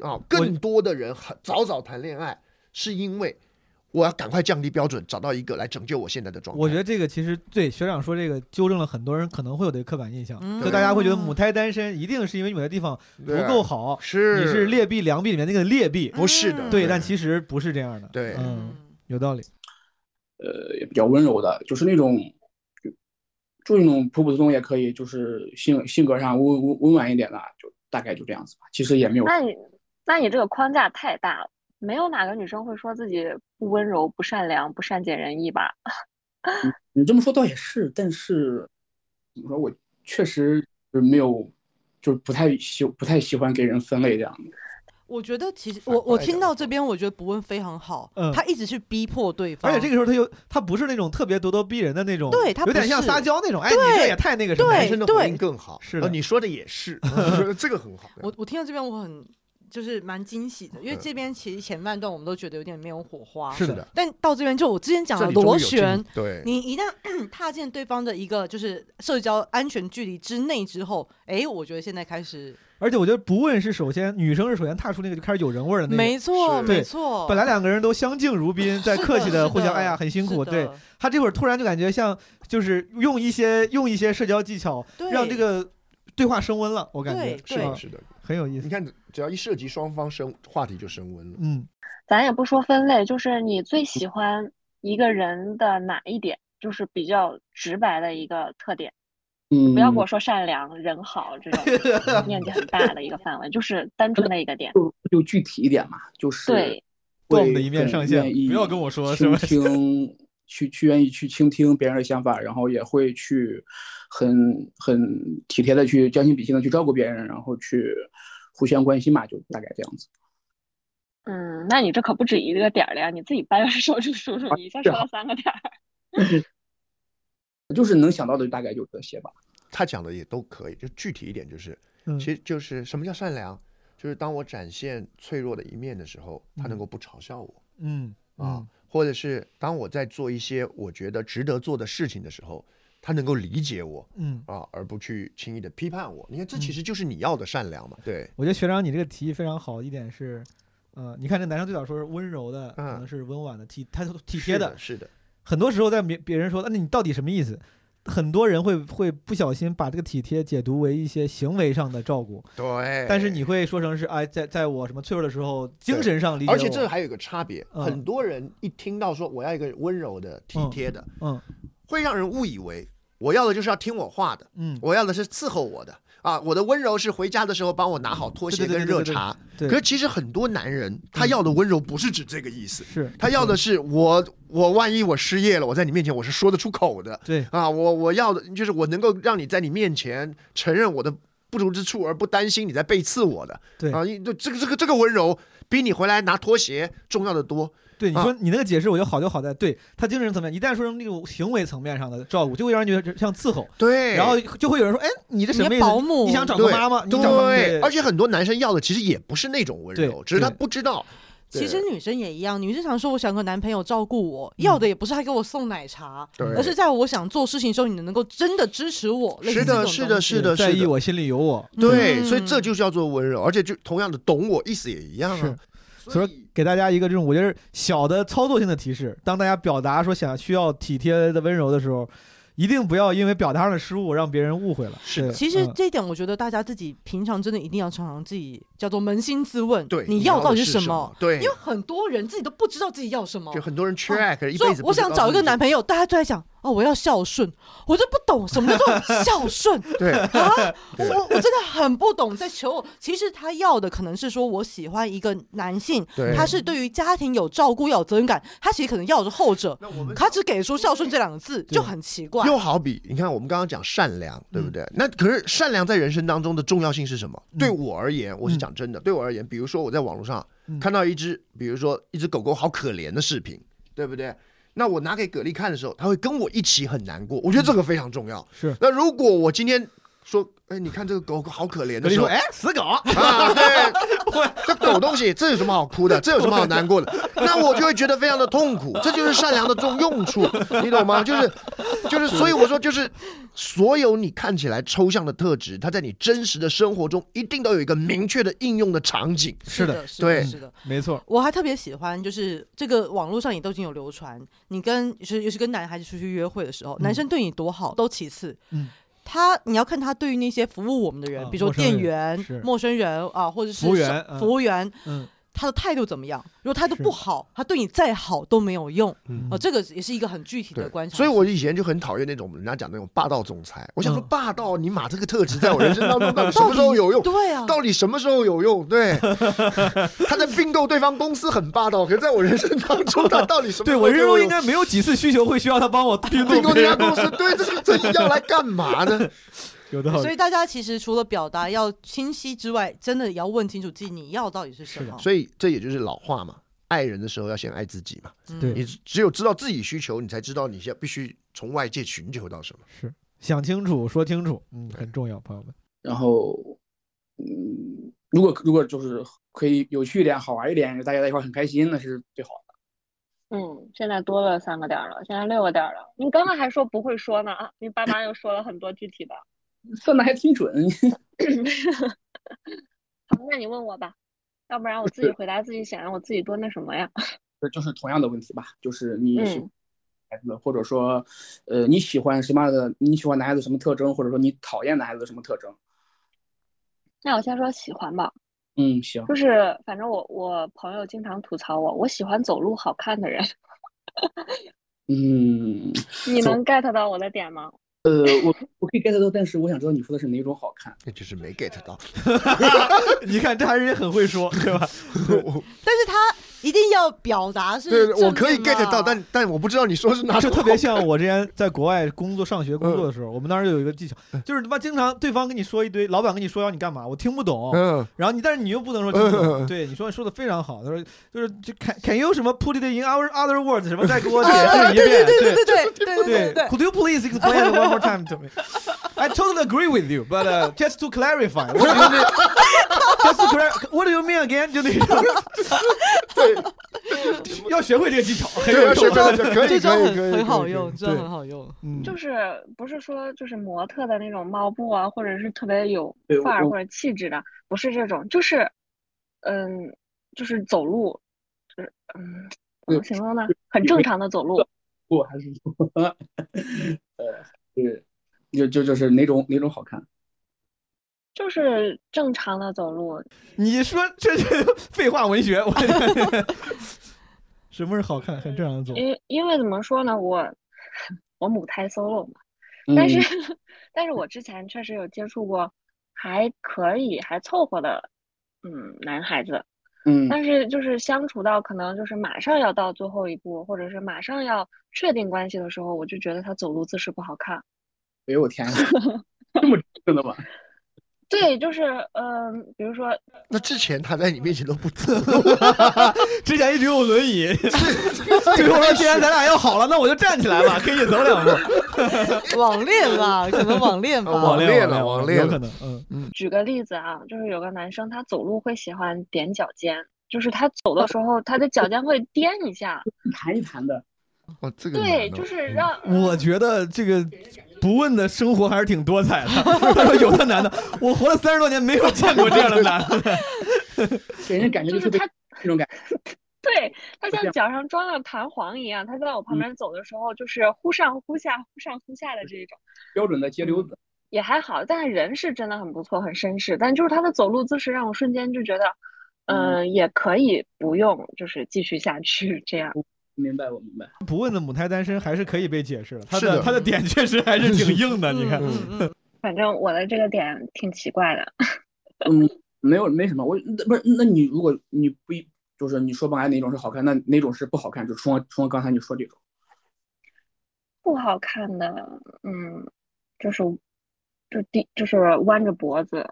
[SPEAKER 6] 嗯
[SPEAKER 8] 啊。更多的人很早早谈恋爱，是因为我要赶快降低标准，找到一个来拯救我现在的状态。
[SPEAKER 9] 我觉得这个其实对学长说这个纠正了很多人可能会有的刻板印象，
[SPEAKER 8] 嗯
[SPEAKER 9] 就大家会觉得母胎单身一定是因为你的地方不
[SPEAKER 8] 对
[SPEAKER 9] 够好，
[SPEAKER 8] 是
[SPEAKER 9] 你是劣币良币里面那个劣币，
[SPEAKER 8] 不是
[SPEAKER 6] 嗯
[SPEAKER 8] 的
[SPEAKER 9] 对，
[SPEAKER 8] 对
[SPEAKER 9] 但其实不是这样的，
[SPEAKER 8] 对，
[SPEAKER 9] 嗯，有道理，
[SPEAKER 10] 呃也比较温柔的，就是那种就就那种普普通通也可以，就是性性格上温温温婉一点的，就大概就这样子吧。其实也没有
[SPEAKER 12] 那你那你这个框架太大了，没有哪个女生会说自己不温柔、不善良、不善解人意吧？
[SPEAKER 10] 你这么说倒也是，但是怎么说，我确实是没有，就是不太喜不太喜欢给人分类这样的。
[SPEAKER 6] 我觉得其实我我听到这边，我觉得不问非常好，
[SPEAKER 9] 嗯
[SPEAKER 6] 他一直去逼迫对方，
[SPEAKER 9] 而且这个时候他又他不是那种特别咄咄逼人的那种，
[SPEAKER 6] 哦对他
[SPEAKER 9] 有点
[SPEAKER 6] 不
[SPEAKER 9] 像
[SPEAKER 6] 是
[SPEAKER 9] 撒娇那种，哎，你
[SPEAKER 6] 对
[SPEAKER 9] 这也太那个什么，
[SPEAKER 6] 对男生的回对应
[SPEAKER 9] 更好，是的，
[SPEAKER 8] 哦你说的也是， 这个很好。
[SPEAKER 6] 我我听到这边我很就是蛮惊喜的，因为
[SPEAKER 8] 嗯
[SPEAKER 6] 这边其实前半段我们都觉得有点没有火花，
[SPEAKER 8] 是的
[SPEAKER 6] 但到这边就我之前讲的
[SPEAKER 8] 这里终于有
[SPEAKER 6] 螺旋
[SPEAKER 8] 进，对
[SPEAKER 6] 你一旦踏进对方的一个就是社交安全距离之内之后，哎，我觉得现在开始
[SPEAKER 9] 而且我觉得不问是首先女生是首先踏出那个就开始有人味儿的那个，
[SPEAKER 6] 没错
[SPEAKER 9] 对
[SPEAKER 6] 没错
[SPEAKER 9] 本来两个人都相敬如宾，在客气
[SPEAKER 6] 是的
[SPEAKER 9] 的互相，哎呀，很辛苦。
[SPEAKER 6] 是的
[SPEAKER 9] 对他这会儿突然就感觉像就是用一些用一些社交技巧
[SPEAKER 8] 对
[SPEAKER 9] 让这个对话升温了，我感觉
[SPEAKER 8] 是的，
[SPEAKER 9] 吧
[SPEAKER 8] 是的，
[SPEAKER 9] 很有意思。
[SPEAKER 8] 你看，只要一涉及双方升话题就升温了。
[SPEAKER 9] 嗯，
[SPEAKER 12] 咱也不说分类，就是你最喜欢一个人的哪一点，就是比较直白的一个特点。
[SPEAKER 10] 嗯
[SPEAKER 12] 不要跟我说善良、人好这种面积很大的一个范围，就是单纯的一个点。
[SPEAKER 10] 就就具体一点嘛，就是
[SPEAKER 12] 对
[SPEAKER 10] 会
[SPEAKER 9] 断我们的一面上线
[SPEAKER 10] 更愿意
[SPEAKER 9] 不要跟我说
[SPEAKER 10] 倾
[SPEAKER 9] 是吧
[SPEAKER 10] 听，去去愿意去倾听别人的想法，然后也会去很很体贴的去将心比心的去照顾别人，然后去互相关心嘛，就大概这样子。
[SPEAKER 12] 嗯，那你这可不止一个点儿了呀，你自己掰掰手指数数，你一下
[SPEAKER 10] 啊
[SPEAKER 12] 说到三个点儿。
[SPEAKER 8] 嗯
[SPEAKER 10] 就是能想到的大概就这些吧。
[SPEAKER 8] 他讲的也都可以，就具体一点就是，
[SPEAKER 9] 嗯
[SPEAKER 8] 其实就是什么叫善良，就是当我展现脆弱的一面的时候，他能够不嘲笑我
[SPEAKER 9] 嗯
[SPEAKER 8] 啊，或者是当我在做一些我觉得值得做的事情的时候，他能够理解我
[SPEAKER 9] 嗯
[SPEAKER 8] 啊，而不去轻易的批判我。你看，这其实就是你要的善良嘛。对，
[SPEAKER 9] 我觉得学长你这个提议非常好，一点是，呃，你看这男生最早说是温柔的，可能是温婉的，体他体贴
[SPEAKER 8] 是的嗯是的，
[SPEAKER 9] 很多时候在别别人说，那、你到底什么意思？很多人会会不小心把这个体贴解读为一些行为上的照顾，
[SPEAKER 8] 对
[SPEAKER 9] 但是你会说成是哎，在在我什么脆弱的时候，精神上理解我，
[SPEAKER 8] 而且这还有一个差别，
[SPEAKER 9] 嗯
[SPEAKER 8] 很多人一听到说我要一个温柔的、体贴的，
[SPEAKER 9] 嗯
[SPEAKER 8] 会让人误以为我要的就是要听我话的，
[SPEAKER 9] 嗯
[SPEAKER 8] 我要的是伺候我的啊，我的温柔是回家的时候帮我拿好拖鞋
[SPEAKER 9] 对对
[SPEAKER 8] 跟
[SPEAKER 9] 对
[SPEAKER 8] 热
[SPEAKER 9] 对对
[SPEAKER 8] 茶。
[SPEAKER 9] 对
[SPEAKER 8] 可是其实很多男人他要的温柔不是指这个意思，
[SPEAKER 9] 是
[SPEAKER 8] 他要的是我我万一我失业了，我在你面前我是说得出口的，
[SPEAKER 9] 对
[SPEAKER 8] 啊，我我要的就是我能够让你在你面前承认我的。不足之处，而不担心你在背刺我的，
[SPEAKER 9] 对
[SPEAKER 8] 啊，因就这个这个这个温柔比你回来拿拖鞋重要的多。
[SPEAKER 9] 对你
[SPEAKER 8] 啊
[SPEAKER 9] 说你那个解释，我觉得好就好在对他精神层面，一旦说成那种行为层面上的照顾，就会让人觉得像伺候。
[SPEAKER 8] 对
[SPEAKER 9] 然后就会有人说，哎，你这什么意思？你想找个
[SPEAKER 8] 对
[SPEAKER 9] 妈妈？你找妈妈
[SPEAKER 8] 对，而且很多男生要的其实也不是那种温柔，只是他不知道。
[SPEAKER 6] 其实女生也一样，女生常说我想个男朋友照顾我，要的也不是他给我送奶茶，
[SPEAKER 8] 嗯对
[SPEAKER 6] 而是在我想做事情的时候，你能够真的支持我。类似
[SPEAKER 8] 是的
[SPEAKER 6] 这种
[SPEAKER 8] 是的
[SPEAKER 6] 东西嗯
[SPEAKER 8] 是的
[SPEAKER 9] 在
[SPEAKER 8] 是
[SPEAKER 9] 意
[SPEAKER 8] 的
[SPEAKER 9] 我心里有我。
[SPEAKER 8] 对，所以这就是要做温柔，而且就同样的懂我意思也一样啊。
[SPEAKER 9] 所以给大家一个这种我觉得是小的操作性的提示：当大家表达说想需要体贴的温柔的时候，一定不要因为表达上的失误让别人误会了。嗯是
[SPEAKER 6] 其
[SPEAKER 8] 嗯
[SPEAKER 6] 实这一点，我觉得大家自己平常真的一定要常常自己叫做扪心自问，对你
[SPEAKER 8] 你
[SPEAKER 6] 要
[SPEAKER 8] 要
[SPEAKER 6] 到
[SPEAKER 8] 的
[SPEAKER 6] 底
[SPEAKER 8] 是
[SPEAKER 6] 什
[SPEAKER 8] 什
[SPEAKER 6] 么
[SPEAKER 8] 么？对
[SPEAKER 6] 因为很多人自己都不知道自己要什么，
[SPEAKER 8] 就很多人缺
[SPEAKER 6] 啊
[SPEAKER 8] 爱，可是一辈子
[SPEAKER 6] 说我想找一个男朋
[SPEAKER 8] 友。
[SPEAKER 6] 友，大家都在讲哦，我要孝顺，我就不懂什么叫 做孝顺。
[SPEAKER 8] 对
[SPEAKER 6] 啊，我
[SPEAKER 8] 对
[SPEAKER 6] 我我真的很不懂，在求我。其实他要的可能是说我喜欢一个男性
[SPEAKER 8] 对，
[SPEAKER 6] 他是对于家庭有照顾、要有责任感，他其实可能要的是后者，他只给出孝顺这两个字，就很奇怪。
[SPEAKER 8] 又好比你看，我们刚刚讲善良，对不对？那可是善良在人生当中的重要性是什么？对我而言，我是讲真的，对我而言，比如说我在网络上看到一只，比如说一只狗狗好可怜的视频，对不对？那我拿给葛丽看的时候，她会跟我一起很难过，我觉得这个非常重要。
[SPEAKER 9] 是，
[SPEAKER 8] 那如果我今天说，哎，你看这个狗狗好可怜
[SPEAKER 9] 葛
[SPEAKER 8] 的
[SPEAKER 9] 丽
[SPEAKER 8] 时候，
[SPEAKER 9] 说，哎，死狗
[SPEAKER 8] 啊，对，这狗东西，这有什么好哭的？这有什么好难过的？那我就会觉得非常的痛苦，这就是善良的重用处，你懂吗？就是，就是，所以我说，就是所有你看起来抽象的特质，它在你真实的生活中一定都有一个明确的应用的场景。
[SPEAKER 6] 是的是的
[SPEAKER 8] 对，
[SPEAKER 6] 是的
[SPEAKER 9] 没错。
[SPEAKER 6] 我还特别喜欢，就是这个网络上也都已经有流传，你跟就是尤其跟男孩子出去约会的时候，
[SPEAKER 9] 嗯
[SPEAKER 6] 男生对你多好都其次，
[SPEAKER 9] 嗯
[SPEAKER 6] 他你要看他对于那些服务我们的人，
[SPEAKER 9] 啊
[SPEAKER 6] 比如说
[SPEAKER 9] 陌生人
[SPEAKER 6] 店员
[SPEAKER 9] 是、
[SPEAKER 6] 陌生人啊，或者是
[SPEAKER 9] 服务员
[SPEAKER 6] 手
[SPEAKER 9] 嗯
[SPEAKER 6] 服务员，
[SPEAKER 9] 嗯，
[SPEAKER 6] 他的态度怎么样？如果态度不好，他对你再好都没有用。
[SPEAKER 8] 嗯
[SPEAKER 6] 哦，这个也是一个很具体
[SPEAKER 8] 对
[SPEAKER 6] 的观察。
[SPEAKER 8] 所以我以前就很讨厌那种人家讲那种霸道总裁。我想说，霸道，你马这个特质在我人生当中
[SPEAKER 1] 嗯
[SPEAKER 8] 到底什么时候有用？
[SPEAKER 6] 到底对啊
[SPEAKER 8] 到底什么时候有用？ 对，他在并购对方公司很霸道，可是在我人生当中，他到底什么时
[SPEAKER 9] 对
[SPEAKER 8] 候
[SPEAKER 9] 我
[SPEAKER 8] 给
[SPEAKER 9] 人
[SPEAKER 8] 用？
[SPEAKER 9] 生中应该 没有几次需求会需要他帮我并
[SPEAKER 8] 并购这
[SPEAKER 9] 别
[SPEAKER 8] 家
[SPEAKER 9] 人
[SPEAKER 8] 公司，对，这这要来干嘛呢？
[SPEAKER 9] 有道理
[SPEAKER 6] 所以大家其实除了表达要清晰之外，真的也要问清楚自己你要到底是什么。
[SPEAKER 8] 所以这也就是老话嘛，爱人的时候要先爱自己嘛。
[SPEAKER 10] 嗯
[SPEAKER 9] 对
[SPEAKER 8] 你只有知道自己需求，你才知道你现在必须从外界寻求到什么。
[SPEAKER 9] 是想清楚，说清楚，嗯，很重要，朋友们。
[SPEAKER 10] 然后，嗯，如果如果就是可以有趣一点、好玩一点，大家在一块儿很开心，那是最好的。
[SPEAKER 12] 嗯，现在多了三个点儿了，现在六个点儿了。你刚刚还说不会说呢，啊，你爸妈又说了很多具体的。
[SPEAKER 10] 算的还挺准。
[SPEAKER 12] 好，那你问我吧，要不然我自己回答自己想让我自己多那什么呀？
[SPEAKER 10] 这就是同样的问题吧，就是你喜
[SPEAKER 12] 嗯
[SPEAKER 10] 孩子，或者说，呃，你喜欢什么样的？你喜欢男孩子什么特征，或者说你讨厌男孩子什么特征？
[SPEAKER 12] 那我先说喜欢吧，
[SPEAKER 10] 嗯，行，
[SPEAKER 12] 就是反正我我朋友经常吐槽我，我喜欢走路好看的人。
[SPEAKER 10] 嗯，
[SPEAKER 12] 你
[SPEAKER 10] 走
[SPEAKER 12] 能 get 到我的点吗？
[SPEAKER 10] 呃，我我可以 get 到，但是我想知道你说的是哪种好看。
[SPEAKER 8] 那就是没 get 到。
[SPEAKER 9] 你看，这还是很会说，对吧？
[SPEAKER 6] 但是他一定要表达是
[SPEAKER 8] 对，我
[SPEAKER 6] 正
[SPEAKER 8] 可以
[SPEAKER 6] 面
[SPEAKER 8] get 到，
[SPEAKER 6] 嘛
[SPEAKER 8] 但但我不知道你说是哪
[SPEAKER 9] 就
[SPEAKER 8] 种。
[SPEAKER 9] 特别像我之前在国外工作、上学、工作的时候，我们当时有一个技巧，就是他妈经常对方跟你说一堆，老板跟你说要你干嘛，我听不懂，
[SPEAKER 8] 嗯
[SPEAKER 9] 然后你但是你又不 能说听不
[SPEAKER 8] 嗯
[SPEAKER 9] 懂，对，你说你说的非常好，他说就是就 can can you 什么 put it in our other words 什么再给我解释一
[SPEAKER 6] 对
[SPEAKER 9] 遍，
[SPEAKER 6] 对对对对对对
[SPEAKER 9] 对
[SPEAKER 6] 对
[SPEAKER 9] ，Could you please explain one more time to me? I totally agree with you, but uh, just to clarify, what do you mean? Just to clarify, what do you mean again? 就那种， 对，要学会这个技巧，很有
[SPEAKER 8] 对要学
[SPEAKER 9] 用
[SPEAKER 8] 会这个啊可以
[SPEAKER 6] 这招
[SPEAKER 8] 可以
[SPEAKER 6] 很
[SPEAKER 8] 可以
[SPEAKER 6] 很好
[SPEAKER 8] 可以
[SPEAKER 6] 用，这
[SPEAKER 8] 对
[SPEAKER 6] 招很好用。
[SPEAKER 9] 嗯
[SPEAKER 12] 就是不是说就是模特的那种猫步啊，或者是特别有
[SPEAKER 10] 对
[SPEAKER 12] 范儿
[SPEAKER 10] 我
[SPEAKER 12] 或者气质的，不是这种，就是，嗯，就是走路，就是嗯，怎么
[SPEAKER 10] 对
[SPEAKER 12] 形容呢？很正常的走路。
[SPEAKER 10] 我还是说， 呃，对，就就就是哪种哪种好看？
[SPEAKER 12] 就是正常的走路，
[SPEAKER 9] 你说这是废话 文学，我什么是好看？很正常的走。
[SPEAKER 12] 因为因为怎么说呢，我我母胎 solo 嘛，
[SPEAKER 9] 嗯
[SPEAKER 12] 但是但是我之前确实有接触过还可以还凑合的，嗯，男孩子，
[SPEAKER 10] 嗯
[SPEAKER 12] 但是就是相处到可能就是马上要到最后一步，或者是马上要确定关系的时候，我就觉得他走路姿势不好看。
[SPEAKER 10] 哎呦我天，这么真的吗？
[SPEAKER 12] 对，就是嗯、比如说
[SPEAKER 8] 那之前他在你面前都不走，
[SPEAKER 9] 之前一直用轮椅，
[SPEAKER 10] 哎
[SPEAKER 9] 最后说既然咱俩要好了，那我就站起来吧，可以走两 步。
[SPEAKER 6] 网恋 啦，可能网恋吧。
[SPEAKER 9] 哦网
[SPEAKER 8] 恋
[SPEAKER 9] 了，
[SPEAKER 8] 了
[SPEAKER 9] 网
[SPEAKER 8] 网恋
[SPEAKER 9] 有
[SPEAKER 8] 了
[SPEAKER 9] 可能，嗯
[SPEAKER 8] 嗯，
[SPEAKER 12] 举个例子啊，就是有个男生他走路会喜欢踮脚尖，就是他走的时候他的脚尖会踮一下，
[SPEAKER 10] 弹一弹的。
[SPEAKER 8] 哦，这
[SPEAKER 12] 对，就是让
[SPEAKER 9] 我觉得这个不问的生活还是挺多彩的。他说有的 男的，我活了三十多年没有见过这样的男的。
[SPEAKER 10] 给人感觉就是
[SPEAKER 12] 他
[SPEAKER 10] 那种感觉。
[SPEAKER 12] 对，他像脚上装了弹簧一样，他在我旁边走的时候，就是忽上忽下、忽上忽下的这一种，
[SPEAKER 10] 标准的街溜子。
[SPEAKER 12] 也还好。但是人是真的很不错，很绅士。但就是他的走路姿势让我瞬间就觉得，嗯、也可以不用，就是继续下去这样。
[SPEAKER 10] 明白，我明白。
[SPEAKER 9] 不问的母胎单身还是可以被解释的，他
[SPEAKER 10] 是的
[SPEAKER 9] 他的点确实还是挺硬 的，
[SPEAKER 12] 嗯
[SPEAKER 9] 你看。
[SPEAKER 12] 反正我的这个点挺奇怪的。
[SPEAKER 10] 嗯，没有，没什么。我那不是，那你如果你不一，就是你说不来哪种是好看，那哪种是不好看？就除了除了刚才你说这种，
[SPEAKER 12] 不好看的，嗯，就是就低，就是弯着脖子，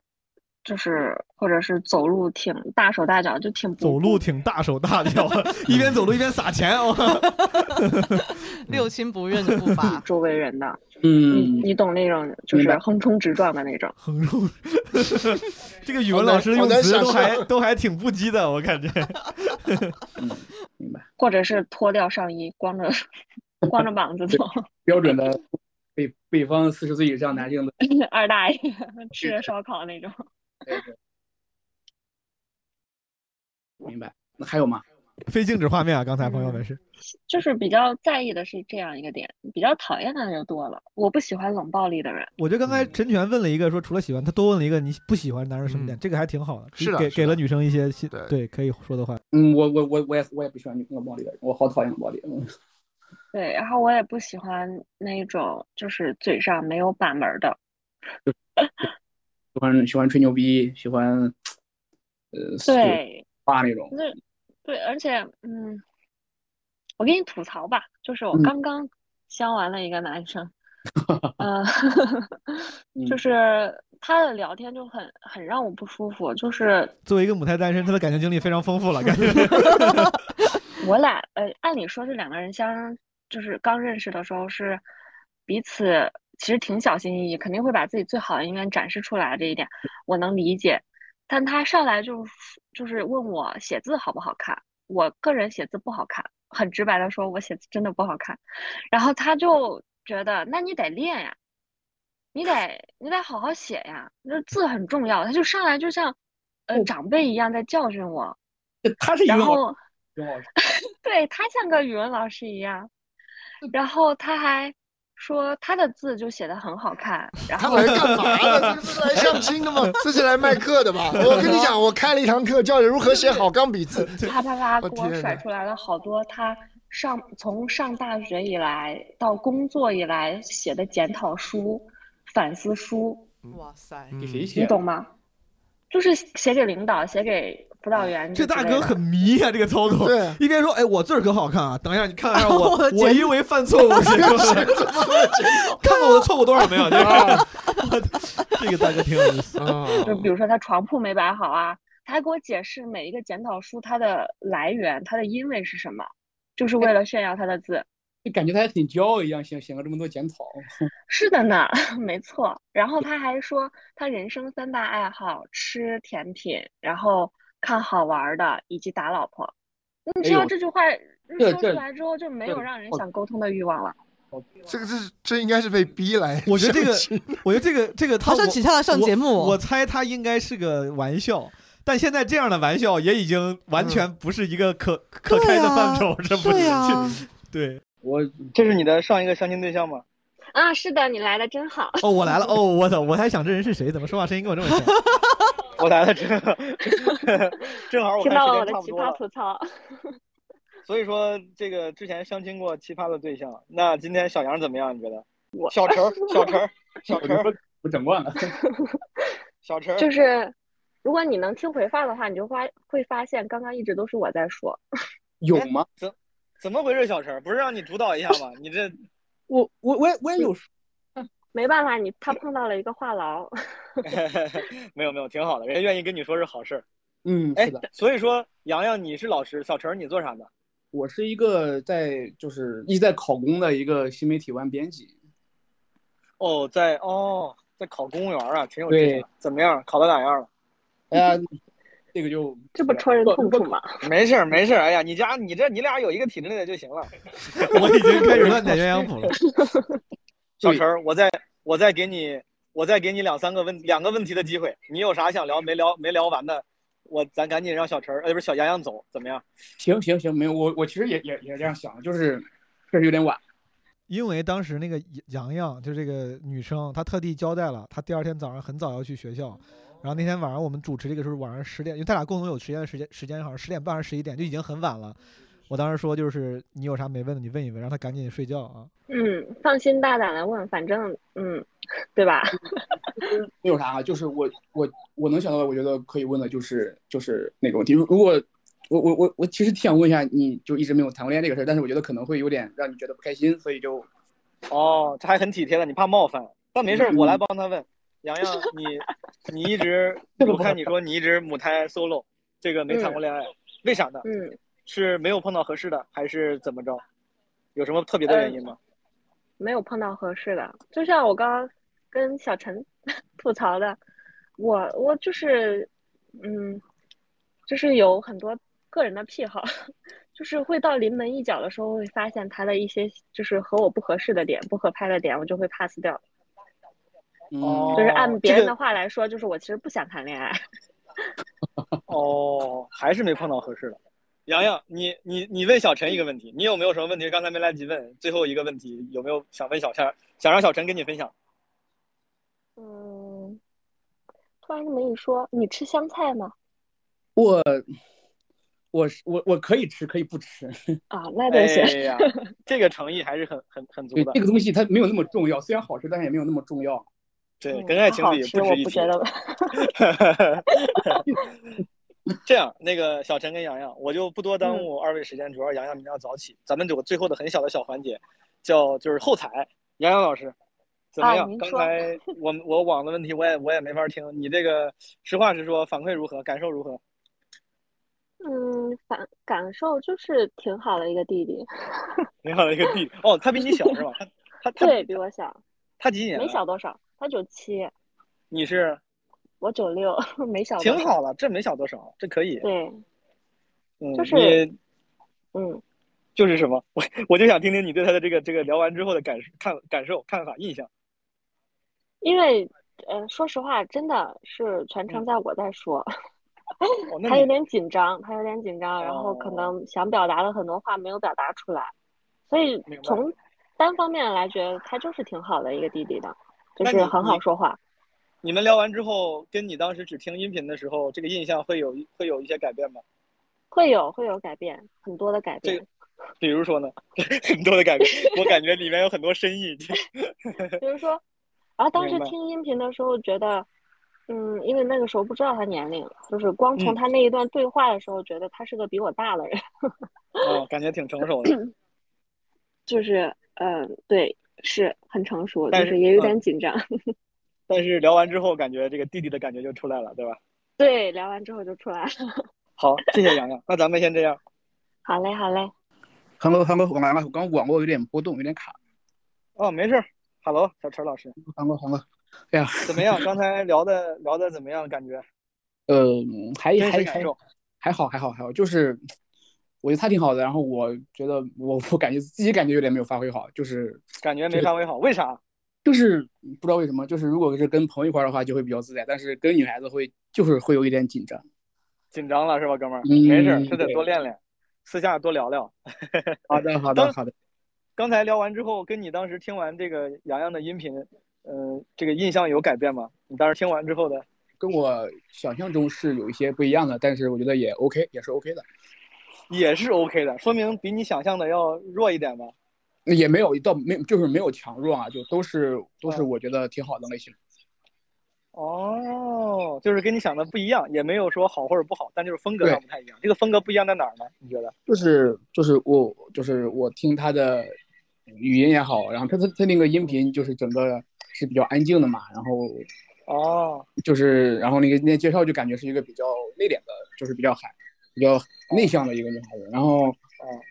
[SPEAKER 12] 就是或者是走路挺大手大脚，就挺不，
[SPEAKER 9] 走路挺大手大 脚，一边走路一边撒钱哦。
[SPEAKER 6] 六亲不认的步伐
[SPEAKER 12] 周围人的，
[SPEAKER 10] 嗯，
[SPEAKER 12] 你懂那种就是横冲直撞的那种，
[SPEAKER 9] 横冲， 这个语文老师用词都还 都还挺不羁的，我感觉。
[SPEAKER 12] 或者是脱掉上衣，光着 光着膀子走，
[SPEAKER 10] 标准的北北方四十岁以上男性的。
[SPEAKER 12] 二大爷吃着烧烤那种。
[SPEAKER 10] 明白。那还有吗？
[SPEAKER 9] 非静止画面啊，刚才朋友们是，
[SPEAKER 12] 就是比较在意的是这样一个点，比较讨厌的就多了。我不喜欢冷暴力的人，
[SPEAKER 9] 我觉得刚才陈全问了一个说除了喜欢，他多问了一个你不喜欢男人什么点，这个还挺啊好的，
[SPEAKER 10] 是的
[SPEAKER 9] 给
[SPEAKER 10] 是的
[SPEAKER 9] 给了女生一些信对可以说的话。
[SPEAKER 10] 嗯，我我我我也我也不喜欢冷暴力的人，我好讨厌冷暴力。嗯
[SPEAKER 12] 对，然后我也不喜欢那种就是嘴上没有把门儿的，
[SPEAKER 10] 喜欢喜欢吹牛逼，喜欢呃
[SPEAKER 12] 对
[SPEAKER 10] 发那种。
[SPEAKER 12] 那对，而且嗯，我给你吐槽吧，就是我
[SPEAKER 10] 嗯
[SPEAKER 12] 刚刚相完了一个男生，呃，
[SPEAKER 10] 嗯
[SPEAKER 12] 就是他的聊天就很很让我不舒服，就是
[SPEAKER 9] 作为一个母胎单身，他的感情经历非常丰富了，感觉
[SPEAKER 12] 我俩呃，按理说这两个人相就是刚认识的时候是彼此其实挺小心翼翼，肯定会把自己最好的一面展示出来，这一点我能理解。但他上来就就是问我写字好不好看，我个人写字不好看，很直白的说，我写字真的不好看。然后他就觉得，那你得练呀，你得你得好好写呀，那字很重要。他就上来就像呃长辈一样在教训我，
[SPEAKER 10] 哦呃他是语
[SPEAKER 12] 然
[SPEAKER 10] 文老
[SPEAKER 12] 后
[SPEAKER 10] 师，语文老师，
[SPEAKER 12] 对他像个语文老师一样，
[SPEAKER 6] 嗯
[SPEAKER 12] 然后他还说他的字就写的很好看，然
[SPEAKER 8] 他
[SPEAKER 12] 后
[SPEAKER 8] 来干嘛的？这是来相亲的 吗？这是来卖课的吧？我跟你讲，我开了一堂课，教你如何写好钢笔字。
[SPEAKER 12] 啪啪啪
[SPEAKER 8] 我
[SPEAKER 12] 给我
[SPEAKER 8] 天
[SPEAKER 12] 甩
[SPEAKER 8] 哪！
[SPEAKER 12] 出来了好多他上从上大学以来到工作以来写的检讨书、反思书，
[SPEAKER 8] 嗯
[SPEAKER 6] 哇塞，
[SPEAKER 10] 给谁
[SPEAKER 12] 你懂吗？就是写给领导、写给辅导员
[SPEAKER 9] 这
[SPEAKER 12] 之
[SPEAKER 9] 大
[SPEAKER 12] 类
[SPEAKER 9] 哥
[SPEAKER 12] 的
[SPEAKER 9] 很迷啊，这个操作。
[SPEAKER 8] 对，
[SPEAKER 9] 一边说，哎，我字儿可好看啊，等一下你看一下
[SPEAKER 6] 我
[SPEAKER 9] 我
[SPEAKER 6] 的，
[SPEAKER 9] 我
[SPEAKER 6] 简
[SPEAKER 9] 因为犯错误写出来的，看看我的错误多少没有？这个 这个大哥挺有意思。
[SPEAKER 12] 就比如说他床铺没摆好啊，他还给我解释每一个检讨书它的来源，它的因为是什么，就是为了炫耀他的字。
[SPEAKER 10] 就感觉他还挺骄傲一样，写写了这么多检讨。
[SPEAKER 12] 是的呢， 没错。然后他还说，他人生三大爱好：吃甜品，然后看好玩儿的，以及打老婆。你知
[SPEAKER 8] 哎
[SPEAKER 12] 道
[SPEAKER 8] 呦
[SPEAKER 12] 这句话
[SPEAKER 8] 这
[SPEAKER 12] 说出
[SPEAKER 8] 这
[SPEAKER 12] 来之后，就没有让人想沟通的欲望了。
[SPEAKER 8] 这个这是这应该是被逼来。
[SPEAKER 9] 我觉得这 个，我觉得这个这个他
[SPEAKER 6] 好想
[SPEAKER 9] 我
[SPEAKER 6] 请他来上
[SPEAKER 9] 我
[SPEAKER 6] 节目哦
[SPEAKER 9] 我猜他应该是个玩笑。但现在这样的玩笑也已经完全不是一个可、可开
[SPEAKER 6] 啊
[SPEAKER 9] 的范畴，这不是？ 对，
[SPEAKER 16] 我这是你的上一个相亲对象吗？
[SPEAKER 12] 啊，是的，你来的真好。
[SPEAKER 9] 哦，我来了，哦，我操，我还想这人是谁，怎么说话声音跟我这么像？
[SPEAKER 16] 我来了，真的，正好我
[SPEAKER 12] 听
[SPEAKER 16] 看
[SPEAKER 12] 到
[SPEAKER 16] 时
[SPEAKER 12] 了我
[SPEAKER 16] 间
[SPEAKER 12] 的
[SPEAKER 16] 差不
[SPEAKER 12] 奇
[SPEAKER 16] 多
[SPEAKER 12] 葩
[SPEAKER 16] 了，
[SPEAKER 12] 吐槽。
[SPEAKER 16] 所以说这个之前相亲过奇葩的对象，那今天小杨怎么样？你觉得？
[SPEAKER 12] 我
[SPEAKER 16] 小陈儿，小陈 儿，小
[SPEAKER 10] 我
[SPEAKER 16] 陈儿，
[SPEAKER 10] 我整惯了。
[SPEAKER 16] 小陈儿，
[SPEAKER 12] 就是，如果你能听回放的话，你就发会发现，刚刚一直都是我在说。
[SPEAKER 10] 有吗？
[SPEAKER 16] 哎怎怎么回事？小陈儿，不是让你主导一下吗？你这
[SPEAKER 10] 我我我也我也有
[SPEAKER 12] 没办法，你他碰到了一个话痨。
[SPEAKER 16] 没有没有，挺好的，人家愿意跟你说是好事儿。
[SPEAKER 10] 嗯，
[SPEAKER 16] 哎，所以说洋洋你是老师，小陈儿你做啥的？
[SPEAKER 10] 我是一个在就是一直在考公的一个新媒体湾编辑，
[SPEAKER 16] 哦，在哦，在考公务员啊，挺有
[SPEAKER 10] 对
[SPEAKER 16] 劲的。怎么样？考到哪样了？
[SPEAKER 10] 哎呀，这个就
[SPEAKER 12] 嗯这不戳人痛处吗？
[SPEAKER 16] 没事儿没事儿，哎呀，你家你这你俩有一个体制内的就行了。
[SPEAKER 9] 我已经开始乱点鸳鸯谱了。
[SPEAKER 16] 小陈儿，我再我再给你我再给你两三个问两个问题的机会，你有啥想聊没聊没聊完的，我咱赶紧让小陈儿，呃，不是小洋洋走，怎么样？
[SPEAKER 10] 行行行，没有我我其实也也也是这样想的，就是确实有点晚。
[SPEAKER 9] 因为当时那个洋洋，就这个女生，她特地交代了，她第二天早上很早要去学
[SPEAKER 16] 哦
[SPEAKER 9] 校。然后那天晚上我们主持这个时候晚上十点，因为他俩共同有时间的时间时间好像十点半还是十一点，就已经很晚了。我当时说就是你有啥没问的你问一问，让她赶紧睡觉啊。
[SPEAKER 12] 嗯，放心大胆的问，反正嗯，对吧？
[SPEAKER 10] 没有啥，啊就是我我我能想到的，我觉得可以问的就是就是那个问题。如如果我我我我其实挺想问一下，你就一直没有谈过恋爱这个事儿，但是我觉得可能会有点让你觉得不开心，所以就
[SPEAKER 16] 哦，这还很体贴的，你怕冒犯，但没事儿，
[SPEAKER 10] 嗯
[SPEAKER 16] 我来帮他问。洋洋，你你一 直，我看你说你一直母胎 solo，这个没谈过恋爱，为啥呢？
[SPEAKER 12] 嗯，
[SPEAKER 16] 是没有碰到合适的，还是怎么着？有什么特别的原因吗？
[SPEAKER 12] 没有碰到合适的。就像我刚刚跟小陈 吐槽的，我我就是，嗯，就是有很多个人的癖好， 就是会到临门一脚的时候，会发现他的一些就是和我不合适的点、不合拍的点，我就会 pass 掉。
[SPEAKER 16] 哦，
[SPEAKER 12] 就是按别
[SPEAKER 16] 这
[SPEAKER 12] 人
[SPEAKER 16] 个
[SPEAKER 12] 的话来说，就是我其实不想谈恋爱。
[SPEAKER 10] 嗯
[SPEAKER 16] 哦，还是没碰到合适的。洋洋，你你你问小陈一个问题，你有没有什么问题刚才没来及问？最后一个问题有没有想问小陈，想让小陈跟你分享？
[SPEAKER 12] 嗯，突然这么一说，你吃香菜吗？
[SPEAKER 10] 我我是我我可以吃，可以不吃。
[SPEAKER 12] 啊，那就行。
[SPEAKER 16] 哎 呀，这个诚意还是很很很足
[SPEAKER 10] 对
[SPEAKER 16] 的。
[SPEAKER 10] 这个东西它没有那么重要，虽然好吃，但是也没有那么重要。
[SPEAKER 16] 对，
[SPEAKER 12] 嗯
[SPEAKER 16] 跟爱
[SPEAKER 12] 它
[SPEAKER 16] 情
[SPEAKER 12] 好
[SPEAKER 16] 比
[SPEAKER 12] 吃
[SPEAKER 16] 不值
[SPEAKER 12] 我
[SPEAKER 16] 一
[SPEAKER 12] 不
[SPEAKER 16] 提
[SPEAKER 12] 觉得。
[SPEAKER 16] 这样，那个小陈跟洋洋，我就不多
[SPEAKER 12] 嗯
[SPEAKER 16] 耽误二位时间，主要洋洋明天要早起，咱们有个最后的很小的小环节，叫就是后采。洋洋老师，
[SPEAKER 9] 怎么
[SPEAKER 12] 啊
[SPEAKER 9] 样？
[SPEAKER 12] 您
[SPEAKER 9] 刚
[SPEAKER 12] 说
[SPEAKER 9] 才我们我网的问题，我也我也没法听。你这个实话实说，反馈如何？感受如何？
[SPEAKER 12] 嗯，感感受就是挺好的一个弟弟，
[SPEAKER 9] 你好，一个弟弟哦，他比你小是吧？他他他
[SPEAKER 12] 对，比我小，
[SPEAKER 9] 他几几年
[SPEAKER 12] 没
[SPEAKER 9] 的？
[SPEAKER 12] 小多少，他九七，
[SPEAKER 9] 你是
[SPEAKER 12] 我九六， 没小多
[SPEAKER 9] 挺
[SPEAKER 12] 少。
[SPEAKER 9] 好了，这没小多少，这可以。
[SPEAKER 12] 对，
[SPEAKER 9] 嗯，
[SPEAKER 12] 就是
[SPEAKER 9] 你
[SPEAKER 12] 嗯，
[SPEAKER 9] 就是什么？我我就想听听你对他的这个这个聊完之后的感看感受、看法、印象。
[SPEAKER 12] 因为呃，说实话，真的是全程在我在说，
[SPEAKER 9] 嗯哦 那
[SPEAKER 12] 他有
[SPEAKER 9] 你哦
[SPEAKER 12] 点紧张，他有点紧张，然后可能想表达的很多话没有表达出来，所以
[SPEAKER 9] 明白
[SPEAKER 12] 从单方面来觉得他就是挺好的一个弟弟的，就
[SPEAKER 9] 那
[SPEAKER 12] 是
[SPEAKER 9] 你
[SPEAKER 12] 很好
[SPEAKER 9] 你
[SPEAKER 12] 说话。
[SPEAKER 9] 你们聊完之后，跟你当时只听音频的时候，这个印象会有会有一些改变吗？
[SPEAKER 12] 会有会有改变，很多的改
[SPEAKER 9] 这
[SPEAKER 12] 变。
[SPEAKER 9] 比如说呢， 很多的改变，我感觉里面有很多深意。
[SPEAKER 12] 比如说，然后当时
[SPEAKER 9] 明白
[SPEAKER 12] 听音频的时候觉得，嗯，因为那个时候不知道他年龄，就是光从
[SPEAKER 9] 嗯
[SPEAKER 12] 他那一段对话的时候，觉得他是个比我大的人，
[SPEAKER 9] 哦，感觉挺成熟的。
[SPEAKER 12] 就是，嗯，对，是很成熟，
[SPEAKER 9] 但
[SPEAKER 12] 就是是也有点
[SPEAKER 9] 嗯
[SPEAKER 12] 紧张。
[SPEAKER 9] 但是聊完之后，感觉这个弟弟的感觉就出来了，对吧？
[SPEAKER 12] 对，聊完之后就出来了。
[SPEAKER 9] 好，谢谢洋洋，那咱们先这样。
[SPEAKER 12] 好嘞，好嘞，
[SPEAKER 10] Hello Hello，我来了，我刚网络有点波动，有点卡。
[SPEAKER 9] 哦，没事儿。Hello，小陈老师，
[SPEAKER 10] Hello Hello，哎呀，
[SPEAKER 9] 怎么样？刚才聊的聊的怎么样？感觉
[SPEAKER 10] 呃，还
[SPEAKER 9] 真实
[SPEAKER 10] 还
[SPEAKER 9] 感
[SPEAKER 10] 还
[SPEAKER 9] 受
[SPEAKER 10] 还好还好还好，就是我觉得他挺好的，然后我觉得我我感觉自己感觉有点没有发挥好，就是
[SPEAKER 9] 感觉没发挥好，为啥？
[SPEAKER 10] 就是不知道为什么，就是如果是跟朋友一块儿的话就会比较自在，但是跟女孩子会就是会有一点 紧张。
[SPEAKER 9] 紧张了是吧，哥们儿？
[SPEAKER 10] 嗯
[SPEAKER 9] 没事儿，这得
[SPEAKER 10] 对
[SPEAKER 9] 多练练，私下多聊聊。
[SPEAKER 10] 好的好的好的，
[SPEAKER 9] 刚才聊完之后，跟你当时听完这个洋洋的音频，嗯、这个印象有改变吗？你当时听完之后的，
[SPEAKER 10] 跟我想象中是有一些不一样的，但是我觉得也 OK，也是 OK 的。
[SPEAKER 9] 也是 OK 的，说明比你想象的要弱一点吧。
[SPEAKER 10] 也没有到没就是没有强弱啊，就都是都
[SPEAKER 9] 嗯
[SPEAKER 10] 是我觉得挺好的类型。
[SPEAKER 9] 哦，就是跟你想的不一样，也没有说好或者不好，但就是风格上
[SPEAKER 10] 对
[SPEAKER 9] 不太一样。这个风格不一样在哪儿呢？你觉得？
[SPEAKER 10] 就是就是我就是我听他的语音也好，然后他他他那个音频就是整个是比较安静的嘛，然后
[SPEAKER 9] 哦，
[SPEAKER 10] 就是然后那个那介绍就感觉是一个比较内敛的，就是比较海比较内向的一个女孩子，然后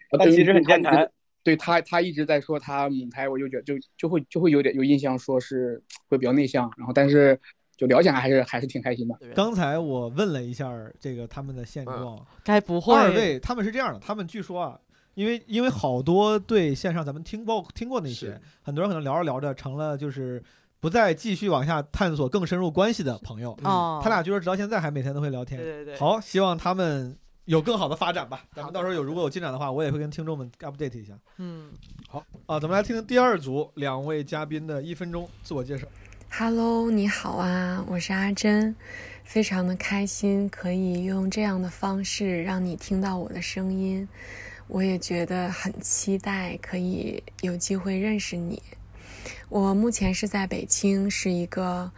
[SPEAKER 9] 但
[SPEAKER 10] 对于
[SPEAKER 9] 其实很健
[SPEAKER 10] 她一直
[SPEAKER 9] 谈
[SPEAKER 10] 对他，他一直在说他母胎，我就觉得就就会就会有点有印象，说是会比较内向，然后但是就聊起来还是还是挺开心的。
[SPEAKER 1] 刚才我问了一下儿这个他们的现状，
[SPEAKER 6] 该不会
[SPEAKER 1] 二位他们是这样的？他们据说啊，因为因为好多对线上咱们听包听过那些，很多人可能聊着聊着成了就是不再继续往下探索更深入关系的朋友。
[SPEAKER 6] 嗯哦
[SPEAKER 1] 他俩据说直到现在还每天都会聊天。
[SPEAKER 6] 对对对
[SPEAKER 1] 好，希望他们有更好的发展吧。咱们到时候有如果有进展的话，我也会跟听众们 update 一下。
[SPEAKER 6] 嗯，
[SPEAKER 1] 好啊，咱们来听听第二组两位嘉宾的一分钟自我介绍。
[SPEAKER 7] Hello，你好啊，我是阿珍，非常的开心可以用这样的方式让你听到我的声音，我也觉得很期待可以有机会认识你。我目前是在北京，是一个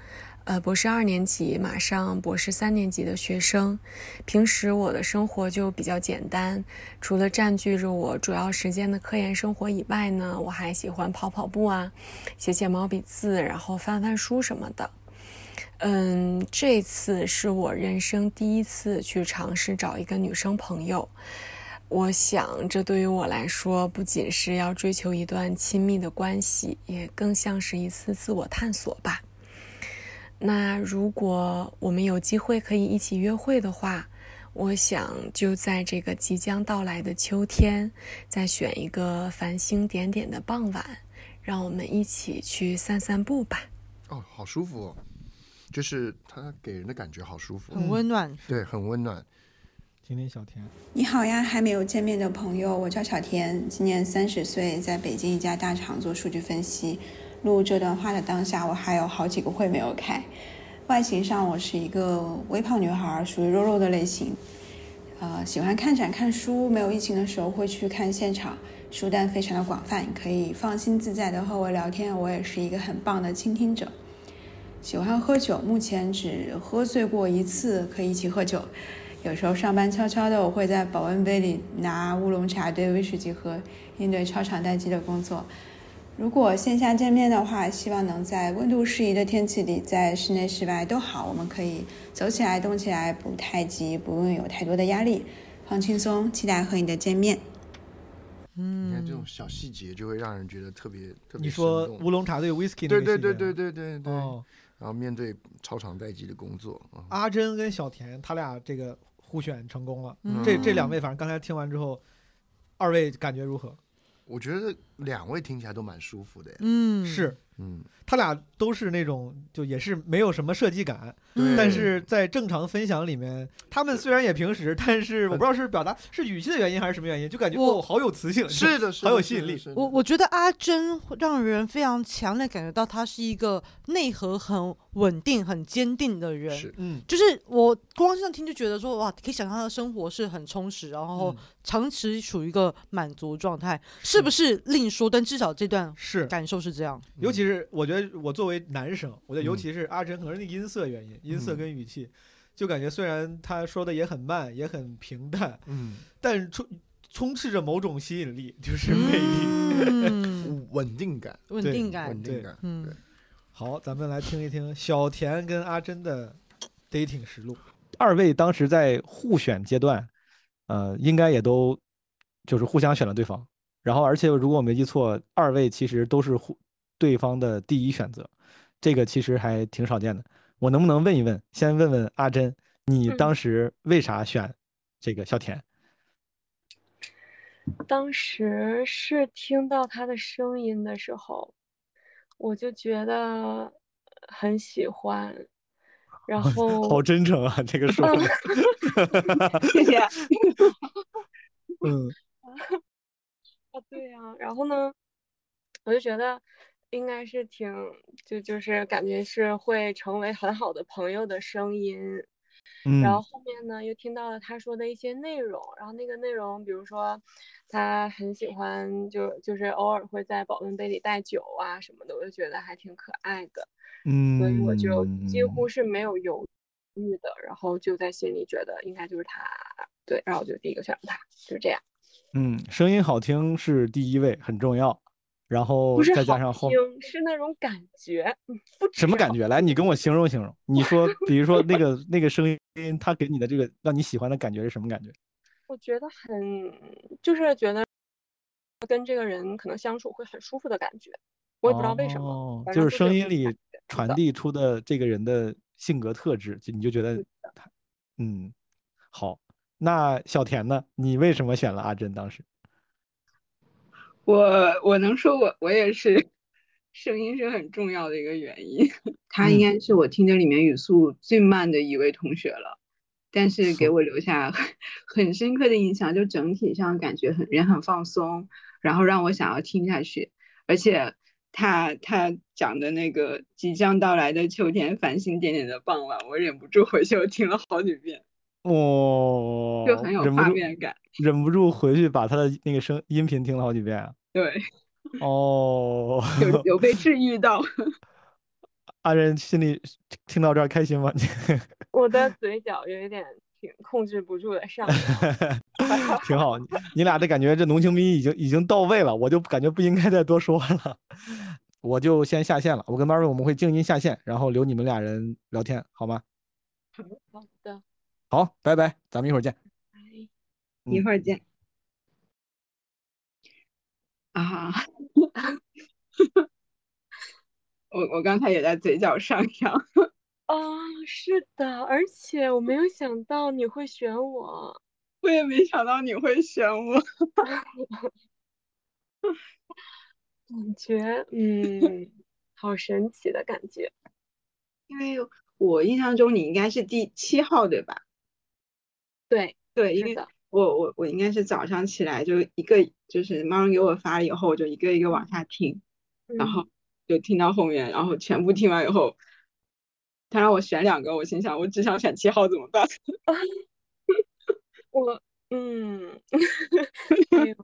[SPEAKER 7] 呃博士二年级，马上博士三年级的学生。平时我的生活就比较简单，除了占据着我主要时间的科研生活以外呢，我还喜欢跑跑步啊，写写毛笔字，然后翻翻书什么的。嗯，这次是我人生第一次去尝试找一个女生朋友。我想，这对于我来说，不仅是要追求一段亲密的关系，也更像是一次自我探索吧。那如果我们有机会可以一起约会的话，我想就在这个即将到来的秋天，再选一个繁星点点的傍晚，让我们一起去散散步吧。
[SPEAKER 8] 哦，好舒服、哦，就是它给人的感觉好舒服，嗯
[SPEAKER 6] 很温暖
[SPEAKER 8] 对，很温暖。
[SPEAKER 1] 听听小田，
[SPEAKER 5] 你好呀，还没有见面的朋友，我叫小田，今年三十岁，在北京一家大厂做数据分析。录这段话的当下，我还有好几个会没有开。外形上，我是一个微胖女孩，属于肉肉的类型。呃，喜欢看展、看书，没有疫情的时候会去看现场，书单非常的广泛，可以放心自在的和我聊天。我也是一个很棒的倾听者。喜欢喝酒，目前只喝醉过一次，可以一起喝酒。有时候上班悄悄的，我会在保温杯里拿乌龙茶兑威士忌喝，应对超常待机的工作。如果线下见面的话，希望能在温度适宜的天气里，在室内室外都好，我们可以走起来、动起来，不太急，不用有太多的压力，放轻松，期待和你的见面。
[SPEAKER 12] 嗯
[SPEAKER 8] 你看这种小细节就会让人觉得特别特别生动。
[SPEAKER 9] 你说乌龙茶对 whisky
[SPEAKER 8] 对
[SPEAKER 9] 那个
[SPEAKER 8] 对
[SPEAKER 9] 细
[SPEAKER 8] 对对
[SPEAKER 9] 节啊
[SPEAKER 8] 对对对。
[SPEAKER 9] 哦
[SPEAKER 8] 然后面对超长待机的工作，啊
[SPEAKER 9] 阿珍跟小田他俩这个互选成功了，
[SPEAKER 8] 嗯
[SPEAKER 9] 这这两位反正刚才听完之后，二位感觉如何？
[SPEAKER 8] 我觉得两位听起来都蛮舒服的。
[SPEAKER 6] 嗯
[SPEAKER 9] 是，啊
[SPEAKER 8] 嗯，
[SPEAKER 9] 他俩都是那种就也是没有什么设计感
[SPEAKER 8] 对，
[SPEAKER 9] 但是在正常分享里面，他们虽然也平时，但是我不知道是表达是语气的原因还是什么原因，就感觉
[SPEAKER 6] 我
[SPEAKER 9] 哦好有磁性，
[SPEAKER 8] 是的是的
[SPEAKER 9] 好有吸引力。
[SPEAKER 8] 是的是的
[SPEAKER 6] 我我觉得阿珍会让人非常强烈感觉到她是一个内核很稳定、很坚定的人。
[SPEAKER 8] 是
[SPEAKER 9] 嗯
[SPEAKER 6] 就是我光这样听就觉得说哇，可以想象她的生活是很充实，然后
[SPEAKER 8] 嗯
[SPEAKER 6] 长期处于一个满足状态，是不是另说？但至少这段
[SPEAKER 9] 是
[SPEAKER 6] 感受是这样。
[SPEAKER 9] 尤其是我觉得我作为男生，我觉得尤
[SPEAKER 6] 嗯
[SPEAKER 9] 其是阿珍，可能是那个音色原因，音色
[SPEAKER 6] 嗯
[SPEAKER 9] 跟语气，就感觉虽然他说的也很慢，也很平淡，
[SPEAKER 8] 嗯，
[SPEAKER 9] 但是充充斥着某种吸引力，就是魅力，
[SPEAKER 6] 嗯
[SPEAKER 8] 稳定感，
[SPEAKER 6] 稳
[SPEAKER 9] 对
[SPEAKER 6] 定感
[SPEAKER 9] 稳
[SPEAKER 6] 对
[SPEAKER 9] 定感。
[SPEAKER 6] 嗯
[SPEAKER 9] 对，好，咱们来听一听小田跟阿珍的 dating 实录。
[SPEAKER 15] 二位当时在互选阶段，呃，应该也都就是互相选了对方。然后，而且如果我没记错，二位其实都是互对方的第一选择，这个其实还挺少见的。我能不能问一问，先问问阿珍，你
[SPEAKER 7] 嗯
[SPEAKER 15] 当时为啥选这个小田？
[SPEAKER 7] 当时是听到他的声音的时候，我就觉得很喜欢，然后 嗯
[SPEAKER 15] 好真诚啊，这个 说的，
[SPEAKER 7] 谢谢。
[SPEAKER 15] 嗯，
[SPEAKER 7] 啊，对呀、然后呢，我就觉得应该是挺，就就是感觉是会成为很好的朋友的声音。然后
[SPEAKER 15] 嗯
[SPEAKER 7] 后面呢，又听到了他说的一些内容，然后那个内容，比如说他很喜欢就，就是偶尔会在保温杯里带酒啊什么的，我就觉得还挺可爱的，所以我就
[SPEAKER 8] 嗯
[SPEAKER 7] 几
[SPEAKER 15] 嗯
[SPEAKER 7] 乎是没有犹豫的，然后就在心里觉得应该就是他，对，然后我就第一个选了他，就这样。
[SPEAKER 15] 嗯，声音好听是第一位，很重要。然后
[SPEAKER 7] 不是
[SPEAKER 15] 哦再加
[SPEAKER 7] 好
[SPEAKER 15] 上后
[SPEAKER 7] 听，是那种感觉，嗯不
[SPEAKER 15] 什么感觉？来，你跟我形容形容。你说，比如说那个那个声音，它给你的这个让你喜欢的感觉是什么感觉？
[SPEAKER 7] 我觉得很，就是觉得跟这个人可能相处会很舒服的感觉。我也不知道为什么，
[SPEAKER 15] 哦
[SPEAKER 7] 反
[SPEAKER 15] 就
[SPEAKER 7] 正
[SPEAKER 15] 是
[SPEAKER 7] 就
[SPEAKER 15] 声
[SPEAKER 7] 是
[SPEAKER 15] 音里传递出的这个人的性格特质，就你就觉得他，嗯，好。那小田呢？你为什么选了阿珍？当时，
[SPEAKER 17] 我我能说我我也是， 声音是很重要的一个原因。他
[SPEAKER 15] 嗯
[SPEAKER 17] 应该是我听的里面语速最慢的一位同学了，但是给我留下很深刻的印象，就整体上感觉很人很放松，然后让我想要听下去，而且他他讲的那个即将到来的秋天繁星点点的傍晚，我忍不住回去又听了好几遍。
[SPEAKER 15] 哦，
[SPEAKER 17] 就很有
[SPEAKER 15] 忍不
[SPEAKER 17] 画
[SPEAKER 15] 住
[SPEAKER 17] 面 感，
[SPEAKER 15] 忍不住回去把他的那个声音频听了好几遍 啊。
[SPEAKER 17] 对，
[SPEAKER 15] 哦，
[SPEAKER 17] 有有被治愈到。
[SPEAKER 15] 阿珍心里听到这儿开心吗？
[SPEAKER 7] 我的嘴角有一点挺控制不住的上 扬
[SPEAKER 15] 挺好，你你俩这感觉这浓情蜜意已经已经到位了，我就感觉不应该再多说了， 我就先下线了。我跟 Marvin 我们会静音下线，然后留你们俩人聊天，好吗？
[SPEAKER 7] 好的，
[SPEAKER 15] 好，拜拜，咱们一会儿见。
[SPEAKER 17] 一会儿见。啊， 我我刚才也在嘴角上扬，
[SPEAKER 7] 啊、是的，而且我没有想到你会选我，
[SPEAKER 17] 我也没想到你会选我，
[SPEAKER 7] 感觉嗯，好神奇的感觉。
[SPEAKER 17] 因为我印象中你应该是第七号，对吧？
[SPEAKER 7] 对
[SPEAKER 17] 对，因为我我我应该是早上起来就一个，就是猫人给我发了以后，我就一个一个往下听，
[SPEAKER 7] 嗯
[SPEAKER 17] 然后就听到后面，然后全部听完以后，他让我选两个，我心想我只想选七号怎 么办？
[SPEAKER 7] 我嗯，哎呦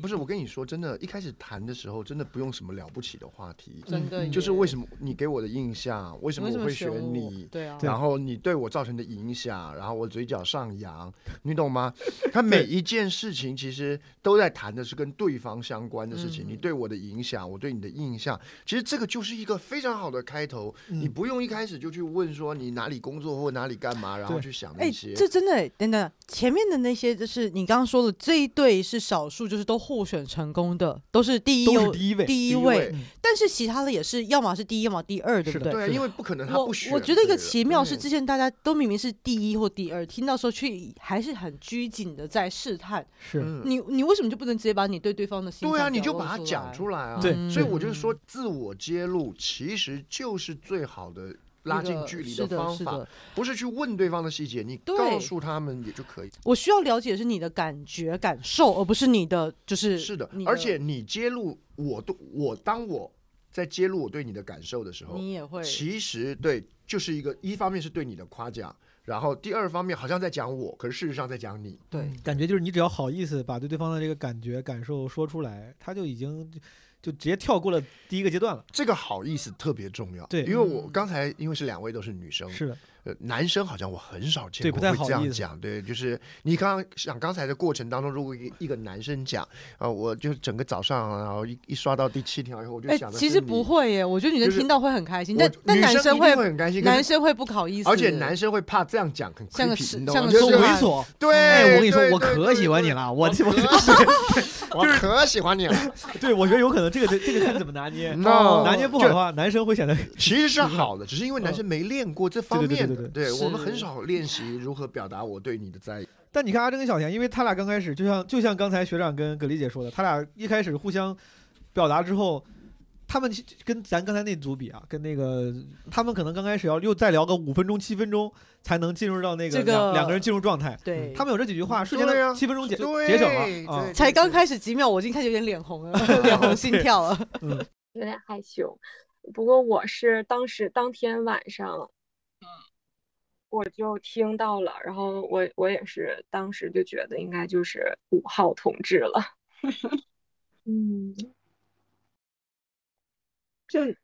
[SPEAKER 8] 不是，我跟你说，真的，一开始谈的时候，真的不用什么了不起的话题，
[SPEAKER 6] 真的耶
[SPEAKER 8] 就是为什么你给我的印象，为什么
[SPEAKER 6] 为什
[SPEAKER 8] 我
[SPEAKER 6] 么
[SPEAKER 8] 会
[SPEAKER 6] 选
[SPEAKER 8] 选
[SPEAKER 6] 我
[SPEAKER 8] 你，
[SPEAKER 6] 对啊
[SPEAKER 8] 然后你对我造成的影响，然后我嘴角上 扬，你懂吗？他每一件事情其实都在谈的是跟对方相关的事情，
[SPEAKER 13] 嗯
[SPEAKER 8] 你对我的影响，我对你的印象，其实这个就是一个非常好的开头，
[SPEAKER 6] 嗯
[SPEAKER 8] 你不用一开始就去问说你哪里工作或哪里干嘛，然后去想那
[SPEAKER 6] 哎，
[SPEAKER 8] 些。
[SPEAKER 6] 这真的哎等等，前面的那些就是你刚刚说的这一对是少数，就是都互选成功的，都是第一
[SPEAKER 8] 都是
[SPEAKER 6] 优
[SPEAKER 8] 第一位
[SPEAKER 6] 第
[SPEAKER 8] 第一
[SPEAKER 6] 位
[SPEAKER 8] 位嗯
[SPEAKER 6] 但是其他的也是要么是第一，要么第二，对不对？
[SPEAKER 8] 对，啊因为不可能他
[SPEAKER 6] 我
[SPEAKER 8] 不选。
[SPEAKER 6] 我觉得一个
[SPEAKER 8] 对的
[SPEAKER 6] 奇妙是，
[SPEAKER 8] 嗯
[SPEAKER 6] 之前大家都明明是第一或第二，听到时候却还是很拘谨的在试探。
[SPEAKER 9] 是
[SPEAKER 8] 嗯
[SPEAKER 6] 你你为什么就不能直接把你对对方的心？
[SPEAKER 8] 对啊，你就把它讲出来啊。
[SPEAKER 6] 对
[SPEAKER 8] 所以
[SPEAKER 6] 嗯
[SPEAKER 8] 我就是说，自我揭露其实就是最好的拉近距离
[SPEAKER 6] 是的
[SPEAKER 8] 方
[SPEAKER 6] 是
[SPEAKER 8] 法
[SPEAKER 6] 的，
[SPEAKER 8] 不是去问对方的细节，你
[SPEAKER 6] 对
[SPEAKER 8] 告诉他们也就可以。
[SPEAKER 6] 我需要了解的是你的感觉感受，而不是你的就是
[SPEAKER 8] 是的
[SPEAKER 6] 你，
[SPEAKER 8] 而且你揭露我对我当我在揭露我对你的感受的时候，
[SPEAKER 6] 你也会
[SPEAKER 8] 其实对，就是一个一方面是对你的夸奖，然后第二方面好像在讲我，可是事实上在讲你。
[SPEAKER 6] 对，
[SPEAKER 9] 感觉就是你只要好意思把对对方的这个感觉感受说出来，他就已经就就直接跳过了第一个阶段了。
[SPEAKER 8] 这个好意思特别重要，
[SPEAKER 9] 对
[SPEAKER 8] 啊
[SPEAKER 9] 嗯
[SPEAKER 8] 因为我刚才因为是两位都是女生，
[SPEAKER 9] 是的，
[SPEAKER 8] 呃，男生好像我很少
[SPEAKER 9] 对
[SPEAKER 8] 见
[SPEAKER 9] 不
[SPEAKER 8] 过
[SPEAKER 9] 太
[SPEAKER 8] 会
[SPEAKER 9] 好
[SPEAKER 8] 这样
[SPEAKER 9] 意思
[SPEAKER 8] 讲，对，就是你刚刚想刚才的过程当中，如果一一个男生讲，啊，我就整个早上，啊然后一一刷到第七条以后，我就
[SPEAKER 6] 哎、
[SPEAKER 8] 想的
[SPEAKER 6] 其
[SPEAKER 8] 是
[SPEAKER 6] 实
[SPEAKER 8] 你
[SPEAKER 6] 不，会耶，我觉得女生
[SPEAKER 8] 就是
[SPEAKER 6] 听到会很开心，
[SPEAKER 8] 我
[SPEAKER 6] 但但
[SPEAKER 8] 女
[SPEAKER 6] 男
[SPEAKER 8] 生
[SPEAKER 6] 生
[SPEAKER 8] 一定
[SPEAKER 6] 会
[SPEAKER 8] 会很开心可是
[SPEAKER 6] 男生会不好意思，
[SPEAKER 8] 而且男生会怕这样讲很
[SPEAKER 6] 像个
[SPEAKER 8] creepy，
[SPEAKER 6] 是
[SPEAKER 8] 你懂
[SPEAKER 6] 像
[SPEAKER 8] 吗？
[SPEAKER 6] 个
[SPEAKER 8] 就是
[SPEAKER 6] 说
[SPEAKER 9] 猥琐
[SPEAKER 8] 对，
[SPEAKER 6] 嗯
[SPEAKER 9] 哎，我跟你说，
[SPEAKER 8] 对
[SPEAKER 9] 我
[SPEAKER 8] 对
[SPEAKER 9] 可喜欢你了，我我
[SPEAKER 8] 我可喜欢你了。
[SPEAKER 9] 对，我觉得有可能这个这个看怎么拿捏，
[SPEAKER 8] No，
[SPEAKER 9] 拿捏不好的话，男生会显得
[SPEAKER 8] 其实是好的，只是因为男生没练过这方
[SPEAKER 9] 嗯对对对
[SPEAKER 8] 面
[SPEAKER 9] 对
[SPEAKER 8] 的，
[SPEAKER 9] 对对
[SPEAKER 8] 我们
[SPEAKER 9] 是
[SPEAKER 8] 很少练习如何表达我对你的在意。
[SPEAKER 9] 但你看阿珍跟小田，因为他俩刚开始就像就像刚才学长跟葛丽姐说的，他俩一开始互相表达之后，他们其跟咱刚才那组比啊，跟那个他们可能刚开始要又再聊个五分钟七分钟才能进入到那个
[SPEAKER 6] 这
[SPEAKER 9] 两、
[SPEAKER 6] 个
[SPEAKER 9] 两个人进入状态。
[SPEAKER 6] 对
[SPEAKER 9] 他们有这几句话，瞬间
[SPEAKER 6] 对
[SPEAKER 9] 的
[SPEAKER 6] 啊
[SPEAKER 9] 七分钟解、
[SPEAKER 6] 对
[SPEAKER 9] 解整了啊。
[SPEAKER 6] 才刚开始几秒，我已经开始有点 脸红了， 脸 红心跳了。
[SPEAKER 9] 嗯，
[SPEAKER 7] 有点害羞。不过我是当时当天晚上，嗯，我就听到了，然后我我也是当时就觉得应该就是五号同志了。
[SPEAKER 17] 嗯，就嗯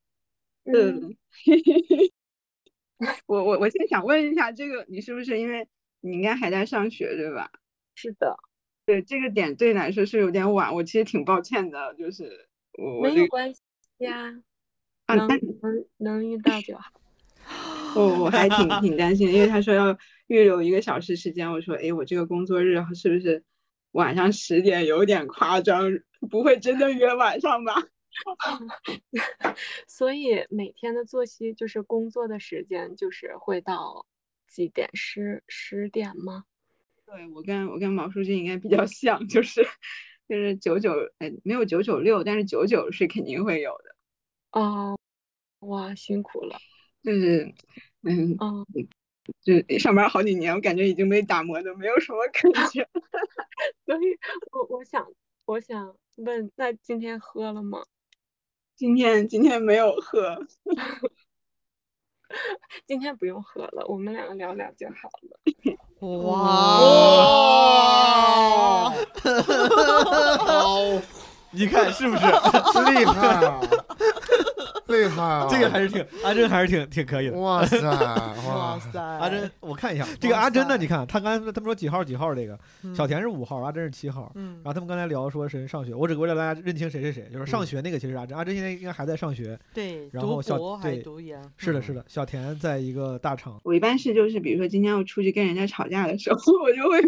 [SPEAKER 7] 嗯，
[SPEAKER 17] 我我我先想问一下，这个你是不是因为你应该还在上学对吧？
[SPEAKER 7] 是的，
[SPEAKER 17] 对这个点对你来说是有点晚，我其实挺抱歉的，就是我我
[SPEAKER 7] 没
[SPEAKER 17] 这
[SPEAKER 7] 有
[SPEAKER 17] 个
[SPEAKER 7] 关系嗯呀，
[SPEAKER 17] 啊，
[SPEAKER 7] 能
[SPEAKER 17] 但
[SPEAKER 7] 能能遇到就好。
[SPEAKER 17] 我我还挺挺担心的，因为他说要预留一个小时时间，我说诶，我这个工作日是不是晚上十点有点夸张，不会真的约晚上吧？
[SPEAKER 7] 所以每天的作息就是工作的时间，就是会到几点？十十点吗？
[SPEAKER 17] 对，我跟我跟毛书记应该比较像，就是就是九九，哎，没有九九六，但是九九是肯定会有的。
[SPEAKER 7] 哦，哇，辛苦了。
[SPEAKER 17] 就是，嗯，
[SPEAKER 7] 哦，
[SPEAKER 17] 就上班好几年，我感觉已经被打磨的没有什么感觉。
[SPEAKER 7] 所以我我想我想问，那今天喝了吗？
[SPEAKER 17] 今天今天没有喝，
[SPEAKER 7] 今天不用喝了，我们两个聊聊就好 了。
[SPEAKER 6] 哇！
[SPEAKER 15] 你看是不是
[SPEAKER 8] 厉害啊，厉害啊！
[SPEAKER 9] 这个还是挺阿珍还是挺挺可以的。
[SPEAKER 8] 哇 塞
[SPEAKER 9] 啊哇
[SPEAKER 8] 哇
[SPEAKER 9] 塞！阿珍，我看一下这个阿珍呢，你看他刚才他们说几号几号这个，小田是五号，阿珍是七号。
[SPEAKER 6] 嗯
[SPEAKER 9] 然后他们刚才聊说谁上学，我只为了大家认清谁谁谁，就是上学那个其实是阿珍，阿珍现在应该还在上学。
[SPEAKER 6] 嗯对
[SPEAKER 9] 然后
[SPEAKER 6] 读
[SPEAKER 9] 小
[SPEAKER 6] 博还
[SPEAKER 9] 对
[SPEAKER 6] 读研嗯
[SPEAKER 9] 是的，是的，小田在一个 大厂，
[SPEAKER 17] 我一般是就是比如说今天要出去跟人家吵架的时候， 我就会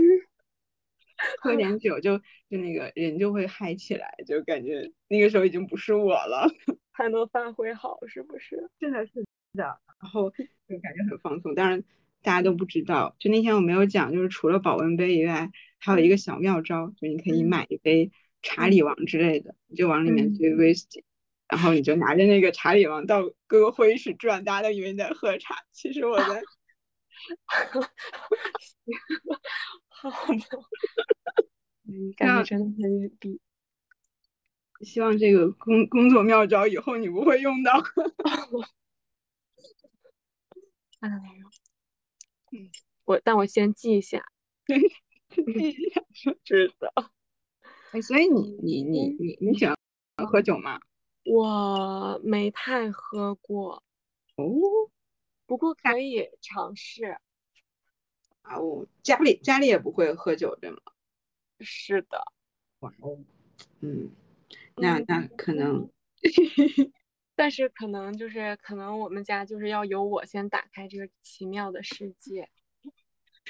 [SPEAKER 17] 喝点酒，就就那个人就会嗨起来，就感 觉那个时候已经不是我了。
[SPEAKER 7] 还能发挥好，是不是？
[SPEAKER 17] 是的，是的。然后就感觉很放松。当然，大家都不知道，就那天我没有讲，就是除了保温杯以外，还有一个小妙招，就你可以买一杯查理王之类的，你就往里面兑 whisky，然后你就拿着那个查理王到各个会议室转，大家都以为你在喝茶，其实我 在
[SPEAKER 7] 好吧，嗯，感觉真的很牛逼。
[SPEAKER 17] 希望这个工工作妙招以后你不会用到。
[SPEAKER 7] 哎呦，嗯，我但我先记一下。
[SPEAKER 17] 记一下，
[SPEAKER 7] 知道。嗯
[SPEAKER 17] 哎，所以你你你你你喜欢喝酒吗？
[SPEAKER 7] 我没太喝过
[SPEAKER 17] 哦，
[SPEAKER 7] 不过可以尝试。
[SPEAKER 17] 啊，我家里家里也不会喝酒，对吗？
[SPEAKER 7] 是的，
[SPEAKER 17] 哇哦，嗯，那那可能
[SPEAKER 7] 但是可能就是可能我们家就是要由我先打开这个奇妙的世界。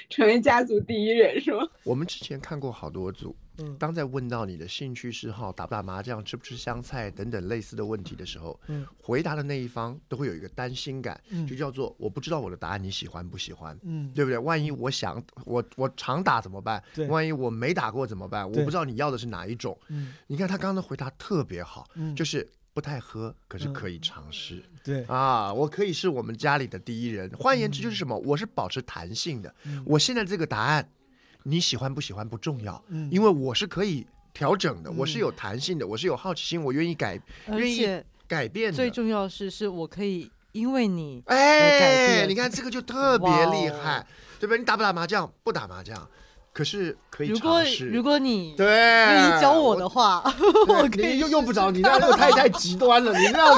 [SPEAKER 17] 成为家族第一人是吗？
[SPEAKER 8] 我们之前看过好多组，
[SPEAKER 9] 嗯
[SPEAKER 8] 当在问到你的兴趣嗜好、打不打麻将、吃不吃香菜等等类似的问题的时候，
[SPEAKER 9] 嗯
[SPEAKER 8] 回答的那一方都会有一个担心感，
[SPEAKER 9] 嗯
[SPEAKER 8] 就叫做我不知道我的答案你喜欢不喜欢，
[SPEAKER 9] 嗯
[SPEAKER 8] 对不对？万一我想我我常打怎么办
[SPEAKER 9] 对？
[SPEAKER 8] 万一我没打过怎么办？我
[SPEAKER 9] 对
[SPEAKER 8] 不知道你要的是哪一种。
[SPEAKER 9] 嗯
[SPEAKER 8] 你看他刚刚的回答特别好，
[SPEAKER 9] 嗯
[SPEAKER 8] 就是不太喝，可是
[SPEAKER 9] 嗯
[SPEAKER 8] 可以尝试。
[SPEAKER 9] 对
[SPEAKER 8] 啊，我可以是我们家里的第一人。换言之，就是什
[SPEAKER 6] 嗯
[SPEAKER 8] 么？我是保持弹性的。
[SPEAKER 9] 嗯
[SPEAKER 8] 我现在这个答案，你喜欢不喜欢不重要，
[SPEAKER 9] 嗯
[SPEAKER 8] 因为我是可以调整的，
[SPEAKER 6] 嗯
[SPEAKER 8] 我是有弹性的，我是有好奇心，我愿意改，
[SPEAKER 6] 而
[SPEAKER 8] 愿意
[SPEAKER 6] 且
[SPEAKER 8] 改变的。
[SPEAKER 6] 最重要的是，是我可以因为你而改
[SPEAKER 8] 哎，
[SPEAKER 6] 变哦
[SPEAKER 8] 你看这个就特别 厉害，对不对？你打不打麻将？不打麻将，可是可以
[SPEAKER 6] 如果
[SPEAKER 8] 尝试。
[SPEAKER 6] 如果 你
[SPEAKER 8] 对
[SPEAKER 6] 愿意教我的话， 我可
[SPEAKER 8] 哎你
[SPEAKER 6] 以
[SPEAKER 8] 又用不着，你那个太太极端了，你那样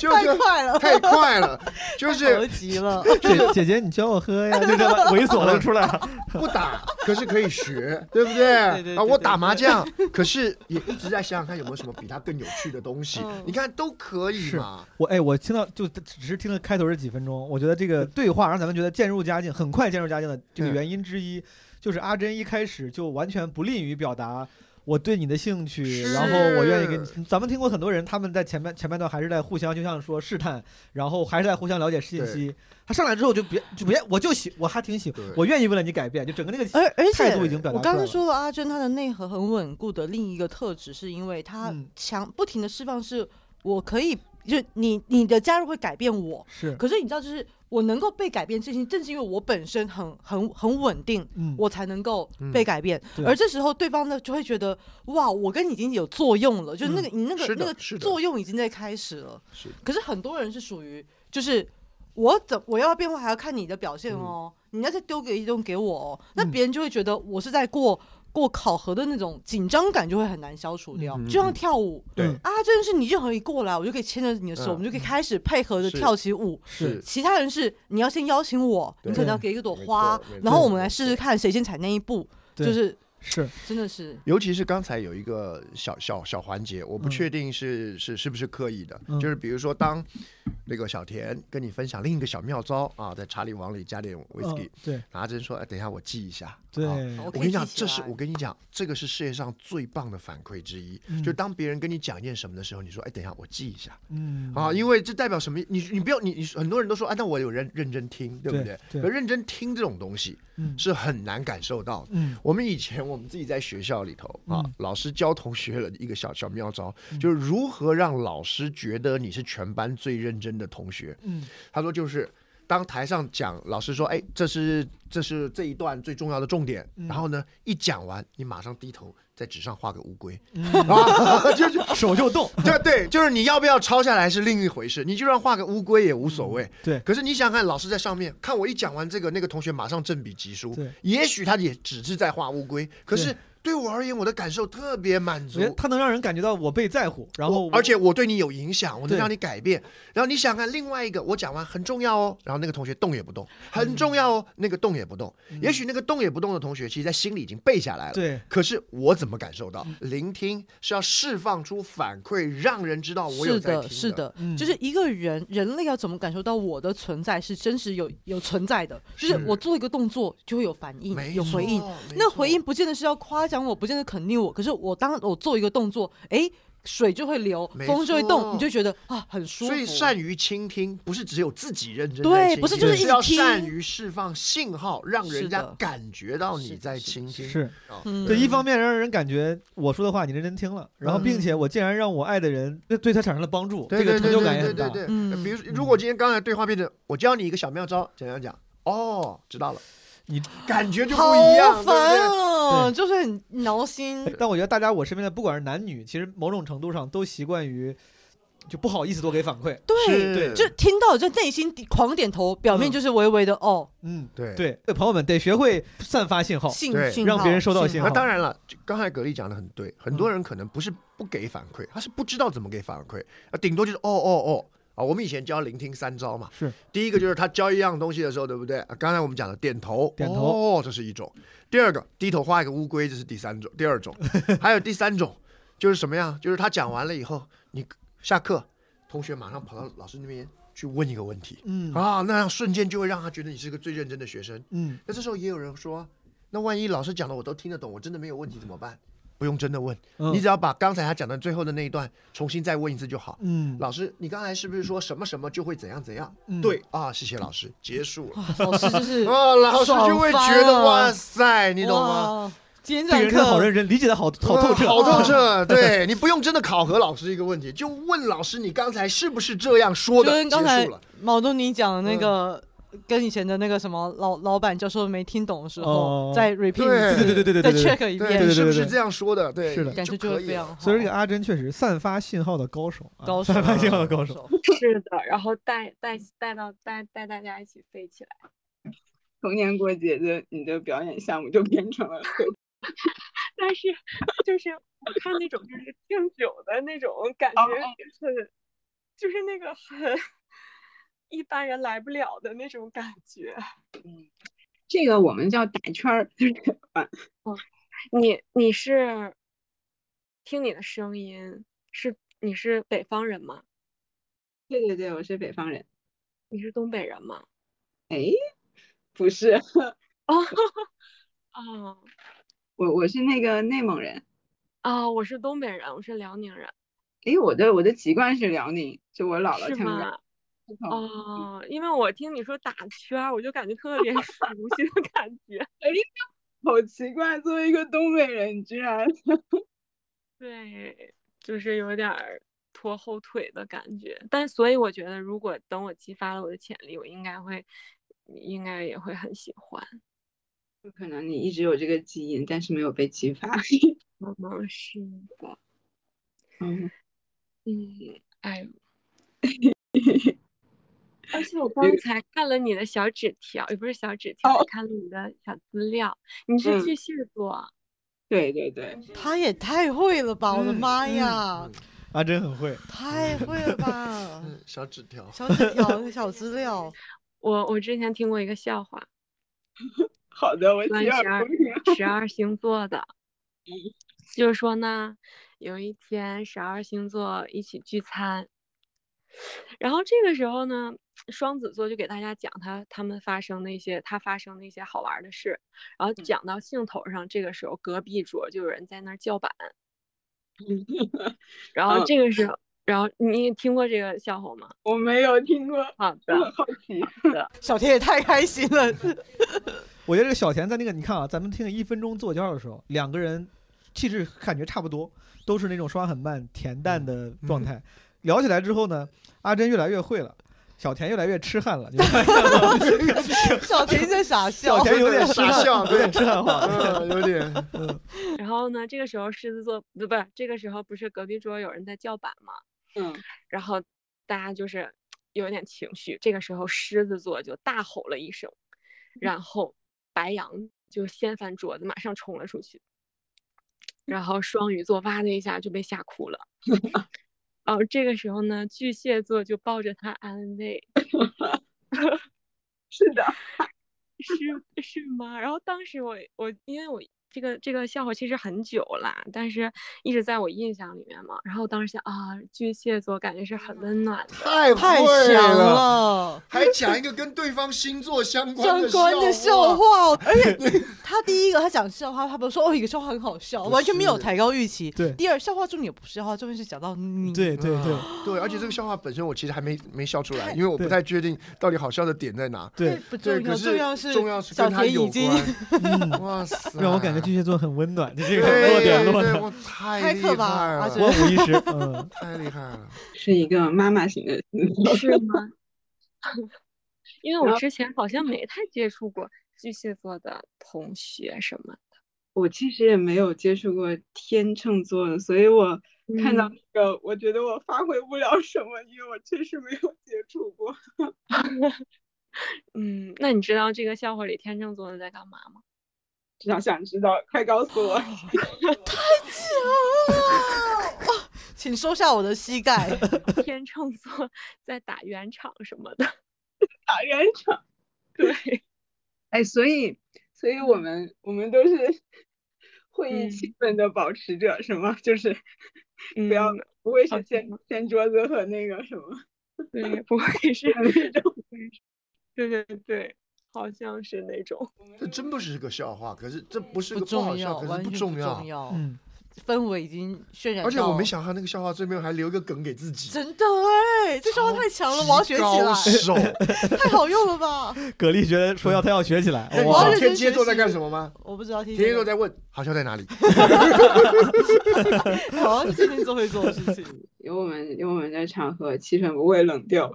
[SPEAKER 8] 就就
[SPEAKER 6] 太
[SPEAKER 8] 就
[SPEAKER 6] 快了
[SPEAKER 8] 太快了，就是
[SPEAKER 6] 着 急了。
[SPEAKER 9] 姐姐姐，你教我喝呀，就这么猥琐的出来了。
[SPEAKER 8] 不打，可是可以 学，对不对？啊，我打麻 将，可是也一直在想想看有没有什么比它更有趣的东西。你看都可以嘛。
[SPEAKER 9] 我哎，我听到就只是听了开头这几分钟，我觉得这个对话让咱们觉得渐入佳境，很快渐入佳境的这个原因之一，就是阿珍一开始就完全不吝于表达我对你的兴趣，然后我愿意跟你。咱们听过很多人，他们在前半前半段还是在互相，就像说试探，然后还是在互相了解信息
[SPEAKER 8] 对。
[SPEAKER 9] 他上来之后就别就别，我就喜我还挺喜，我愿意为了你改变，就整个那个
[SPEAKER 6] 而而且
[SPEAKER 9] 态度已经表达
[SPEAKER 6] 我
[SPEAKER 9] 出来
[SPEAKER 6] 刚
[SPEAKER 9] 了。
[SPEAKER 6] 刚说了，啊阿珍她的内核很稳固的另一个特质，是因为她
[SPEAKER 9] 嗯
[SPEAKER 6] 强、不停的释放是，我可以就你你的加入会改变我，
[SPEAKER 9] 是
[SPEAKER 6] 可是你知道，就是我能够被改变这些，正是因为我本身很很很稳定，
[SPEAKER 9] 嗯
[SPEAKER 6] 我才能够被改变。
[SPEAKER 9] 嗯对
[SPEAKER 6] 而这时候对方呢就会觉得，哇，我跟你已经有作用了，就是那个、
[SPEAKER 9] 嗯
[SPEAKER 6] 你那个
[SPEAKER 9] 是的
[SPEAKER 6] 那个
[SPEAKER 9] 是的
[SPEAKER 6] 作用已经在开始了。
[SPEAKER 8] 是
[SPEAKER 6] 可是很多人是属于就是我怎我要变化还要看你的表现
[SPEAKER 9] 嗯
[SPEAKER 6] 哦，你要再丢给一种给我哦，那别人就会觉得我是在过。过考核的那种紧张感就会很难消除掉，
[SPEAKER 9] 嗯嗯
[SPEAKER 6] 就像跳舞，
[SPEAKER 9] 对
[SPEAKER 6] 啊，真的是你任何一过来，我就可以牵着你的手，
[SPEAKER 9] 嗯
[SPEAKER 6] 我们就可以开始配合着
[SPEAKER 9] 是
[SPEAKER 6] 跳起舞。
[SPEAKER 9] 是
[SPEAKER 6] 其他人是你要先邀请我，
[SPEAKER 9] 对
[SPEAKER 6] 你可能要给一朵花
[SPEAKER 8] 没错，
[SPEAKER 6] 然后我们来试试看谁先踩那一步，
[SPEAKER 8] 对
[SPEAKER 6] 就是
[SPEAKER 9] 是
[SPEAKER 6] 真的是
[SPEAKER 8] 尤其是刚才有一个小小小环节，我不确定是、是是不是刻意的，
[SPEAKER 9] 嗯
[SPEAKER 8] 就是比如说当那个小田跟你分享另一个小妙招啊，在茶里王里加点 whisky，、
[SPEAKER 9] 嗯对，
[SPEAKER 8] 拿着说，哎，等一下我记一下。
[SPEAKER 9] 对
[SPEAKER 8] 啊
[SPEAKER 9] 我
[SPEAKER 8] 我
[SPEAKER 9] 可以
[SPEAKER 8] 跟你讲，
[SPEAKER 9] 记起
[SPEAKER 8] 这是
[SPEAKER 9] 来
[SPEAKER 8] 我跟你讲，这个是世界上最棒的反馈之一，
[SPEAKER 9] 嗯
[SPEAKER 8] 就当别人跟你讲一件什么的时候，你说，哎，等一下我记一下。
[SPEAKER 9] 嗯
[SPEAKER 8] 啊，因为这代表什么？你你不要你你很多人都说啊，那我有认认真听，对不
[SPEAKER 9] 对
[SPEAKER 8] 对？
[SPEAKER 9] 对
[SPEAKER 8] 可认真听这种东西
[SPEAKER 9] 嗯
[SPEAKER 8] 是很难感受到的。
[SPEAKER 9] 嗯
[SPEAKER 8] 我们以前我们自己在学校里头啊
[SPEAKER 9] 嗯，
[SPEAKER 8] 老师教同学了一个小小妙招，就是如何让老师觉得你是全班最认真的同学。
[SPEAKER 9] 嗯，
[SPEAKER 8] 他说就是。当台上讲，老师说：“哎，这是这是这一段最重要的重点。
[SPEAKER 9] 嗯
[SPEAKER 8] 然后呢，一讲完，你马上低头在纸上画个乌龟，
[SPEAKER 9] 嗯
[SPEAKER 8] 啊，就是
[SPEAKER 9] 手就动，
[SPEAKER 8] 对对， 就是你要不要抄下来是另一回事，你就算画个乌龟也无所谓。
[SPEAKER 9] 对
[SPEAKER 8] 可是你想想看，老师在上面看我一讲完这个，那个同学马上振笔疾书
[SPEAKER 9] 对，
[SPEAKER 8] 也许他也只是在画乌龟，可是
[SPEAKER 9] 对
[SPEAKER 8] 对我而言，我的感受特别满
[SPEAKER 9] 我觉得
[SPEAKER 8] 足。
[SPEAKER 9] 它能让人感觉到我被在乎，然后
[SPEAKER 8] 而且我对你有影响，我能
[SPEAKER 9] 对
[SPEAKER 8] 让你改变。然后你想看另外一个，我讲完很重要哦，然后那个同学动也不动，
[SPEAKER 9] 嗯
[SPEAKER 8] 很重要哦，那个动也不动。也许那个动也不动的同学，其实在心里已经背下来了。
[SPEAKER 9] 对嗯
[SPEAKER 8] 可是我怎么感受到？聆听是要释放出反馈，让人知道我有
[SPEAKER 6] 是
[SPEAKER 8] 在
[SPEAKER 6] 的，
[SPEAKER 8] 听嗯
[SPEAKER 6] 是的，
[SPEAKER 9] 嗯
[SPEAKER 6] 就是一个人人类要怎么感受到我的存在是真实有有存在的，就是
[SPEAKER 8] 是
[SPEAKER 6] 我做一个动作就会有反应
[SPEAKER 8] 没，
[SPEAKER 6] 有回应
[SPEAKER 8] 错。
[SPEAKER 6] 那回应不见得是要夸奖我，不见得肯定我，可是我当我做一个动作，哎，水就会流，
[SPEAKER 8] 没
[SPEAKER 6] 风就会
[SPEAKER 8] 错
[SPEAKER 6] 动，你就觉得啊很舒服。
[SPEAKER 8] 所以善于倾听，不是只有自己认真
[SPEAKER 6] 对
[SPEAKER 8] 在倾听
[SPEAKER 6] 不是就是一直
[SPEAKER 8] 是要
[SPEAKER 6] 听
[SPEAKER 8] 善于释放信号，让
[SPEAKER 6] 是
[SPEAKER 8] 人
[SPEAKER 6] 的
[SPEAKER 8] 家感觉到你在倾听。
[SPEAKER 9] 是
[SPEAKER 8] 啊，
[SPEAKER 6] 嗯
[SPEAKER 9] 对，一方面让人感觉我说的话你认真听了，然后并且我竟然让我爱的人对对他产生了帮助，
[SPEAKER 8] 嗯对
[SPEAKER 9] 这
[SPEAKER 8] 对
[SPEAKER 9] 个
[SPEAKER 8] 对
[SPEAKER 9] 成就感也
[SPEAKER 8] 对对
[SPEAKER 9] 很
[SPEAKER 8] 对
[SPEAKER 9] 大。
[SPEAKER 8] 对。
[SPEAKER 6] 嗯
[SPEAKER 8] 呃比如说，如果今天刚才对话变成我教你一个小妙招，怎样讲？哦，知道了，
[SPEAKER 9] 你
[SPEAKER 8] 感觉就不
[SPEAKER 6] 好
[SPEAKER 8] 一样，对
[SPEAKER 6] 烦
[SPEAKER 8] 不对？
[SPEAKER 6] 哦，
[SPEAKER 9] 对
[SPEAKER 6] 就是很挠心。
[SPEAKER 9] 但我觉得大家我身边的不管是男女，其实某种程度上都习惯于就不好意思多给反馈。
[SPEAKER 6] 对
[SPEAKER 9] 对，
[SPEAKER 6] 就听到就内心狂点头，表面就是微微的哦，
[SPEAKER 9] 嗯，
[SPEAKER 8] 对
[SPEAKER 9] 对，朋友们得学会散发信号，
[SPEAKER 6] 信
[SPEAKER 8] 对
[SPEAKER 6] 信
[SPEAKER 9] 让别人收到信号。嗯
[SPEAKER 8] 那啊当然了，就刚才格力讲的很对，很多人可能不是不给反馈，他是不知道怎么给反馈，啊，顶多就是哦哦哦。啊，我们以前教聆听三招嘛，
[SPEAKER 9] 是
[SPEAKER 8] 第一个就是他教一样东西的时候，对不对？啊刚才我们讲的点头，
[SPEAKER 9] 点头
[SPEAKER 8] 哦，这是一种；第二个低头画一个乌龟，这是第三种，第二 种，还有第三种就是什么呀？就是他讲完了以后，你下课，同学马上跑到老师那边去问一个问题，
[SPEAKER 9] 嗯
[SPEAKER 8] 啊，那样瞬间就会让他觉得你是个最认真的学生，
[SPEAKER 9] 嗯，
[SPEAKER 8] 那这时候也有人说，那万一老师讲的我都听得懂，我真的没有问题怎么办？不用真的问，
[SPEAKER 9] 嗯
[SPEAKER 8] 你只要把刚才他讲的最后的那一段重新再问一次就好。
[SPEAKER 9] 嗯
[SPEAKER 8] 老师，你刚才是不是说什么什么就会怎样怎样？
[SPEAKER 9] 嗯
[SPEAKER 8] 对啊，谢谢老师，结束了。
[SPEAKER 6] 老师就是
[SPEAKER 8] 啊，老师就会觉
[SPEAKER 6] 爽翻
[SPEAKER 8] 得
[SPEAKER 6] 了
[SPEAKER 8] 哇塞，你懂吗？
[SPEAKER 6] 哇？今天这
[SPEAKER 9] 这
[SPEAKER 6] 堂
[SPEAKER 9] 个人真的
[SPEAKER 6] 课
[SPEAKER 9] 好认真，理解的好好透彻，
[SPEAKER 8] 啊好透 彻。对你不用真的考核老师一个问题，就问老师你刚才是不是这样说
[SPEAKER 6] 就
[SPEAKER 8] 的？结
[SPEAKER 6] 跟刚才
[SPEAKER 8] 束了。嗯
[SPEAKER 6] 毛东你讲的那个。跟以前的那个什么老老板教授没听懂的时候，
[SPEAKER 9] 哦
[SPEAKER 6] 再 repeat
[SPEAKER 8] 对
[SPEAKER 6] 一次
[SPEAKER 9] 对对对对对
[SPEAKER 6] 再
[SPEAKER 9] 对
[SPEAKER 6] check 一
[SPEAKER 8] 对
[SPEAKER 6] 遍，
[SPEAKER 8] 你是不是这样说的？对，
[SPEAKER 9] 是的
[SPEAKER 6] 感觉就
[SPEAKER 8] 就可
[SPEAKER 6] 会
[SPEAKER 8] 以
[SPEAKER 6] 非
[SPEAKER 8] 了。
[SPEAKER 6] 常好。
[SPEAKER 9] 所以这个阿珍确实散发信号的高手，啊
[SPEAKER 6] 高手
[SPEAKER 9] 散发信号的高
[SPEAKER 7] 哦
[SPEAKER 9] 手。
[SPEAKER 7] 是的，然后带带带到带带大家一起飞起来。
[SPEAKER 17] 逢年过节的你的表演项目就变成了会，
[SPEAKER 7] 但是就是我看那种就是敬酒的那种感觉，
[SPEAKER 17] 哦
[SPEAKER 7] 就是就是那个很一般人来不了的那种感觉。
[SPEAKER 17] 这个我们叫打圈儿， 啊就是
[SPEAKER 7] 哦你你是听你的声音是你是北方人吗？
[SPEAKER 17] 对对对，我是北方人。
[SPEAKER 7] 你是东北人吗？
[SPEAKER 17] 哎，不是，
[SPEAKER 7] 哦哦
[SPEAKER 17] 我我是那个内蒙人。
[SPEAKER 7] 哦，我是东北人，我是辽宁人，
[SPEAKER 17] 哎，我的我的籍贯是辽宁，就我姥姥
[SPEAKER 7] 是
[SPEAKER 17] 他们
[SPEAKER 7] 吗
[SPEAKER 17] 家。？
[SPEAKER 7] 哦，因为我听你说打圈儿，我就感觉特别 熟悉的感觉。
[SPEAKER 17] 哎，好奇怪，作为一个东北人，你居然
[SPEAKER 7] 对，就是有点儿拖后腿的感觉。但所以我觉得，如果等我激发了我的潜力，我应该会，应该也会很喜欢。
[SPEAKER 17] 有可能你一直有这个基因，但是没有被激发。
[SPEAKER 7] 嗯，是的，
[SPEAKER 17] 嗯，
[SPEAKER 7] 嗯， 哎呦。而且我刚
[SPEAKER 17] 这个
[SPEAKER 7] 才看了你的小纸条，也不是小纸
[SPEAKER 6] 哦
[SPEAKER 7] 条，看了你的小资料。你是
[SPEAKER 17] 嗯
[SPEAKER 7] 巨蟹座，
[SPEAKER 17] 对对对，
[SPEAKER 6] 他也太会了吧！我
[SPEAKER 7] 嗯
[SPEAKER 6] 的妈呀，
[SPEAKER 9] 阿珍啊很会，
[SPEAKER 6] 太会了吧！
[SPEAKER 8] 嗯小纸条，
[SPEAKER 6] 小纸条、小资料，
[SPEAKER 7] 我我之前听过一个 笑话，
[SPEAKER 17] 好的，我洗
[SPEAKER 7] 关于
[SPEAKER 17] 耳
[SPEAKER 7] 十二
[SPEAKER 17] 恭听。
[SPEAKER 7] 十二星座的，就是说呢，有一天十二星座一起聚餐，然后这个时候呢，双子座就给大家讲他他们发生的一些他发生的一些好玩儿的事，然后讲到兴头上，这个时候隔壁桌就有人在那儿叫板，然
[SPEAKER 17] 嗯
[SPEAKER 7] 后这个时候，然后你也听过这个笑话吗？
[SPEAKER 17] 我没有听过，
[SPEAKER 7] 好
[SPEAKER 17] 我很
[SPEAKER 7] 的，
[SPEAKER 17] 好奇。
[SPEAKER 7] 好 的，
[SPEAKER 6] 小田也太开心了。
[SPEAKER 9] 我觉得这个小田在那个，你看啊，咱们听一分钟做交的时候，两个人气质感觉差不多，都是那种说话很慢、恬淡的状态。聊起来之后呢，阿珍越来越会了，小田越来越痴汉了，就
[SPEAKER 6] 小田在傻
[SPEAKER 9] 小
[SPEAKER 6] 笑，
[SPEAKER 9] 田有点痴
[SPEAKER 8] 傻
[SPEAKER 9] 汉，
[SPEAKER 8] 笑，
[SPEAKER 9] 有点
[SPEAKER 8] 对，
[SPEAKER 9] 痴汉化。
[SPEAKER 8] 嗯，有点，
[SPEAKER 7] 然后呢，这个时候狮子座不不是，这个时候不是隔壁桌有人在叫板吗？
[SPEAKER 17] 嗯，
[SPEAKER 7] 然后大家就是有一点情绪，这个时候狮子座就大吼了一声，然后白羊就掀翻桌子，马上冲了出去，然后双鱼座哇的一下就被吓哭了。然后哦这个时候呢，巨蟹座就抱着他安慰，
[SPEAKER 17] 是的，
[SPEAKER 7] 是是吗？然后当时我我因为我这个这个笑话其实很久啦，但是一直在我印象里面嘛。然后我当时想啊，巨蟹座感觉是很温暖的，
[SPEAKER 8] 太
[SPEAKER 6] 太
[SPEAKER 8] 会
[SPEAKER 6] 香，了。
[SPEAKER 8] 还讲一个跟对方星座相
[SPEAKER 6] 相
[SPEAKER 8] 关的
[SPEAKER 6] 关的
[SPEAKER 8] 笑话
[SPEAKER 6] 笑话，而且他第一个他讲笑话，他不是说哦一个笑话很好笑，
[SPEAKER 8] 不
[SPEAKER 6] 完全没有
[SPEAKER 8] 是
[SPEAKER 6] 抬高预期。
[SPEAKER 9] 对
[SPEAKER 6] 第二笑话重点不是笑话，重点是讲到你。
[SPEAKER 9] 对对对
[SPEAKER 8] 啊对，而且这个笑话本身我其实还没没笑出来，因为我不太确定到底好笑的点在哪。
[SPEAKER 9] 对，
[SPEAKER 6] 不
[SPEAKER 8] 对，
[SPEAKER 6] 重
[SPEAKER 8] 可
[SPEAKER 6] 要，
[SPEAKER 8] 是
[SPEAKER 6] 重要是
[SPEAKER 8] 重要是
[SPEAKER 6] 小
[SPEAKER 8] 跟他
[SPEAKER 6] 田
[SPEAKER 8] 有
[SPEAKER 6] 已经
[SPEAKER 8] 关。
[SPEAKER 9] 嗯，
[SPEAKER 8] 哇塞，
[SPEAKER 9] 让我感觉巨蟹座很温暖，这是一
[SPEAKER 8] 对
[SPEAKER 9] 个 落点落
[SPEAKER 8] 对，
[SPEAKER 9] 的，
[SPEAKER 8] 我太
[SPEAKER 6] 开
[SPEAKER 8] 厉
[SPEAKER 6] 课吧
[SPEAKER 8] 害
[SPEAKER 6] 阿
[SPEAKER 8] 了，
[SPEAKER 6] 哲
[SPEAKER 9] 万无一失。嗯，
[SPEAKER 8] 太厉害了。
[SPEAKER 17] 是一个妈妈型的。
[SPEAKER 7] 是吗？因为
[SPEAKER 17] 然
[SPEAKER 7] 我
[SPEAKER 17] 后
[SPEAKER 7] 之前好像没太接触过巨蟹座的 同学什么的。
[SPEAKER 17] 我其实也没有接触过天秤座的，所以我看
[SPEAKER 7] 嗯
[SPEAKER 17] 到那个，我觉得我发挥不了什么，因为我确实没有接触过。
[SPEAKER 7] 嗯，那你知道这个笑话里天秤座的在干嘛吗？
[SPEAKER 17] 只想想知道，快告诉我！
[SPEAKER 7] 哦
[SPEAKER 6] 请收下我的膝盖。
[SPEAKER 7] 天秤座在打圆场什么的，
[SPEAKER 17] 打圆场。
[SPEAKER 7] 对，嗯
[SPEAKER 17] 哎，所以，所以我们我们都是 会议气氛的保持者，是吗？ 就是不要
[SPEAKER 7] 嗯
[SPEAKER 17] 不会是掀掀桌子和那个什么，
[SPEAKER 7] 对，不 会是
[SPEAKER 17] 那种，
[SPEAKER 7] 对对对，好像是那种。
[SPEAKER 8] 这真不是个笑话，可是这不是
[SPEAKER 6] 不
[SPEAKER 8] 个不好
[SPEAKER 6] 重
[SPEAKER 8] 笑，
[SPEAKER 6] 要，
[SPEAKER 8] 可
[SPEAKER 6] 完
[SPEAKER 8] 是不
[SPEAKER 6] 全重
[SPEAKER 8] 重要。
[SPEAKER 6] 嗯，氛围已经渲染到。
[SPEAKER 8] 而且我没想到那个笑话最后还留一个梗给自己，
[SPEAKER 6] 真的哎，这笑话太强了，我要学起
[SPEAKER 8] 高 手
[SPEAKER 6] 来，。太好用了 吧？
[SPEAKER 9] 葛丽觉得说要他要学起来，
[SPEAKER 8] 哎你知
[SPEAKER 9] 哇
[SPEAKER 8] 道，天蝎座在干什么吗？
[SPEAKER 6] 我不知道天
[SPEAKER 8] 天
[SPEAKER 6] 蝎
[SPEAKER 8] 蝎座在问好笑在哪里。
[SPEAKER 6] 好像是天蝎座会做的事情。
[SPEAKER 17] 有我们有我们在场合，气氛不会冷掉。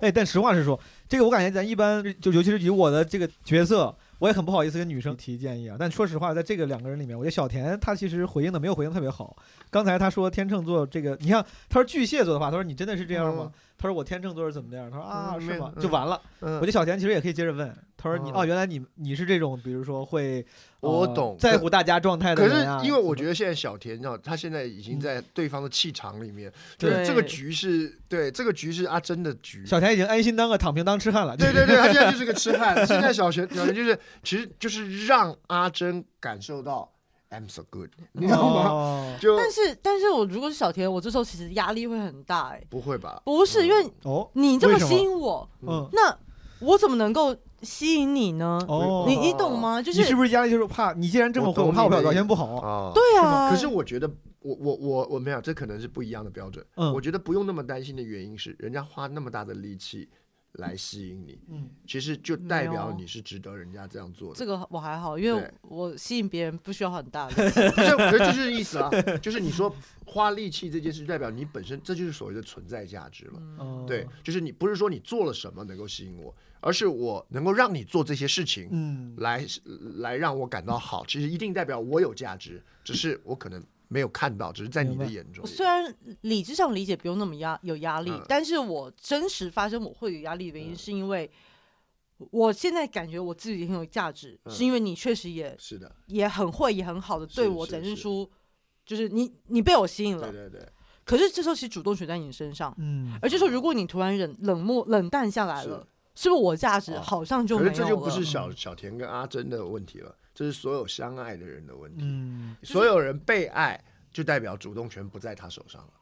[SPEAKER 9] 哎，但实话实说，这个我感觉咱一般就尤其是以我的这个角色，我也很不好意思跟女生提建议啊。但说实话，在这个两个人里面，我觉得小田他其实回应的没有回应特别好。刚才他说天秤座这个，你看他说巨蟹座的话，他说你真的是这样吗？他说我天秤座是怎么这样？他说啊
[SPEAKER 8] 嗯
[SPEAKER 9] 是
[SPEAKER 8] 没
[SPEAKER 9] 吗？
[SPEAKER 8] 嗯
[SPEAKER 9] 就完了。
[SPEAKER 8] 嗯
[SPEAKER 9] 我觉得小田其实也可以接着问，他说你
[SPEAKER 8] 哦
[SPEAKER 9] 哦，原来你你是这种，比如说会呃
[SPEAKER 8] 我懂
[SPEAKER 9] 在乎大家状态的
[SPEAKER 8] 可
[SPEAKER 9] 人
[SPEAKER 8] 是
[SPEAKER 9] 啊。嗯
[SPEAKER 8] 因为我觉得现在小田啊，他现在已经在对方的气场里面，就是
[SPEAKER 9] 对
[SPEAKER 8] 这个局是对这个局是阿珍的局。
[SPEAKER 9] 小田已经安心当个躺平当痴汉了。
[SPEAKER 8] 对对对，他现在就是个痴汉。现在小学小学就是，其实就是让阿珍感受到 I'm so good，你知道
[SPEAKER 9] 哦
[SPEAKER 8] 吗？就
[SPEAKER 6] 但是，但是我如果是小田，我这时候其实压力会很大哎。
[SPEAKER 8] 不会吧？
[SPEAKER 6] 不是因为
[SPEAKER 9] 哦，
[SPEAKER 6] 你这么
[SPEAKER 8] 嗯为什么
[SPEAKER 6] 吸引我，
[SPEAKER 9] 嗯
[SPEAKER 6] 那我怎么能够吸引你呢？
[SPEAKER 9] 哦
[SPEAKER 6] 你你懂吗？就
[SPEAKER 9] 你是不 是压力就是怕你既然这么会，我
[SPEAKER 8] 懂
[SPEAKER 9] 怕我
[SPEAKER 8] 你
[SPEAKER 9] 表
[SPEAKER 8] 的
[SPEAKER 9] 表
[SPEAKER 8] 意
[SPEAKER 9] 现
[SPEAKER 8] 思
[SPEAKER 9] 不好
[SPEAKER 8] 啊
[SPEAKER 6] 对啊
[SPEAKER 8] 可是我觉得，我我我我没有，这可能是不一样的标准。
[SPEAKER 9] 嗯
[SPEAKER 8] 我觉得不用那么担心的原因是，人家花那么大的力气来吸引你，
[SPEAKER 9] 嗯，
[SPEAKER 8] 其实就代
[SPEAKER 6] 没
[SPEAKER 8] 表
[SPEAKER 6] 有
[SPEAKER 8] 你是值得人家这样做的。
[SPEAKER 6] 这个我还好，因为
[SPEAKER 8] 对
[SPEAKER 6] 我吸引别人不需要很大的。
[SPEAKER 8] 不是，可是 这就是意思啊，就是你说花力气这件事，代表你本身这就是所谓的存在价值
[SPEAKER 9] 嗯
[SPEAKER 8] 了。
[SPEAKER 9] 哦
[SPEAKER 6] 嗯
[SPEAKER 8] 对，就是你不是说你做了什么能够吸引我，而是我能够让你做这些事情，
[SPEAKER 9] 嗯，
[SPEAKER 8] 来来让我感到好，其实一定代表我有价值，只是我可能没有看到，只是在你的眼中
[SPEAKER 6] 我。虽然理智上理解不用那么压有压力，
[SPEAKER 8] 嗯
[SPEAKER 6] 但是我真实发生我会有压力的原因，是因为我现在感觉我自己很有价值，
[SPEAKER 8] 嗯
[SPEAKER 6] 是因为你确实也
[SPEAKER 8] 是的，
[SPEAKER 6] 也很会，也很好的对
[SPEAKER 8] 是
[SPEAKER 6] 我
[SPEAKER 8] 是
[SPEAKER 6] 展现
[SPEAKER 8] 是
[SPEAKER 6] 出，就是你你被我吸引了。
[SPEAKER 8] 对对对，
[SPEAKER 6] 可是这时候其实主动权在你身上，
[SPEAKER 9] 嗯，
[SPEAKER 6] 而这时候如果你突然冷冷漠冷淡下来了，是不是我价值好像就
[SPEAKER 8] 哦可
[SPEAKER 6] 没有
[SPEAKER 8] 是
[SPEAKER 6] 了？嗯
[SPEAKER 8] 这就不是小小田跟阿珍的问题了，这是所有相爱的人的问题。
[SPEAKER 9] 嗯，
[SPEAKER 8] 所有人被爱，就代表主动权不在他手上了。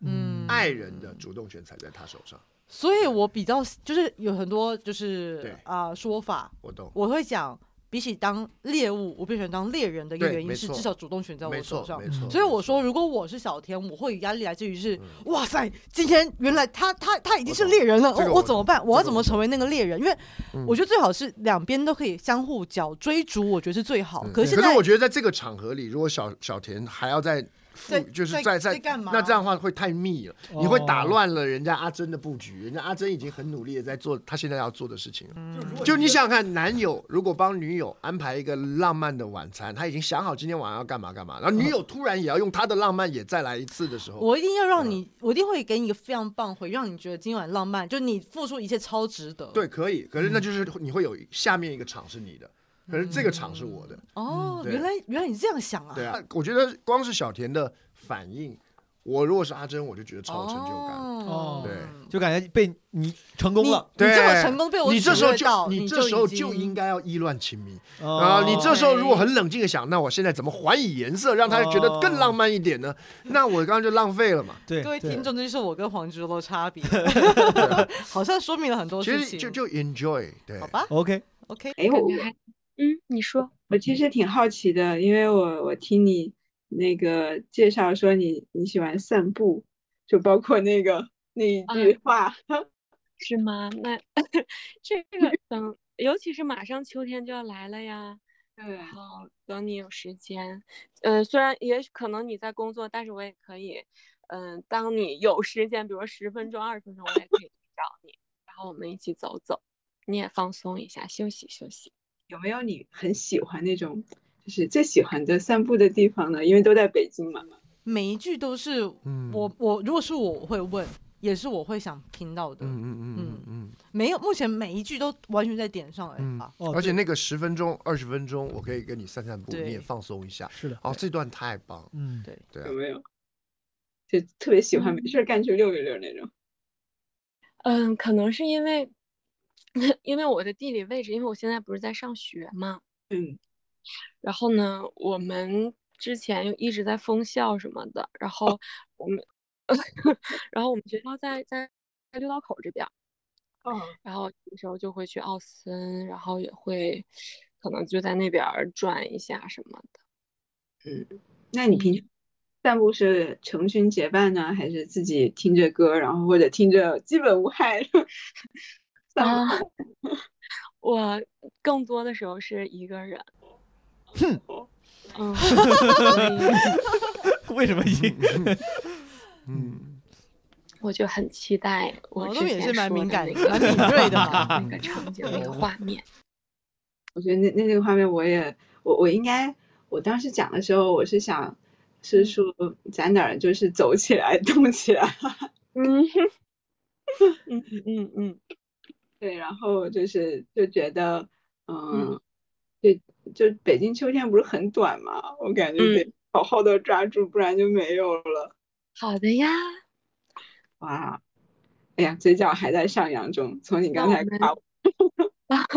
[SPEAKER 6] 嗯，
[SPEAKER 8] 爱人的主动权才在他手上。
[SPEAKER 6] 所以我比较就是有很多就是啊、说法，
[SPEAKER 8] 我懂
[SPEAKER 6] 我会讲。比起当猎物，我更喜欢当猎人的一个
[SPEAKER 8] 对
[SPEAKER 6] 原因
[SPEAKER 8] 没
[SPEAKER 6] 是，
[SPEAKER 8] 错
[SPEAKER 6] 至少主动权在我
[SPEAKER 8] 没
[SPEAKER 6] 手
[SPEAKER 8] 错
[SPEAKER 6] 上
[SPEAKER 8] 没。错
[SPEAKER 6] 所以我说，如果我是小天，我会有压力来自于是，哇塞，今天原来他他他已经是猎人了，
[SPEAKER 8] 这个我嗯
[SPEAKER 6] 我我怎么办？我要怎么成为那个猎人？因为我觉得最好是两边都可以相互角追逐，我觉得是最好。可是现
[SPEAKER 8] 嗯可
[SPEAKER 6] 在
[SPEAKER 8] 是我觉得在这个场合里，如果小小田还要再复
[SPEAKER 6] 在，
[SPEAKER 8] 就是再
[SPEAKER 6] 在在干嘛
[SPEAKER 8] 那这样的话会太密了，你会
[SPEAKER 6] 哦
[SPEAKER 8] 打乱了人家阿珍的布局。人家阿珍已经很努力的在做她现在要做的事情了。
[SPEAKER 6] 嗯
[SPEAKER 8] 就你想想看，男友如果帮女友安排一个浪漫的晚餐，他已经想好今天晚上要干嘛干嘛，然后女友突然也要用她的浪漫也再来一次的时候，
[SPEAKER 6] 我一定要
[SPEAKER 8] 嗯
[SPEAKER 6] 让你，我一定会给你一个非常棒回，让你觉得今晚浪漫，就你付出一切超值得。
[SPEAKER 8] 对，可以，可是那
[SPEAKER 6] 嗯
[SPEAKER 8] 就是你会有下面一个场是你的，可是这个场是我的。
[SPEAKER 6] 哦，
[SPEAKER 8] 嗯对
[SPEAKER 6] 原来原来你这样想啊？
[SPEAKER 8] 对啊，我觉得光是小田的反应，我如果是阿珍，我就觉得超有成就感。
[SPEAKER 6] 哦
[SPEAKER 8] 对，
[SPEAKER 9] 就感觉被你成功了，
[SPEAKER 8] 对，
[SPEAKER 6] 你这么成功被我
[SPEAKER 8] 你这时候
[SPEAKER 6] 体会到
[SPEAKER 8] 就
[SPEAKER 6] 你
[SPEAKER 8] 你
[SPEAKER 6] 就
[SPEAKER 8] 这时候
[SPEAKER 6] 已经
[SPEAKER 8] 就应该要意乱情迷
[SPEAKER 9] 哦
[SPEAKER 8] 啊！你这时候如果很冷静的
[SPEAKER 6] 哦
[SPEAKER 8] 想，那我现在怎么还以颜色，让他觉得更浪漫一点呢？那我刚刚就浪费了嘛。
[SPEAKER 9] 对
[SPEAKER 6] 各位听众，这就是我跟黄之洛的差 别， 好像说明了很多
[SPEAKER 8] 啊其
[SPEAKER 6] 事
[SPEAKER 8] 实
[SPEAKER 6] 情。
[SPEAKER 8] 就就 enjoy，对，好吧
[SPEAKER 9] ，OK，
[SPEAKER 6] OK，
[SPEAKER 17] 哎，我我
[SPEAKER 7] 嗯，你说
[SPEAKER 17] 我其实挺好奇的，因为我我听你那个介绍说你你喜欢散步，就包括那个那一
[SPEAKER 6] 啊
[SPEAKER 7] 嗯
[SPEAKER 17] 句 话，
[SPEAKER 7] 是吗？那 这个等，尤其是马上秋天就要来了呀。
[SPEAKER 17] 对，
[SPEAKER 6] 啊
[SPEAKER 7] 好，等你有时间，呃，虽然也许可能你在工作，但是我也可以，嗯、当你有时间，比如十分钟、二十分钟，我也可以去找你，然后我们一起走走，你也放松一下，休息休息。
[SPEAKER 17] 有没有你很喜欢那种，就就是最喜欢的散步的地方呢？因为都在北京嘛。
[SPEAKER 6] 每一句都是我、
[SPEAKER 8] 嗯
[SPEAKER 6] 我如果是我我会问，也是我会想听到的。
[SPEAKER 8] 嗯嗯嗯嗯
[SPEAKER 6] 没有，目前每一句都完全在点上哎、
[SPEAKER 8] 嗯
[SPEAKER 6] 啊，
[SPEAKER 9] 哦
[SPEAKER 8] 嗯，而且那个十分钟、二十分钟，我可以跟你散散步，
[SPEAKER 6] 对
[SPEAKER 8] 你也放松一下。
[SPEAKER 9] 是的，
[SPEAKER 8] 哦，这段太棒。
[SPEAKER 9] 嗯，
[SPEAKER 6] 对
[SPEAKER 8] 对啊
[SPEAKER 17] 有，没有？就特别喜欢
[SPEAKER 6] 嗯
[SPEAKER 17] 没事儿干去溜一溜那种。
[SPEAKER 7] 嗯，可能是因为， 因为我的地理位置，因为我现在不是在上学嘛，
[SPEAKER 17] 嗯，
[SPEAKER 7] 然后呢，我们之前又一直在封校什么的，然后我们， 然后我们学校在在在六道口这边，
[SPEAKER 17] 哦，
[SPEAKER 7] 然后有时候就会去奥森，然后也会可能就在那边儿转一下什么的。
[SPEAKER 17] 嗯，那你平常散步是成群结伴呢，还是自己听着歌，然后或者听着基本无害 散
[SPEAKER 7] 啊，我更多的时候是一个人。
[SPEAKER 9] 哼，
[SPEAKER 7] 嗯，
[SPEAKER 9] 为什么一？嗯
[SPEAKER 7] 我就很期待我
[SPEAKER 6] 劳
[SPEAKER 7] 之
[SPEAKER 6] 动也
[SPEAKER 7] 前
[SPEAKER 6] 是蛮
[SPEAKER 7] 说
[SPEAKER 6] 敏
[SPEAKER 7] 的
[SPEAKER 6] 感
[SPEAKER 7] 那
[SPEAKER 6] 的
[SPEAKER 7] 个
[SPEAKER 6] 蛮敏锐 的嘛
[SPEAKER 7] 那个场景、那个画面。
[SPEAKER 17] 我觉得那那这个画面，我也我我应该，我当时讲的时候，我是想是说咱哪儿就是走起来，动起来，
[SPEAKER 7] 嗯嗯嗯嗯
[SPEAKER 17] 对，然后就是就觉得，嗯
[SPEAKER 7] 嗯，
[SPEAKER 17] 对，就北京秋天不是很短嘛，我感觉
[SPEAKER 7] 嗯
[SPEAKER 17] 得好好的抓住，不然就没有了。
[SPEAKER 7] 好的呀，
[SPEAKER 17] 哇，哎呀，嘴角还在上扬中，从你刚
[SPEAKER 7] 那我
[SPEAKER 17] 才
[SPEAKER 7] 们
[SPEAKER 17] 夸我，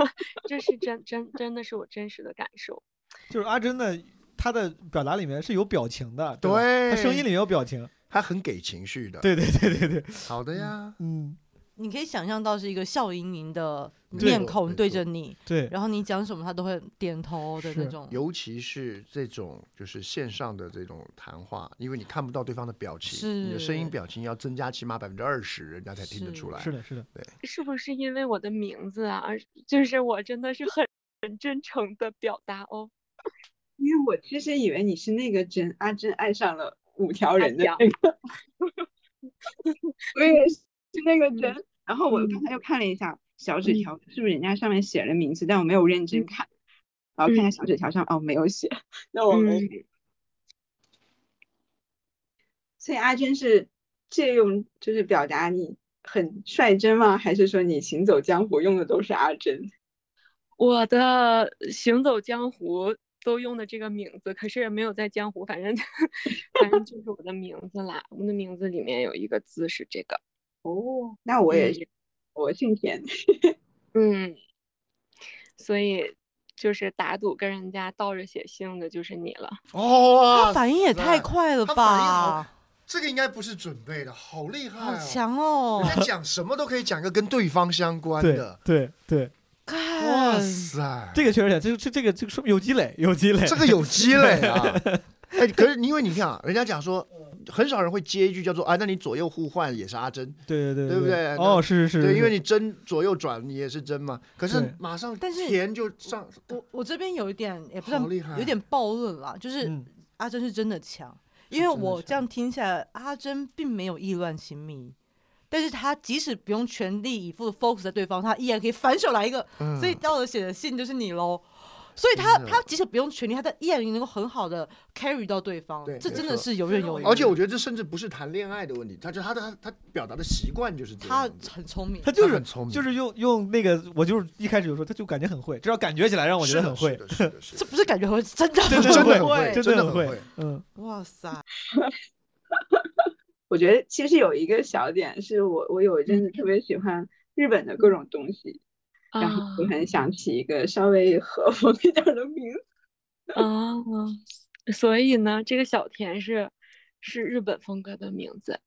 [SPEAKER 7] 这是真真真的是我真实的感受。
[SPEAKER 9] 就是阿珍的她的表达里面是有表情的，吧
[SPEAKER 8] 对
[SPEAKER 9] 她声音里面有表情，
[SPEAKER 8] 他很给情绪的。
[SPEAKER 9] 对对对对对，
[SPEAKER 8] 好的呀，
[SPEAKER 9] 嗯，
[SPEAKER 6] 你可以想象到是一个笑盈盈的
[SPEAKER 8] 对
[SPEAKER 6] 面孔对着你，
[SPEAKER 9] 对
[SPEAKER 6] 然后你讲什么他都会点
[SPEAKER 8] 嗯
[SPEAKER 6] 头的那种。
[SPEAKER 8] 尤其是这种就是线上的这种谈话，因为你看不到对方的表情，
[SPEAKER 6] 是
[SPEAKER 8] 你的声音表情要增加起码百分之二十，人家才听得出来。
[SPEAKER 9] 是的，是的，
[SPEAKER 8] 对，
[SPEAKER 7] 是不是因为我的名字啊？而就是我真的是很很真诚的表达哦。
[SPEAKER 17] 因为我确实以为你是那个真阿珍爱上了五条人的
[SPEAKER 7] 阿
[SPEAKER 17] 那个，我以为是那个真。然后我刚才又看了一下小纸条，是不是人家上面写了名字，但我没有认真看。然后看一下小纸条上，哦，没有写。嗯那我们，所以阿珍是借用就是表达你很率真吗？还是说你行走江湖用的都是阿珍？
[SPEAKER 7] 我的行走江湖都用的这个名字，可是没有在江湖，反正反正就是我的名字啦。我的名字里面有一个字是这个，
[SPEAKER 17] 哦，那我也
[SPEAKER 7] 嗯
[SPEAKER 17] 是，我姓田。
[SPEAKER 7] 嗯，所以就是打赌跟人家倒着写姓的就是你 了。
[SPEAKER 8] 哦，
[SPEAKER 6] 他反应也太快了
[SPEAKER 8] 他反应好
[SPEAKER 6] 吧，
[SPEAKER 8] 这个应该不是准备的，好厉害、
[SPEAKER 6] 好
[SPEAKER 8] 哦，
[SPEAKER 6] 强哦！
[SPEAKER 8] 人家讲什么都可以讲一个跟对方相关
[SPEAKER 9] 对
[SPEAKER 8] 的。
[SPEAKER 9] 对对，
[SPEAKER 8] 哇
[SPEAKER 6] 看，
[SPEAKER 8] 塞，
[SPEAKER 9] 这个确实，这个这这个这个说明有积累，有积累，
[SPEAKER 8] 这个有积累 啊！哎，可是因为你看啊，人家讲说，很少人会接一句叫做“啊，那你左右互换也是阿珍”，
[SPEAKER 9] 对对
[SPEAKER 8] 对不对？
[SPEAKER 9] 哦，
[SPEAKER 8] 那
[SPEAKER 9] 是是是，
[SPEAKER 8] 对，因为
[SPEAKER 9] 你
[SPEAKER 8] 你真左右转，你也是真嘛。可
[SPEAKER 9] 对
[SPEAKER 8] 是马上，
[SPEAKER 6] 但是
[SPEAKER 8] 田就上，
[SPEAKER 6] 我我这边有一点也不算
[SPEAKER 8] 好厉害
[SPEAKER 6] 有点暴论啦，就是
[SPEAKER 9] 嗯
[SPEAKER 6] 阿珍是真的强，因为
[SPEAKER 8] 真的
[SPEAKER 6] 我这样听下来，阿珍并没有意乱情迷。但是他即使不用全力以赴地 focus 在对方，他依然可以反手来一个，
[SPEAKER 8] 嗯
[SPEAKER 6] 所以到了写的信就是你喽。所以他
[SPEAKER 8] 真的
[SPEAKER 6] 他即使不用全力，他在依然能够很好的 carry 到对方，
[SPEAKER 8] 对
[SPEAKER 6] 这
[SPEAKER 8] 没
[SPEAKER 6] 真的
[SPEAKER 8] 错
[SPEAKER 6] 是游刃有余。
[SPEAKER 8] 而且我觉得这甚至不是谈恋爱的问题，他就他的他他表达的习惯就是这
[SPEAKER 6] 他
[SPEAKER 8] 样子。
[SPEAKER 6] 很聪明，
[SPEAKER 9] 他就是
[SPEAKER 8] 他很聪明
[SPEAKER 9] 就是用用那个，我就是一开始就说，他就感觉很会，至少感觉起来让我觉得很
[SPEAKER 8] 是，
[SPEAKER 9] 会
[SPEAKER 8] 的， 是的，是的，
[SPEAKER 6] 这不是感觉会真的
[SPEAKER 9] 真的
[SPEAKER 8] 真的
[SPEAKER 9] 很
[SPEAKER 8] 很
[SPEAKER 9] 会，
[SPEAKER 8] 会，
[SPEAKER 9] 的
[SPEAKER 8] 的
[SPEAKER 9] 很
[SPEAKER 8] 会。，
[SPEAKER 9] 嗯，
[SPEAKER 6] 哇塞，
[SPEAKER 17] 我觉得其实有一个小点是我，我有一阵子特别喜欢日本的各种东西，然后我很想起一个稍微和 我一点儿的名字。
[SPEAKER 7] 啊，所以呢，这个小田是是日本风格的名字。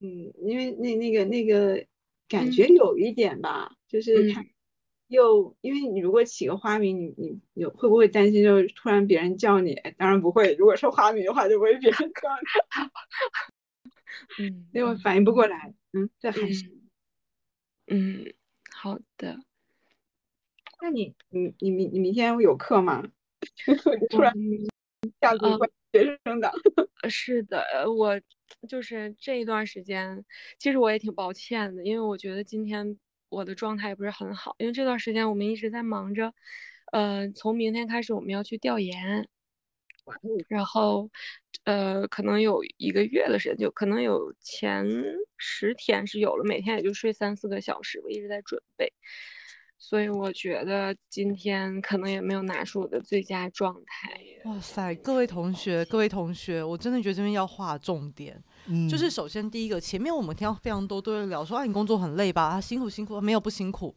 [SPEAKER 17] 嗯，因为那那个那个感
[SPEAKER 7] 嗯
[SPEAKER 17] 觉有一点吧，就是
[SPEAKER 7] 嗯
[SPEAKER 17] 它又因为你如果起个花名，你你有会不会担心，就是突然别人叫你？哎当然不会，如果是花名的话，就不会别人叫你，
[SPEAKER 7] 嗯，
[SPEAKER 17] 因为我反应不过来。嗯，这还是。
[SPEAKER 7] 嗯，嗯好的。
[SPEAKER 17] 那你你你明你明天有课吗？ 我就突然一下子
[SPEAKER 7] 嗯
[SPEAKER 17] 关于 学生党。
[SPEAKER 7] 呃是的，呃我就是这一段时间，其实我也挺抱歉的，因为我觉得今天我的状态也不是很好，因为这段时间我们一直在忙着，呃，从明天开始我们要去调研，
[SPEAKER 17] 哦
[SPEAKER 7] 然后，呃，可能有一个月的时间，就可能有前十天是有了，每天也就睡三四个小时，我一直在准备，所以我觉得今天可能也没有拿出我的最佳状态。
[SPEAKER 6] 哇塞，各位同学，各位同学，我真的觉得这边要划重点。
[SPEAKER 9] 嗯
[SPEAKER 6] 就是首先第一个，前面我们听到非常多都在聊说啊，你工作很累吧？啊，辛苦辛苦，没有不辛苦。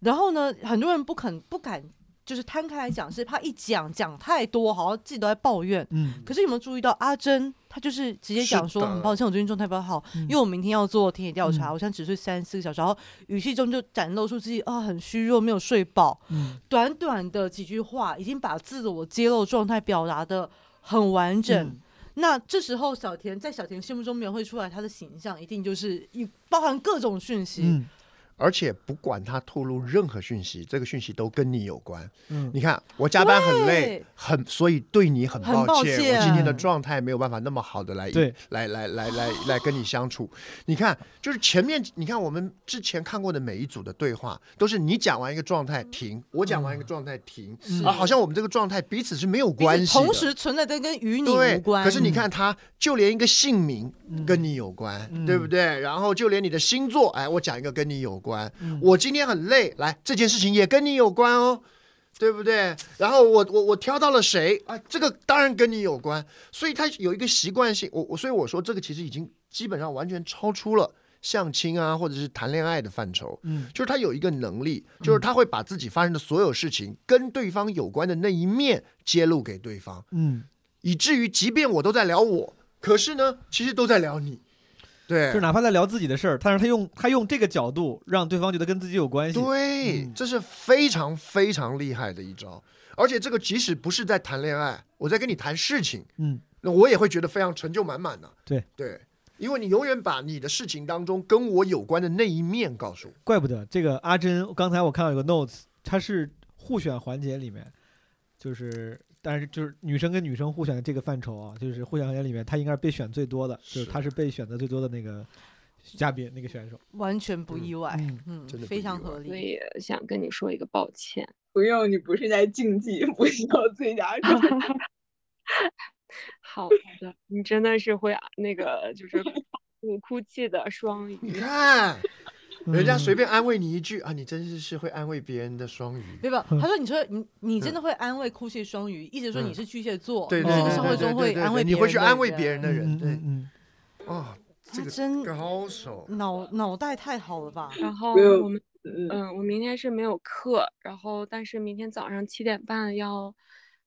[SPEAKER 6] 然后呢，很多人不肯不敢，就是摊开来讲，是怕一讲讲太多，好像自己都在抱怨。
[SPEAKER 9] 嗯，
[SPEAKER 6] 可是有没有注意到阿珍，她就是直接讲说，
[SPEAKER 9] 是的
[SPEAKER 6] 很抱歉，我最近状态不太好，
[SPEAKER 9] 嗯
[SPEAKER 6] 因为我明天要做田野调查，我现在只睡三四个小时，然后语气中就展露出自己啊很虚弱，没有睡饱。
[SPEAKER 9] 嗯，
[SPEAKER 6] 短短的几句话，已经把自我揭露状态表达的很完整。那这时候，小田在小田心目中描绘出来他的形象，一定就是一包含各种讯息。
[SPEAKER 8] 嗯而且不管他透露任何讯息，这个讯息都跟你有关。
[SPEAKER 9] 嗯
[SPEAKER 8] 你看我加班很累
[SPEAKER 6] 对，
[SPEAKER 8] 很所以对你很
[SPEAKER 6] 很抱
[SPEAKER 8] 歉，
[SPEAKER 6] 歉
[SPEAKER 8] 我今天的状态没有办法那么好的来
[SPEAKER 9] 对
[SPEAKER 8] 来来来来来跟你相处。你看，就是前面你看我们之前看过的每一组的对话，都是你讲完一个状态停，我讲完一个状态停，
[SPEAKER 9] 嗯
[SPEAKER 6] 是
[SPEAKER 8] 啊，好像我们这个状态彼此是没有关系的，
[SPEAKER 6] 嗯同时存在的跟与你
[SPEAKER 8] 对，
[SPEAKER 6] 无关。
[SPEAKER 8] 可是你看他，就连一个姓名跟你有关，
[SPEAKER 6] 嗯
[SPEAKER 8] 对不对？然后就连你的星座，哎，我讲一个跟你有关。
[SPEAKER 6] 嗯
[SPEAKER 8] 我今天很累，来这件事情也跟你有关哦，对不对？然后我我我挑到了谁啊？这个当然跟你有关，所以他有一个习惯性。我我所以我说这个其实已经基本上完全超出了。相亲啊，或者是谈恋爱的范畴，
[SPEAKER 9] 嗯
[SPEAKER 8] 就是他有一个能力，
[SPEAKER 6] 嗯
[SPEAKER 8] 就是他会把自己发生的所有事情跟对方有关的那一面揭露给对方，
[SPEAKER 9] 嗯，
[SPEAKER 8] 以至于即便我都在聊我，可是呢，其实都在聊你。对，
[SPEAKER 9] 就是哪怕在聊自己的事儿，但是他用他用这个角度让对方觉得跟自己有关系。嗯
[SPEAKER 8] 对，这是非常非常厉害的一招，而且这个即使不是在谈恋爱，我在跟你谈事情，
[SPEAKER 9] 嗯，
[SPEAKER 8] 那我也会觉得非常成就满满的、
[SPEAKER 9] 对，
[SPEAKER 8] 对，因为你永远把你的事情当中跟我有关的那一面告诉我。
[SPEAKER 9] 怪不得这个阿珍，刚才我看到有个 notes，她是互选环节里面，就是但是就是女生跟女生互选的这个范畴啊，就是互选环节里面，她应该是被选最多的，就是她是被选择最多的那个嘉宾那个选手。
[SPEAKER 6] 完全不意外，
[SPEAKER 9] 嗯
[SPEAKER 6] 嗯，
[SPEAKER 9] 真的不
[SPEAKER 6] 非
[SPEAKER 9] 意
[SPEAKER 6] 常
[SPEAKER 9] 外
[SPEAKER 6] 合理。
[SPEAKER 7] 所以想跟你说一个抱歉。
[SPEAKER 17] 不用，你不是在竞技，不需要最 佳状态。
[SPEAKER 7] 好的，你真的是会啊那个 就是哭哭泣的双鱼。
[SPEAKER 8] 你看，人家随便安慰你一句、啊，你真是是会安慰别人的双鱼。
[SPEAKER 6] 对吧？
[SPEAKER 9] 嗯
[SPEAKER 6] 他说：“你说你你真的会安慰哭泣双鱼，一直说你是巨蟹座，
[SPEAKER 8] 对
[SPEAKER 6] 你
[SPEAKER 8] 对
[SPEAKER 6] 是
[SPEAKER 8] 对
[SPEAKER 6] 社会
[SPEAKER 8] 对对
[SPEAKER 6] 中会
[SPEAKER 8] 对对
[SPEAKER 6] 安慰
[SPEAKER 8] 对
[SPEAKER 6] 别
[SPEAKER 8] 你会
[SPEAKER 6] 人
[SPEAKER 8] 去
[SPEAKER 6] 的
[SPEAKER 8] 安慰
[SPEAKER 6] 人
[SPEAKER 8] 别人的人，对，
[SPEAKER 9] 嗯，
[SPEAKER 8] 哦，这个
[SPEAKER 6] 真
[SPEAKER 8] 高手，
[SPEAKER 6] 脑脑袋太好了吧？
[SPEAKER 7] 然后
[SPEAKER 17] 没有
[SPEAKER 7] 我们，
[SPEAKER 17] 嗯
[SPEAKER 7] 嗯，我明天是没有课，然后但是明天早上七点半要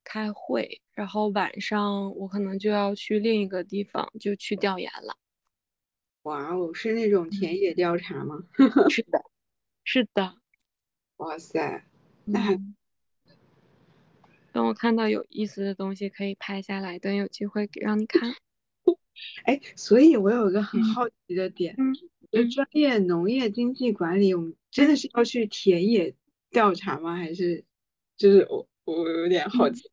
[SPEAKER 7] 开会，然后晚上我可能就要去另一个地方，就去调研了。
[SPEAKER 17] 哇哦，是那种田野调查吗？
[SPEAKER 7] 是的，是 的。
[SPEAKER 17] 哇塞，那还
[SPEAKER 7] 嗯，等我看到有意思的东西可以拍下来，等有机会给让你看。
[SPEAKER 17] 哎，所以我有一个很好奇的点，
[SPEAKER 7] 嗯
[SPEAKER 17] 就专业农业经济管理，我们真的是要去田野调查吗？还是就是我我有点好奇。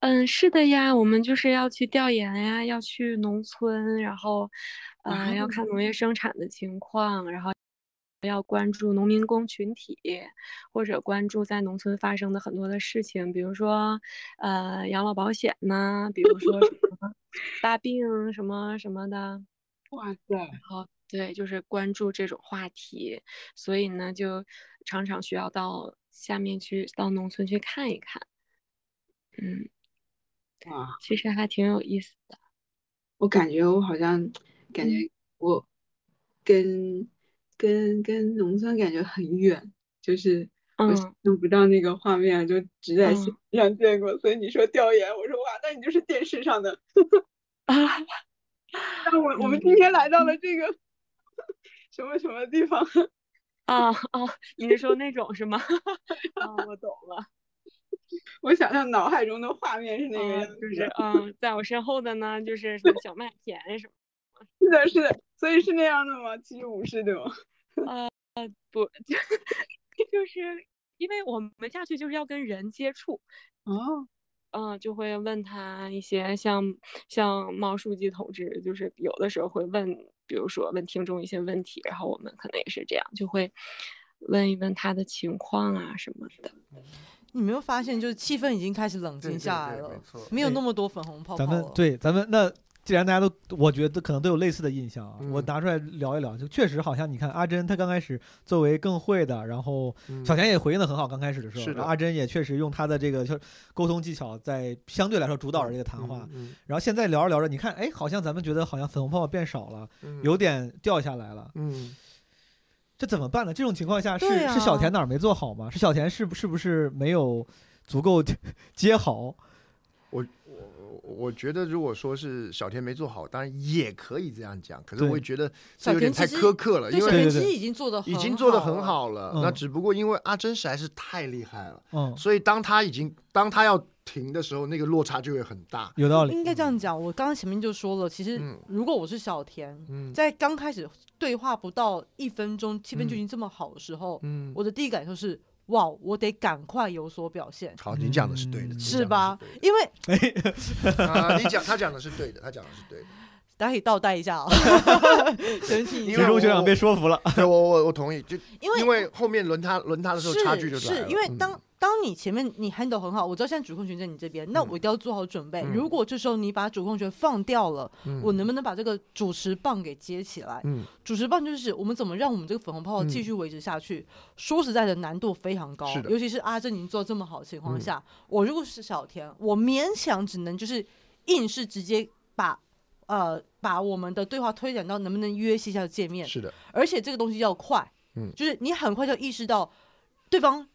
[SPEAKER 7] 嗯，是的呀，我们就是要去调研呀，要去农村，然后，呃，要看农业生产的情况，然后要关注农民工群体，或者关注在农村发生的很多的事情，比如说，呃，养老保险呐，比如说什么大病什么什么的。
[SPEAKER 17] 哇塞，
[SPEAKER 7] 好，对，就是关注这种话题，所以呢，就常常需要到下面去，到农村去看一看。嗯，
[SPEAKER 17] 哇，
[SPEAKER 7] 其实还挺有意思的。
[SPEAKER 17] 我感觉我好像感
[SPEAKER 7] 嗯
[SPEAKER 17] 觉我跟跟跟农村感觉很远，就是我想
[SPEAKER 7] 嗯
[SPEAKER 17] 象不到那个画面，啊就只在线
[SPEAKER 7] 嗯
[SPEAKER 17] 上见过。所以你说调研，我说哇，那你就是电视上 的。
[SPEAKER 7] 啊，
[SPEAKER 17] 那我
[SPEAKER 7] 嗯
[SPEAKER 17] 我们今天来到了这个 什么什么地方？
[SPEAKER 7] 啊啊！你是说那种是吗？ 啊，我懂了。
[SPEAKER 17] 我想象脑海中的画面是那个
[SPEAKER 7] 啊，
[SPEAKER 17] 样
[SPEAKER 7] 就
[SPEAKER 17] 子
[SPEAKER 7] 是
[SPEAKER 17] 的。
[SPEAKER 7] 嗯，在我身后的呢，就是什么小麦田什么。
[SPEAKER 17] 是的，是的，所以是那样的吗？其实不是，对吗？
[SPEAKER 7] 呃，不， 就就是因为我们下去就是要跟人接触，
[SPEAKER 17] 哦，
[SPEAKER 7] 嗯，就会问他一些像像毛书记同志，就是有的时候会问，比如说问听众一些问题，然后我们可能也是这样，就会问一问他的情况啊什么的。
[SPEAKER 6] 你没有发现，就是气氛已经开始冷静下来了，没有那么多粉红泡泡
[SPEAKER 9] 咱们
[SPEAKER 6] 了。
[SPEAKER 9] 对咱们那，既然大家都，我觉得可能都有类似的印象啊，
[SPEAKER 8] 嗯
[SPEAKER 9] 我拿出来聊一聊，就确实好像你看阿珍，她刚开始作为更会的，然后
[SPEAKER 15] 嗯
[SPEAKER 9] 小田也回应的很好，刚开始的时候，
[SPEAKER 15] 是的
[SPEAKER 9] 然后阿珍也确实用她的这个就是沟通技巧，在相对来说主导着这个谈
[SPEAKER 8] 嗯
[SPEAKER 9] 话。然后现在聊着聊着，你看，哎，好像咱们觉得好像粉红泡泡变少了，
[SPEAKER 15] 嗯
[SPEAKER 9] 有点掉下来了。
[SPEAKER 8] 嗯，
[SPEAKER 9] 这怎么办呢？这种情况下是、
[SPEAKER 15] 对啊
[SPEAKER 9] 是小田哪儿没做好吗？是小田是不是不是没有足够 接好？
[SPEAKER 8] 我我我觉得，如果说是小田没做好，当然也可以这样讲，可是
[SPEAKER 9] 对
[SPEAKER 8] 我也觉得
[SPEAKER 6] 小
[SPEAKER 8] 这有点
[SPEAKER 6] 田
[SPEAKER 8] 太
[SPEAKER 6] 其实
[SPEAKER 8] 苛刻了，
[SPEAKER 6] 对
[SPEAKER 8] 因为
[SPEAKER 6] 小田其实已经做得
[SPEAKER 8] 已
[SPEAKER 6] 很
[SPEAKER 8] 经做得
[SPEAKER 6] 好了
[SPEAKER 8] 很好了。
[SPEAKER 6] 嗯
[SPEAKER 8] 那只不过因为阿珍实在是太厉害了，
[SPEAKER 9] 嗯
[SPEAKER 8] 所以当他已经当他要停的时候，那个落差就会很大。
[SPEAKER 9] 有
[SPEAKER 6] 应该这样讲。我刚刚前面就说了，其实如果我是小田，
[SPEAKER 8] 嗯
[SPEAKER 6] 在刚开始对话不到一分钟，气氛就
[SPEAKER 8] 嗯
[SPEAKER 6] 已经这么好的时候，
[SPEAKER 8] 嗯
[SPEAKER 6] 我的第一感受是。哇，我得赶快有所表现，
[SPEAKER 8] 好，你讲的是
[SPEAKER 9] 嗯
[SPEAKER 8] 对的，
[SPEAKER 6] 是吧？因为
[SPEAKER 8] 啊，你讲他讲的是对的，他讲的是对的。
[SPEAKER 6] 大家可以倒带一 下啊、 神奇一
[SPEAKER 8] 因
[SPEAKER 6] 下
[SPEAKER 8] 为我
[SPEAKER 9] 说服了，
[SPEAKER 8] 对我我我同意，就
[SPEAKER 6] 因为
[SPEAKER 8] 因为后面轮他轮他的时候
[SPEAKER 6] 是
[SPEAKER 8] 差距就出来
[SPEAKER 6] 是
[SPEAKER 8] 了
[SPEAKER 6] 因为
[SPEAKER 8] 嗯
[SPEAKER 6] 当、当你前面你 handle 很好，我知道现在主控权在你这边，那我一定要做好准备。
[SPEAKER 8] 嗯
[SPEAKER 6] 如果这时候你把主控权放掉了，
[SPEAKER 8] 嗯
[SPEAKER 6] 我能不能把这个主持棒给接起来？
[SPEAKER 8] 嗯
[SPEAKER 6] 主持棒就是我们怎么让我们这个粉红泡泡
[SPEAKER 8] 嗯
[SPEAKER 6] 继续维持下去？说实在的，难度非常高
[SPEAKER 8] 是，的
[SPEAKER 6] 尤其是阿珍已经做得这么好的情况
[SPEAKER 8] 嗯
[SPEAKER 6] 下，我如果是小田，我勉强只能就是硬是直接把呃把我们的对话推展到能不能约线下见面。
[SPEAKER 8] 是的，
[SPEAKER 6] 而且这个东西要快，
[SPEAKER 8] 嗯
[SPEAKER 6] 就是你很快就意识到对方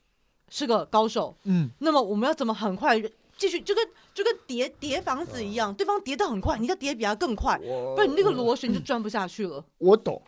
[SPEAKER 6] 是个高手，
[SPEAKER 9] 嗯，
[SPEAKER 6] 那么我们要怎么很快继续，就跟就跟叠叠房子一样，对方叠得很快，你要叠比他更快，
[SPEAKER 8] 不
[SPEAKER 6] 然你那个螺旋就转不下去了。
[SPEAKER 8] 我懂。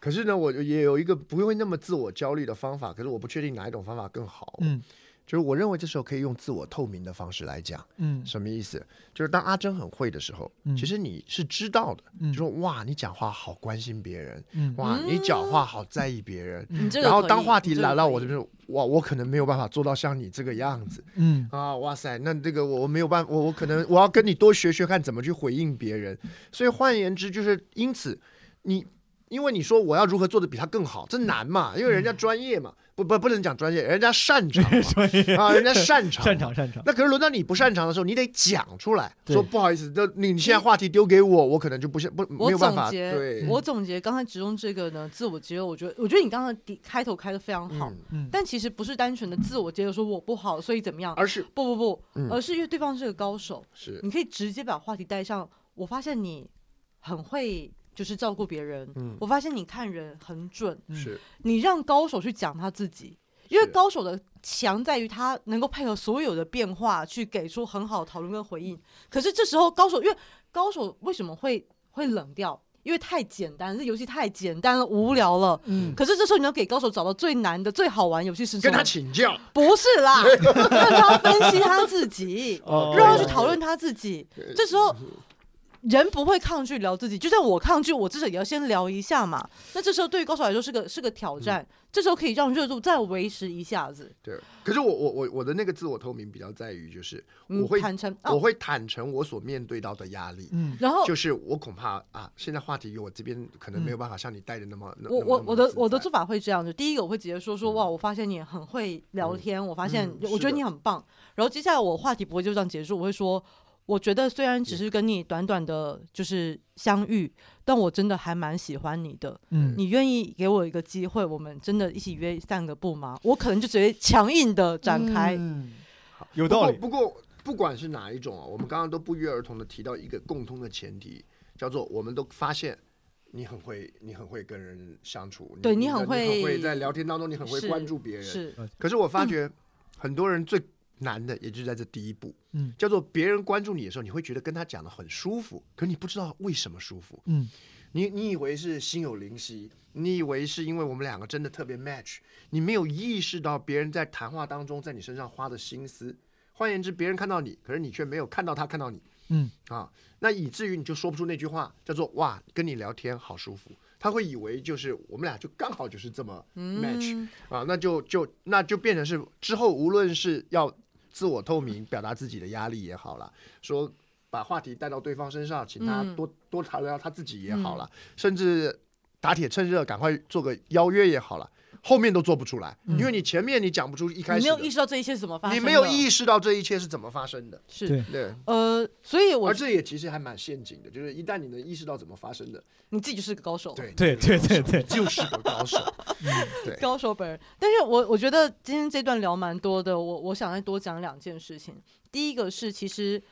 [SPEAKER 8] 可是呢，我也有一个不用那么自我焦虑的方法，可是我不确定哪一种方法更好。
[SPEAKER 1] 哦
[SPEAKER 9] 嗯，
[SPEAKER 8] 就是我认为这时候可以用自我透明的方式来讲。
[SPEAKER 9] 嗯
[SPEAKER 8] 什么意思？就是当阿珍很会的时候，
[SPEAKER 9] 嗯
[SPEAKER 8] 其实你是知道的，
[SPEAKER 9] 嗯
[SPEAKER 8] 就说哇，你讲话好关心别人，
[SPEAKER 9] 嗯
[SPEAKER 8] 哇，你讲话好在意别人。
[SPEAKER 9] 嗯你这个
[SPEAKER 8] 然后
[SPEAKER 9] 可以
[SPEAKER 8] 当话题
[SPEAKER 9] 你这个
[SPEAKER 8] 来到我这边，哇，我可能没有办法做到像你这个样子。
[SPEAKER 9] 嗯
[SPEAKER 8] 啊，哇塞，那这个我我没有办法，我我可能我要跟你多学学看怎么去回应别人。所以换言之，就是因此你。因为你说我要如何做的比他更好，这难嘛？因为人家专业嘛，不不不能讲专业，人家擅长 嘛 啊，人家擅长嘛
[SPEAKER 9] 擅长擅长。
[SPEAKER 8] 那可是轮到你不擅长的时候，你得讲出来，
[SPEAKER 9] 对
[SPEAKER 8] 说不好意思，这你现在话题丢给我，我可能就不是不没
[SPEAKER 6] 我
[SPEAKER 8] 有办法。
[SPEAKER 6] 总结
[SPEAKER 8] 对，，
[SPEAKER 6] 我总结刚才植中这个呢，自我揭露，我觉得，我觉得你刚刚的开头开的非常好，
[SPEAKER 9] 嗯
[SPEAKER 6] 但其实不是单纯的自我揭露说我不好，所以怎么样，
[SPEAKER 8] 而是
[SPEAKER 6] 不不不，
[SPEAKER 8] 嗯
[SPEAKER 6] 而是因为对方是个高手，
[SPEAKER 8] 是
[SPEAKER 6] 你可以直接把话题带上。我发现你很会就是照顾别人，
[SPEAKER 8] 嗯
[SPEAKER 6] 我发现你看人很准，
[SPEAKER 8] 是
[SPEAKER 6] 你让高手去讲他自己，因为高手的强在于他能够配合所有的变化去给出很好的讨论跟回应。可是这时候高手，因为高手为什么会会冷掉？因为太简单，这游戏太简单了，无聊了。
[SPEAKER 9] 嗯
[SPEAKER 6] 可是这时候你要给高手找到最难的、最好玩游戏是什么？
[SPEAKER 8] 跟他请 教。
[SPEAKER 6] 不是啦，让他分析他自己，
[SPEAKER 8] 哦
[SPEAKER 6] 让他去讨论他自己。这时候人不会抗拒聊自己，就算我抗拒，我至少也要先聊一下嘛。那这时候对于高手来说是个是个挑战，这时候可以让热度再维持一下子。
[SPEAKER 8] 对，可是我我我我的那个自我透明比较在于，就是
[SPEAKER 6] 嗯
[SPEAKER 8] 我会、
[SPEAKER 6] 坦诚哦
[SPEAKER 8] 我会坦诚我所面对到的压力。
[SPEAKER 9] 嗯
[SPEAKER 6] 然后嗯
[SPEAKER 8] 就是我恐怕啊，现在话题我这边可能没有办法像你带的那么。那
[SPEAKER 6] 我
[SPEAKER 8] 那么那么
[SPEAKER 6] 我我的
[SPEAKER 8] 自
[SPEAKER 6] 我的做法会这样子，第一个我会直接说说哇，我发现你很会聊天，我发现、
[SPEAKER 8] 嗯
[SPEAKER 6] 我
[SPEAKER 8] 是
[SPEAKER 6] 觉得
[SPEAKER 8] 的
[SPEAKER 6] 你很棒。然后接下来我话题不会就这样结束，我会说，我觉得虽然只是跟你短短的就是相遇，但我真的还蛮喜欢你的。
[SPEAKER 9] 嗯
[SPEAKER 6] 你愿意给我一个机会，我们真的一起约散个步吗？我可能就直接强硬的展开。
[SPEAKER 8] 嗯
[SPEAKER 9] 有道理
[SPEAKER 8] 不过不过不管是哪一种啊，我们刚刚都不约而同的提到一个共通的前提，叫做我们都发现。你很会，你很会跟人相处，
[SPEAKER 6] 对
[SPEAKER 8] 你
[SPEAKER 6] 你很
[SPEAKER 8] 的
[SPEAKER 6] 会
[SPEAKER 8] 你很会在聊天当中，你很会
[SPEAKER 6] 是
[SPEAKER 8] 关注别人。
[SPEAKER 6] 是
[SPEAKER 9] 呃
[SPEAKER 6] 嗯
[SPEAKER 8] 可是我发觉很多人最难的，也就是在这第一步，
[SPEAKER 9] 嗯
[SPEAKER 8] 叫做别人关注你的时候，你会觉得跟他讲的很舒服，可你不知道为什么舒服。
[SPEAKER 9] 嗯
[SPEAKER 8] 你你以为是心有灵犀，你以为是因为我们两个真的特别 match，你没有意识到别人在谈话当中在你身上花的心思。换言之，别人看到你，可是你却没有看到他看到你
[SPEAKER 9] 嗯
[SPEAKER 8] 啊，那以至于你就说不出那句话，叫做“哇，跟你聊天好舒服”。他会以为就是我们俩就刚好就是这么 match、
[SPEAKER 6] 嗯
[SPEAKER 8] 啊，那就就那就变成是之后无论是要自我透明表达自己的压力也好啦，说把话题带到对方身上，请他
[SPEAKER 15] 嗯
[SPEAKER 8] 多、多
[SPEAKER 6] 嗯
[SPEAKER 8] 谈聊他自己也好啦，甚至打铁趁热赶快做个邀约也好啦。后面都做不出来，
[SPEAKER 6] 嗯
[SPEAKER 8] 因为你前面你讲不出一开
[SPEAKER 6] 你
[SPEAKER 8] 始
[SPEAKER 6] 没
[SPEAKER 8] 的
[SPEAKER 6] 有意识到这一切是怎么发生
[SPEAKER 8] 你
[SPEAKER 6] 的，
[SPEAKER 8] 没有意识到这一切是怎么发生的，
[SPEAKER 6] 是
[SPEAKER 8] 对
[SPEAKER 6] 对呃，所以我
[SPEAKER 8] 而这也其实还蛮陷阱的，就是一旦你能意识到怎么发生的，
[SPEAKER 6] 你自己就是个高手，
[SPEAKER 8] 对
[SPEAKER 9] 对对对对，
[SPEAKER 8] 就是个高 手，嗯对
[SPEAKER 6] 高手本人。但是我我觉得今天这段聊蛮多的，我我想再多讲两件事情。第一个是，其实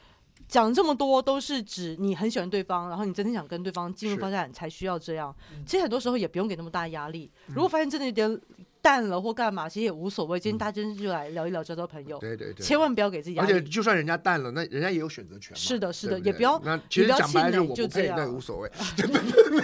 [SPEAKER 6] 讲这么多都是指你很喜欢对方，然后你真的想跟对方进入发展才需要这样。
[SPEAKER 8] 嗯
[SPEAKER 6] 其实很多时候也不用给那么大压力。如果发现真的有点淡了或干嘛，其实也无所谓。今天大家真的就来聊一聊，交交朋友。
[SPEAKER 8] 嗯对对对，
[SPEAKER 6] 千万不要给自己压
[SPEAKER 8] 而
[SPEAKER 6] 力。
[SPEAKER 8] 且就算人家淡了，那人家也有选择权嘛。
[SPEAKER 6] 是的，是
[SPEAKER 8] 对
[SPEAKER 6] 的，
[SPEAKER 8] 不
[SPEAKER 6] 也
[SPEAKER 8] 对
[SPEAKER 6] 不要。
[SPEAKER 8] 那
[SPEAKER 6] 也
[SPEAKER 8] 其实
[SPEAKER 6] 不要
[SPEAKER 8] 讲白了
[SPEAKER 6] 气
[SPEAKER 8] 就是
[SPEAKER 6] 馁
[SPEAKER 8] 我
[SPEAKER 6] 就
[SPEAKER 8] 不
[SPEAKER 6] 这
[SPEAKER 8] 配，
[SPEAKER 6] 样
[SPEAKER 8] 那也无所谓。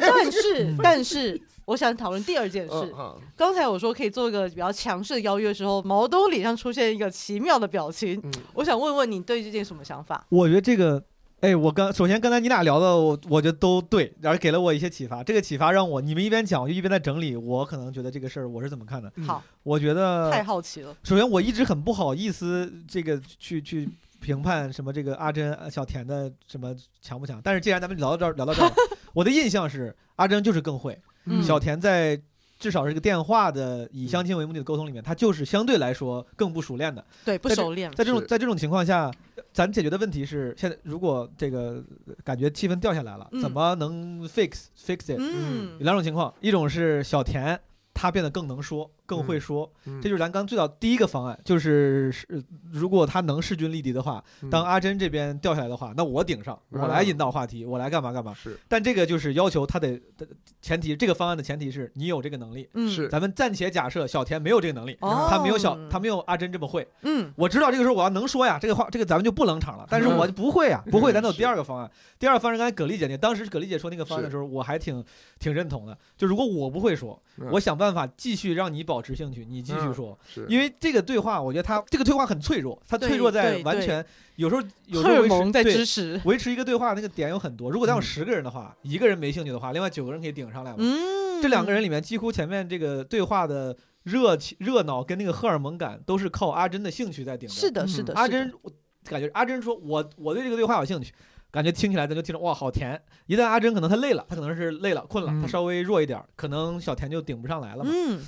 [SPEAKER 6] 但 是，但是， 我想讨论第二件
[SPEAKER 8] 嗯
[SPEAKER 6] 事
[SPEAKER 8] 嗯。
[SPEAKER 6] 刚才我说可以做一个比较强势的邀约的时候，毛东脸上出现一个奇妙的表情。
[SPEAKER 9] 嗯
[SPEAKER 6] 我想问问你对这件什么想法？
[SPEAKER 9] 我觉得这个，哎，我刚首先刚才你俩聊的，我我觉得都对，然后给了我一些启发。这个启发让我你们一边讲，我就一边在整理，我可能觉得这个事儿我是怎么看的。
[SPEAKER 6] 好，
[SPEAKER 9] 我觉得
[SPEAKER 6] 太好奇了。
[SPEAKER 9] 首先，我一直很不好意思这个去去评判什么这个阿珍、呃小田的什么强不强，但是既然咱们聊到这儿，聊到这 儿，我的印象是阿珍就是更会，
[SPEAKER 6] 嗯
[SPEAKER 9] 小田在。至少是个电话的以相亲为目的的沟通里面，他就是相对来说更不熟练的，
[SPEAKER 6] 对不
[SPEAKER 9] 在这
[SPEAKER 6] 熟练
[SPEAKER 9] 在这种
[SPEAKER 6] 是
[SPEAKER 9] 在这种情况下，咱解决的问题是，现在如果这个呃感觉气氛掉下来了，
[SPEAKER 6] 嗯
[SPEAKER 9] 怎么能 fix fix it？
[SPEAKER 6] 嗯
[SPEAKER 9] 有两种情况，一种是小田他变得更能说，更会说，
[SPEAKER 8] 嗯
[SPEAKER 9] 这就是咱刚最早第一个方案，就是是呃如果他能势均力敌的话，当阿珍这边掉下来的话，那我顶上，
[SPEAKER 8] 嗯
[SPEAKER 9] 我来引导话题，我来干嘛干嘛。
[SPEAKER 8] 是，
[SPEAKER 9] 但这个就是要求他得得前提，这个方案的前提是你有这个能力。
[SPEAKER 6] 嗯是
[SPEAKER 9] 咱们暂且假设小田没有这个能力，
[SPEAKER 6] 哦
[SPEAKER 9] 他没有小他没有阿珍这么会。
[SPEAKER 6] 嗯，
[SPEAKER 9] 我知道这个时候我要能说呀，这个话这个咱们就不冷场了。
[SPEAKER 8] 嗯
[SPEAKER 9] 但是我就不 会呀，不会。咱有第二个方案，第二个方案是刚才葛丽姐那，当时葛丽姐说那个方案的时候，我还挺挺认同的。就如果我不会说，
[SPEAKER 8] 嗯
[SPEAKER 9] 我想办法继续让你保持兴趣，你继续
[SPEAKER 8] 嗯
[SPEAKER 9] 说
[SPEAKER 8] 是，
[SPEAKER 9] 因为这个对话，我觉得它这个对话很脆弱，它
[SPEAKER 6] 对
[SPEAKER 9] 脆弱在
[SPEAKER 6] 对
[SPEAKER 9] 完
[SPEAKER 6] 对
[SPEAKER 9] 全有时候有时
[SPEAKER 6] 荷
[SPEAKER 9] 候
[SPEAKER 6] 尔
[SPEAKER 9] 维持
[SPEAKER 6] 蒙在
[SPEAKER 9] 对
[SPEAKER 6] 支持
[SPEAKER 9] 维持一个对话那个点有很多。如果咱有十个人的话，一个人没兴趣的话，另外九个人可以顶上来嘛。
[SPEAKER 6] 嗯
[SPEAKER 9] 这两个人里面，几乎前面这个对话的热情、热闹跟那个荷尔蒙感，都是靠阿珍的兴趣在顶着。
[SPEAKER 6] 是的是的
[SPEAKER 9] 阿
[SPEAKER 6] 是的
[SPEAKER 9] 珍我感觉阿珍说我我对这个对话有兴趣。感觉听起来咱就听着哇好甜，一旦阿珍可能她累了，她可能是累了困了，她稍微弱一点儿，可能小田就顶不上来了嘛。
[SPEAKER 6] 嗯，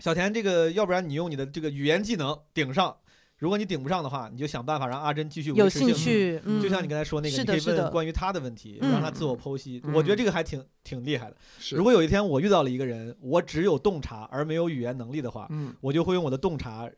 [SPEAKER 9] 小田这个要不然你用你的这个语言技能顶上，如果你顶不上的话，你就想办法让阿珍继续维
[SPEAKER 6] 有
[SPEAKER 9] 持
[SPEAKER 6] 兴
[SPEAKER 9] 兴
[SPEAKER 6] 趣嗯
[SPEAKER 9] 就像你刚才说那个，
[SPEAKER 6] 是
[SPEAKER 9] 你
[SPEAKER 6] 的
[SPEAKER 9] 可以
[SPEAKER 6] 是的
[SPEAKER 9] 问关于他的问题，
[SPEAKER 6] 嗯
[SPEAKER 9] 让他自我剖析。
[SPEAKER 6] 嗯
[SPEAKER 9] 我觉得这个还挺挺厉害的。
[SPEAKER 8] 是
[SPEAKER 9] 如果有一天我遇到了一个人，我只有洞察而没有语言能力的话，
[SPEAKER 8] 嗯
[SPEAKER 9] 我就会用我的洞察。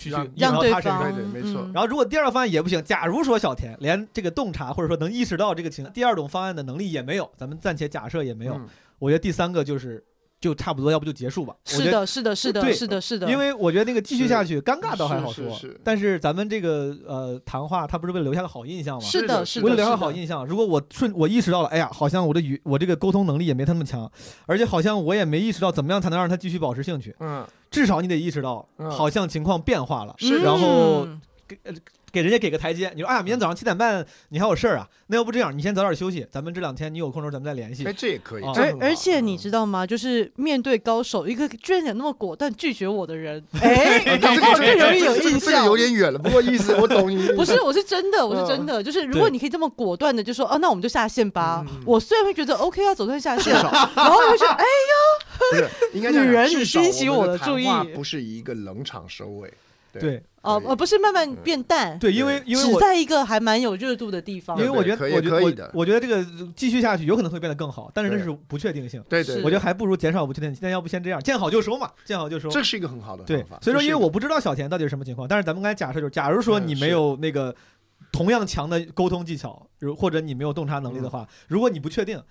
[SPEAKER 9] 去去
[SPEAKER 8] 让
[SPEAKER 9] 引到
[SPEAKER 8] 让对
[SPEAKER 9] 他身上，
[SPEAKER 8] 方对对没错嗯
[SPEAKER 9] 然后如果第二个方案也不行，假如说小田连这个洞察或者说能意识到这个情，第二种方案的能力也没有，咱们暂且假设也没有。
[SPEAKER 6] 嗯
[SPEAKER 9] 我觉得第三个就是就差不多，要不就结束吧。我
[SPEAKER 6] 是
[SPEAKER 9] 觉得
[SPEAKER 6] 的，是的，是的，
[SPEAKER 9] 对
[SPEAKER 6] 是的，是的。
[SPEAKER 9] 因为我觉得那个继续下去，尴尬倒还
[SPEAKER 6] 是
[SPEAKER 9] 好
[SPEAKER 6] 是
[SPEAKER 9] 说，
[SPEAKER 6] 是
[SPEAKER 9] 但是咱们这个呃谈话，它不是为了留下个好印象吗？
[SPEAKER 6] 是的是的
[SPEAKER 9] 为了留
[SPEAKER 6] 是
[SPEAKER 9] 下
[SPEAKER 6] 的
[SPEAKER 9] 好印象。如果我瞬我意识到了，哎呀，好像我的语我这个沟通能力也没他那么强，而且好像我也没意识到怎么样才能让他继续保持兴趣。
[SPEAKER 8] 嗯，
[SPEAKER 9] 至少你得意识到，
[SPEAKER 8] 嗯
[SPEAKER 9] 好像情况变化了，
[SPEAKER 8] 是的
[SPEAKER 9] 然后
[SPEAKER 8] 嗯
[SPEAKER 9] 给呃给人家给个台阶。你说，哎呀，明天早上七点半你还有事儿啊？那要不这样，你先早点休息，咱们这两天你有空的时候咱们再联系。啊
[SPEAKER 8] 哎，这也可以，
[SPEAKER 9] 嗯
[SPEAKER 8] 这
[SPEAKER 6] 而
[SPEAKER 8] 很好
[SPEAKER 6] 而且你知道吗？就是面对高手，一个居然讲那么果断拒绝我的 人，哎，
[SPEAKER 8] 啊
[SPEAKER 6] 搞
[SPEAKER 8] 这
[SPEAKER 6] 不
[SPEAKER 8] 个
[SPEAKER 6] 好
[SPEAKER 8] 这
[SPEAKER 6] 更
[SPEAKER 8] 个
[SPEAKER 6] 容易
[SPEAKER 8] 这
[SPEAKER 6] 有
[SPEAKER 8] 个这
[SPEAKER 6] 印
[SPEAKER 8] 个这个
[SPEAKER 6] 象。
[SPEAKER 8] 有点远了，不过意思我懂 你。
[SPEAKER 6] 不是，我是真
[SPEAKER 9] 嗯
[SPEAKER 6] 的，我是真的，就是如果你可以这么果断的就说，啊，那我们就下线吧。
[SPEAKER 9] 嗯
[SPEAKER 6] 我虽然会觉得 OK 啊要走算下线，然后又会说，哎呦，
[SPEAKER 8] 不是，应该这样讲
[SPEAKER 6] 女人
[SPEAKER 8] 至
[SPEAKER 6] 你
[SPEAKER 8] 少
[SPEAKER 6] 惊喜
[SPEAKER 8] 我们
[SPEAKER 6] 的注意
[SPEAKER 8] 谈话不是一个冷场收尾。
[SPEAKER 9] 对，
[SPEAKER 6] 哦，呃，不是慢慢变淡，
[SPEAKER 9] 对因为因为
[SPEAKER 6] 只
[SPEAKER 9] 我
[SPEAKER 6] 在一个还蛮有热度的地方，
[SPEAKER 9] 因为我觉得，我觉得我我觉得这个继续下去有可能会变得更好，但是这
[SPEAKER 8] 对
[SPEAKER 9] 是不确定性。
[SPEAKER 8] 对对
[SPEAKER 6] 是
[SPEAKER 9] 我觉得还不如减少不确定性。那要不先这样，见好就收嘛，见好就收。
[SPEAKER 8] 这是一个很好的
[SPEAKER 9] 对
[SPEAKER 8] 方法，
[SPEAKER 9] 所以说
[SPEAKER 8] 这是
[SPEAKER 9] 因为
[SPEAKER 8] 一个
[SPEAKER 9] 我不知道小田到底是什么情况，但是咱们刚才假设就是，假如说
[SPEAKER 8] 嗯
[SPEAKER 9] 你
[SPEAKER 8] 是
[SPEAKER 9] 没有那个同样强的沟通技巧，如或者你没有洞察能
[SPEAKER 8] 嗯
[SPEAKER 9] 力的话，如果你不确定，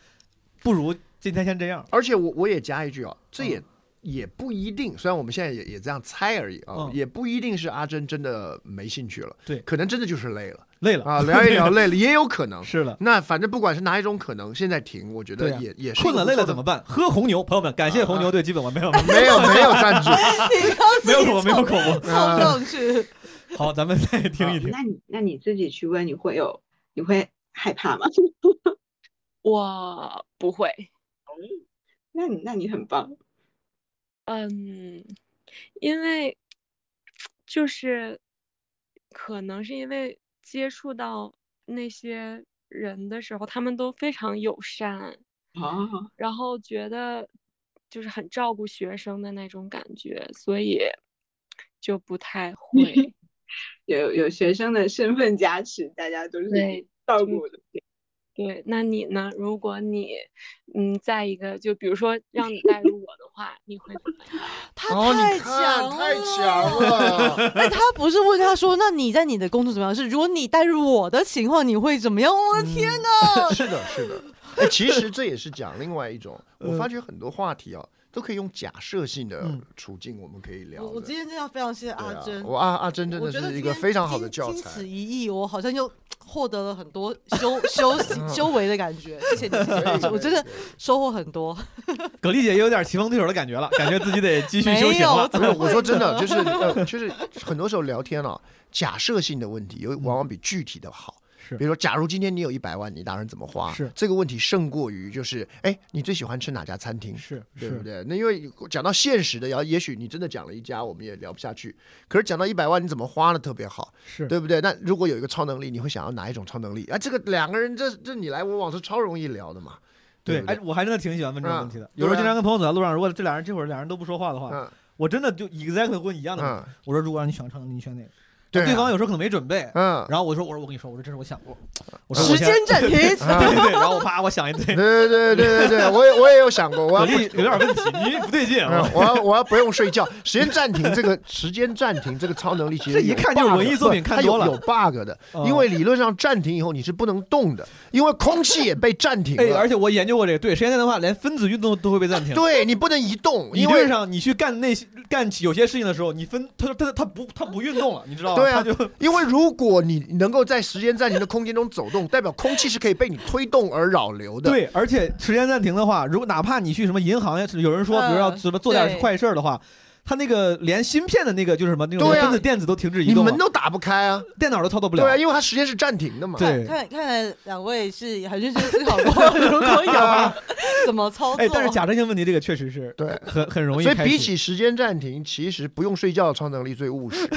[SPEAKER 9] 不如今天先这样。嗯
[SPEAKER 8] 而且我我也加一句啊，这也、也不一定，虽然我们现在也也这样猜而已啊，
[SPEAKER 9] 嗯
[SPEAKER 8] 也不一定是阿珍真的没兴趣了，
[SPEAKER 9] 对，
[SPEAKER 8] 可能真的就是累了。
[SPEAKER 9] 累了
[SPEAKER 8] 啊，聊一 聊累了，也有可能
[SPEAKER 9] 是了。
[SPEAKER 8] 那反正不管是哪一种可能，现在停，我觉
[SPEAKER 9] 对
[SPEAKER 8] 得
[SPEAKER 9] 啊
[SPEAKER 8] 也、也是一个
[SPEAKER 9] 困了累
[SPEAKER 8] 不错的
[SPEAKER 9] 了
[SPEAKER 8] 啊
[SPEAKER 9] 怎么办？喝红牛，朋友们，感谢红牛对基本 我没有
[SPEAKER 8] 没有没有赞助
[SPEAKER 9] 没有口播没有口嗯播，
[SPEAKER 17] 凑上
[SPEAKER 6] 去。
[SPEAKER 9] 好，咱们再听 一听。
[SPEAKER 17] 哦那你那你自己去问，你会有你会害怕吗？
[SPEAKER 7] 我不会。
[SPEAKER 17] 那你那你很棒。
[SPEAKER 7] 嗯，因为就是可能是因为接触到那些人的时候，他们都非常友善，
[SPEAKER 17] 哦，
[SPEAKER 7] 然后觉得就是很照顾学生的那种感觉，所以就不太 会。
[SPEAKER 17] 有有学生的身份加持，大家都是
[SPEAKER 7] 对
[SPEAKER 17] 照顾的。
[SPEAKER 7] 对，那你呢？如果你嗯，在一个就比如说让你带入我的话，你会怎么样？
[SPEAKER 6] 他
[SPEAKER 8] 哦你
[SPEAKER 6] 太
[SPEAKER 8] 看
[SPEAKER 6] 强了，
[SPEAKER 8] 太强了
[SPEAKER 6] 哎，他不是问他说，那你在你的工作怎么样？是如果你带入我的情况，你会怎么样？我的天 哪！
[SPEAKER 8] 是的，是的。哎，其实这也是讲另外一种，
[SPEAKER 9] 嗯
[SPEAKER 8] 我发觉很多话题啊，都可以用假设性的处境，我们可以聊
[SPEAKER 6] 我我
[SPEAKER 8] 的。
[SPEAKER 6] 今天真的非常谢谢阿
[SPEAKER 8] 对啊
[SPEAKER 6] 珍，
[SPEAKER 8] 我阿阿珍真
[SPEAKER 6] 我
[SPEAKER 8] 的
[SPEAKER 6] 觉得
[SPEAKER 8] 是一
[SPEAKER 6] 今
[SPEAKER 8] 个
[SPEAKER 6] 天
[SPEAKER 8] 非常好
[SPEAKER 6] 经
[SPEAKER 8] 的教
[SPEAKER 6] 经
[SPEAKER 8] 材。
[SPEAKER 6] 此一役，我好像又获得了很多 修修修为的感觉。谢谢你，谢谢你我真的收获很多。
[SPEAKER 9] 葛丽姐也有点棋逢对手的感觉了，感觉自己得继续修行 了。
[SPEAKER 8] 没有，我说真的，就是呃 就是很多时候聊天啊，假设性的问题，有往往比具体的好。
[SPEAKER 9] 是
[SPEAKER 8] 比如说，假如今天你有一百万，你打算怎么花？
[SPEAKER 9] 是
[SPEAKER 8] 这个问题胜过于就是，哎，你最喜欢吃哪家餐厅？
[SPEAKER 9] 是
[SPEAKER 8] 对
[SPEAKER 9] 是
[SPEAKER 8] 不对？那因为讲到现实的，然后也许你真的讲了一家，我们也聊不下去。可是讲到一百万，你怎么花呢？特别好，
[SPEAKER 9] 是
[SPEAKER 8] 对不对？那如果有一个超能力，你会想要哪一种超能力？啊，这个两个人这这你来我往是超容易聊的嘛。
[SPEAKER 9] 对，
[SPEAKER 8] 不
[SPEAKER 9] 哎，我还真的挺喜欢问这种问题的
[SPEAKER 8] 嗯。
[SPEAKER 9] 有时候
[SPEAKER 8] 对啊
[SPEAKER 9] 经常跟朋友走在路上，如果这俩人这会儿俩人都不说话的话
[SPEAKER 8] 嗯，
[SPEAKER 9] 我真的就 exactly 问一样的问题。我说如果让你选超能力，你选哪个？
[SPEAKER 8] 对啊
[SPEAKER 9] 对方有时候可能没准备，
[SPEAKER 8] 嗯，
[SPEAKER 9] 然后我说我说我跟你说，我说这是我想过，我说
[SPEAKER 6] 时
[SPEAKER 9] 我现
[SPEAKER 6] 间暂停
[SPEAKER 9] 对对对，然后我啪我想一堆，
[SPEAKER 8] 对对对对对对，我也我也有想过， 我要
[SPEAKER 9] 葛
[SPEAKER 8] 不
[SPEAKER 9] 丽有点问题，你不对 劲啊
[SPEAKER 8] 嗯，我要我要不用睡觉，时间暂停这个时间暂停这个超能力其实
[SPEAKER 9] 这一
[SPEAKER 8] 有
[SPEAKER 9] 看就是
[SPEAKER 8] bug
[SPEAKER 9] 文艺作品看
[SPEAKER 8] 它有
[SPEAKER 9] 多了
[SPEAKER 8] 有 bug 的，
[SPEAKER 9] 嗯
[SPEAKER 8] 因为理论上暂停以后你是不能动的，因为空 气也被暂停
[SPEAKER 9] 哎，而
[SPEAKER 8] 了。
[SPEAKER 9] 且我研究过这个，对，时间暂停的话，连分子运动都会被暂停。
[SPEAKER 8] 对你不能移动，
[SPEAKER 9] 理
[SPEAKER 8] 因为
[SPEAKER 9] 论上你去干那些干有些事情的时候，你分它它它不它不运动了，你知道吗？
[SPEAKER 8] 对啊
[SPEAKER 9] 它就，
[SPEAKER 8] 因为如果你能够在时间暂停的空间中走动，代表空气是可以被你推动而扰流的。
[SPEAKER 9] 对，而且时间暂停的话，如果哪怕你去什么银行呀，有人说，比如要
[SPEAKER 6] 嗯
[SPEAKER 9] 什么做点
[SPEAKER 6] 对
[SPEAKER 9] 坏事儿的话，它那个连芯片的那个就是什么那种
[SPEAKER 8] 对啊
[SPEAKER 9] 分子电子都停止移
[SPEAKER 8] 你
[SPEAKER 9] 动了，
[SPEAKER 8] 门都打不开啊，
[SPEAKER 9] 电脑都操作不了。
[SPEAKER 8] 对啊，因为它时间是暂停的嘛。
[SPEAKER 9] 对
[SPEAKER 6] 看看来两位是很认真思 考过，如果有怎么操作。
[SPEAKER 9] 哎，但是假设性问题这个确实是
[SPEAKER 8] 对
[SPEAKER 9] 很很容易
[SPEAKER 8] 所以
[SPEAKER 9] 开始。
[SPEAKER 8] 比起时间暂停，其实不用睡觉的超能力最务实。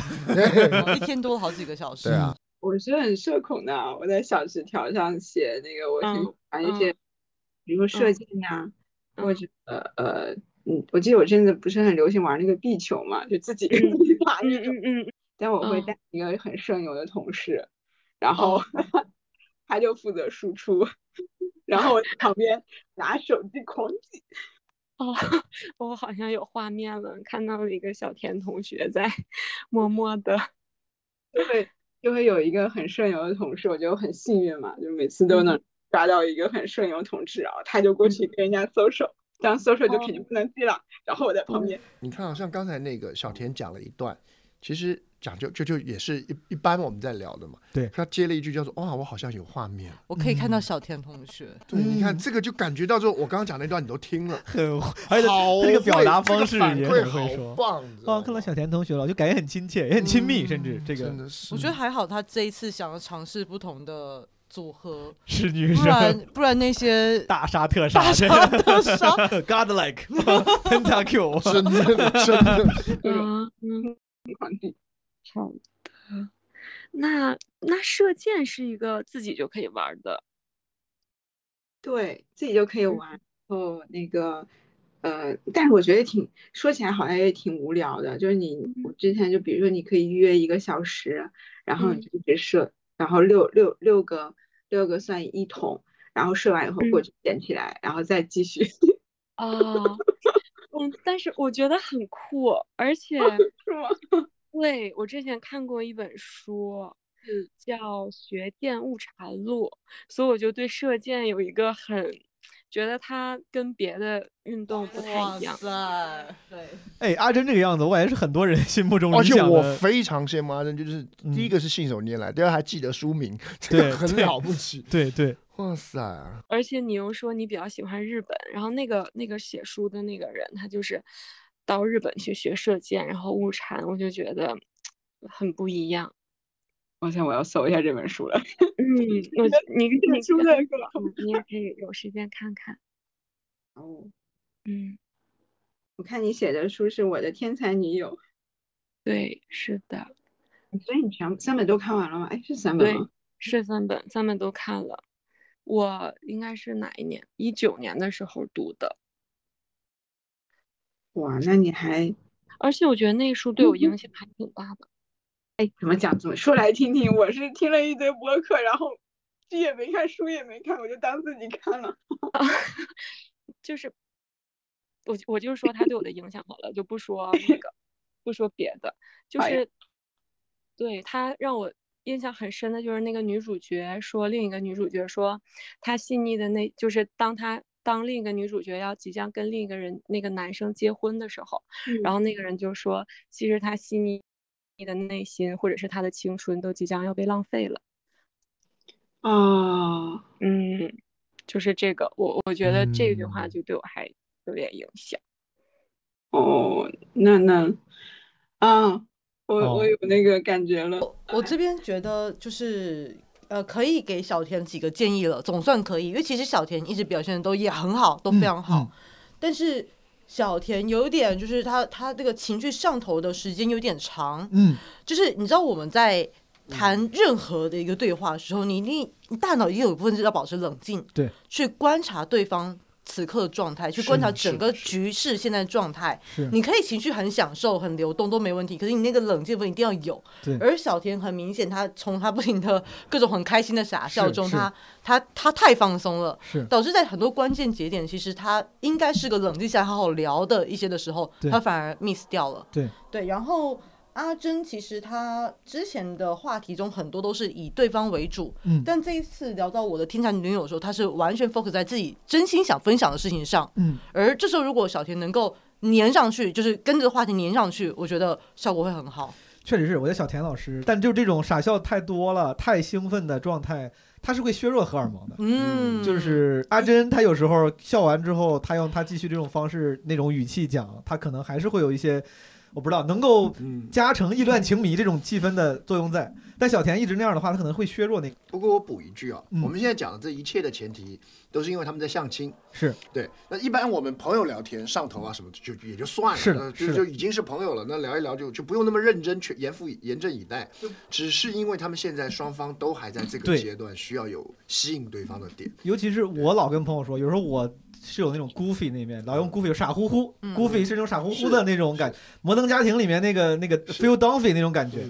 [SPEAKER 6] 一天多了好几个小时。
[SPEAKER 8] 对啊，
[SPEAKER 17] 我是很社恐的，啊我在小纸条上写那个，我
[SPEAKER 7] 嗯
[SPEAKER 17] 是玩一些
[SPEAKER 7] 嗯，
[SPEAKER 17] 比如说射
[SPEAKER 7] 嗯
[SPEAKER 17] 箭呀，
[SPEAKER 6] 嗯
[SPEAKER 17] 或者 呃呃，嗯，我记得有阵子不是很流行玩那个壁球嘛，就自己跟自己打那种，
[SPEAKER 7] 嗯嗯，
[SPEAKER 17] 但我会
[SPEAKER 7] 嗯
[SPEAKER 17] 带一个很社牛的同事，然后 他就负责输出，然后我在旁边拿手机狂挤，
[SPEAKER 7] 哦， 我好像有画面了，看到了一个小田同学在 默默 的，
[SPEAKER 17] 就会就会有一个很社牛的同事，我觉得我很幸运嘛，就每次都能抓到一个很社牛同志，然后他就过去跟人家 social，当 social 就肯定不能记了，然后我在旁边，
[SPEAKER 8] 你看啊，好像刚才那个小田讲了一段，其实讲就就就也是一一般我们在聊的嘛。
[SPEAKER 9] 对
[SPEAKER 8] 他接了一句叫做“哇，我好像有画面了嗯
[SPEAKER 6] 我可以看到小田同学，”。
[SPEAKER 8] 对，你看这个就感觉到说，我刚刚讲那段你都听了，
[SPEAKER 9] 很， 而且
[SPEAKER 8] 好
[SPEAKER 9] 他这个表达
[SPEAKER 8] 会这个
[SPEAKER 9] 方式
[SPEAKER 8] 反
[SPEAKER 9] 也
[SPEAKER 8] 馈
[SPEAKER 9] 很会
[SPEAKER 8] 好
[SPEAKER 9] 说。
[SPEAKER 8] 棒，你知道
[SPEAKER 9] 哦，
[SPEAKER 8] 吗
[SPEAKER 9] 看到小田同学了，就感觉很亲切，也很亲密，甚至这个
[SPEAKER 8] 嗯真的是。
[SPEAKER 6] 我
[SPEAKER 9] 嗯
[SPEAKER 6] 觉得还好，他这一次想要尝试不同的组合，
[SPEAKER 9] 是女
[SPEAKER 6] 不然
[SPEAKER 9] 生
[SPEAKER 6] 不然那些
[SPEAKER 9] 大杀特杀，
[SPEAKER 6] 大杀特 杀，
[SPEAKER 9] ，godlike tentacle，
[SPEAKER 8] 真的真的是。
[SPEAKER 7] 嗯 嗯，好的，那那射箭是一个自己就可以玩儿的，
[SPEAKER 17] 对自己就可以玩，然后那个。呃，但是我觉得挺说起来好像也挺无聊的，就是你我之前就比如说你可以约一个小时，然后你就一直射，然后六六六个六个算一桶，然后射完以后过去捡起来，然后再继续。
[SPEAKER 7] 啊，嗯，但是我觉得很酷，而且
[SPEAKER 17] 是吗？
[SPEAKER 7] 对，我之前看过一本书，叫《学电误禅录》，所以我就对射箭有一个很觉得它跟别的运动不太
[SPEAKER 6] 哇
[SPEAKER 7] 一样。
[SPEAKER 6] 塞，
[SPEAKER 9] 哎，阿珍这个样子，我感觉是很多人心目中
[SPEAKER 8] 而
[SPEAKER 9] 理
[SPEAKER 8] 且
[SPEAKER 9] 想
[SPEAKER 8] 我
[SPEAKER 9] 的。嗯
[SPEAKER 8] 非常羡慕阿珍，就是第一个是信手拈来，第二还记得书名，这
[SPEAKER 9] 对
[SPEAKER 8] 个很
[SPEAKER 9] 对
[SPEAKER 8] 了不起。
[SPEAKER 9] 对对，
[SPEAKER 8] 哇塞！啊
[SPEAKER 7] 而且你又说你比较喜欢日本，然后那个那个写书的那个人，他就是到日本去学射箭，然后误禅，我就觉得很不一样。
[SPEAKER 17] 我想我要搜一下这本书了。
[SPEAKER 7] 嗯，我你你
[SPEAKER 17] 本书
[SPEAKER 7] 觉
[SPEAKER 17] 的
[SPEAKER 7] 得
[SPEAKER 17] 各
[SPEAKER 7] 好吗你也可以有时间看看。
[SPEAKER 17] 哦，
[SPEAKER 7] 嗯，
[SPEAKER 17] 我看你写的书是我的天才女友，
[SPEAKER 7] 对，是的。
[SPEAKER 17] 所以你全部三本都看完了
[SPEAKER 7] 嗯
[SPEAKER 17] 吗？哎，是三本
[SPEAKER 7] 对
[SPEAKER 17] 吗？，
[SPEAKER 7] 是三本，三本都看了。我应该是哪一年？一九年的时候读的。
[SPEAKER 17] 哇，那你还
[SPEAKER 7] 而且我觉得那一书对我影响还挺大的。
[SPEAKER 17] 哎，怎么讲？怎么说来听听？我是听了一堆播客，然后剧也没看，书也没看，我就当自己看了。
[SPEAKER 7] 就是我我就说他对我的影响好了，就不说那个，不说别的，就
[SPEAKER 17] 好呀
[SPEAKER 7] 是对他让我印象很深的就是那个女主角说另一个女主角说，她细腻的那就是当她当另一个女主角要即将跟另一个人那个男生结婚的时候，然后那个人就说，其实她细腻的内心或者是她的青春都即将要被浪费了。
[SPEAKER 17] 哦，
[SPEAKER 7] 嗯，就是这个，我我觉得这句
[SPEAKER 9] 嗯
[SPEAKER 7] 话就对我还有点影响。
[SPEAKER 17] 哦，那那啊，我
[SPEAKER 6] 哦
[SPEAKER 17] 我有那个感觉了。
[SPEAKER 6] 我这边觉得就是呃，可以给小田几个建议了，总算可以，因为其实小田一直表现的都也很好，
[SPEAKER 9] 嗯
[SPEAKER 6] 都非常好，但是小田有一点就是他他这个情绪上头的时间有点长，
[SPEAKER 9] 嗯，
[SPEAKER 6] 就是你知道我们在谈任何的一个对话的时候，你一定你大脑也有一部分是要保持冷静，
[SPEAKER 9] 对，
[SPEAKER 6] 去观察对方此刻的状态，去
[SPEAKER 9] 是
[SPEAKER 6] 观察
[SPEAKER 9] 的是
[SPEAKER 6] 整个局势现在的状态
[SPEAKER 9] 是。
[SPEAKER 6] 你可以情绪很享受、很流动都没问题，可是你那个冷静分一定要有
[SPEAKER 9] 对。
[SPEAKER 6] 而小田很明显，他从他不停的各种很开心的傻笑
[SPEAKER 9] 是
[SPEAKER 6] 中，
[SPEAKER 9] 是
[SPEAKER 6] 他他他太放松了
[SPEAKER 9] 是，
[SPEAKER 6] 导致在很多关键节点，其实他应该是个冷静下来好好聊的一些的时候，
[SPEAKER 9] 对
[SPEAKER 6] 他反而 miss 掉了。
[SPEAKER 9] 对，
[SPEAKER 6] 对，然后阿珍其实她之前的话题中很多都是以对方为主，
[SPEAKER 9] 嗯
[SPEAKER 6] 但这一次聊到我的天才女友的时候，她是完全 focus 在自己真心想分享的事情上，
[SPEAKER 9] 嗯，
[SPEAKER 6] 而这时候如果小田能够粘上去，就是跟着话题粘上去，我觉得效果会很好。
[SPEAKER 9] 确实是，我觉得小田老师，但就这种傻笑太多了、太兴奋的状态，他是会削弱荷尔蒙的。
[SPEAKER 6] 嗯，
[SPEAKER 9] 就是阿珍，她有时候笑完之后，她用她继续这种方式、那种语气讲，她可能还是会有一些，我不知道能够加成意乱情迷这种气氛的作用在。但小田一直那样的话，他可能会削弱那个。
[SPEAKER 8] 不过我补一句啊，
[SPEAKER 9] 嗯
[SPEAKER 8] 我们现在讲的这一切的前提，都是因为他们在相亲。
[SPEAKER 9] 是
[SPEAKER 8] 对，那一般我们朋友聊天上头啊什么的，就也就算了，
[SPEAKER 9] 是的
[SPEAKER 8] 呃
[SPEAKER 9] 是
[SPEAKER 8] 就
[SPEAKER 9] 的
[SPEAKER 8] 就已经是朋友了，那聊一聊就就不用那么认真，全严父严阵以待。只是因为他们现在双方都还在这个
[SPEAKER 9] 对
[SPEAKER 8] 阶段，需要有吸引对方的点。
[SPEAKER 9] 尤其是我老跟朋友说，有时候我是有那种 goofy 那面，老用 goofy 傻乎乎、
[SPEAKER 8] 嗯
[SPEAKER 9] g o o f y 是那种傻乎乎的那种感，《摩登家庭》里面那个那个 Phil Dunphy 那种感觉。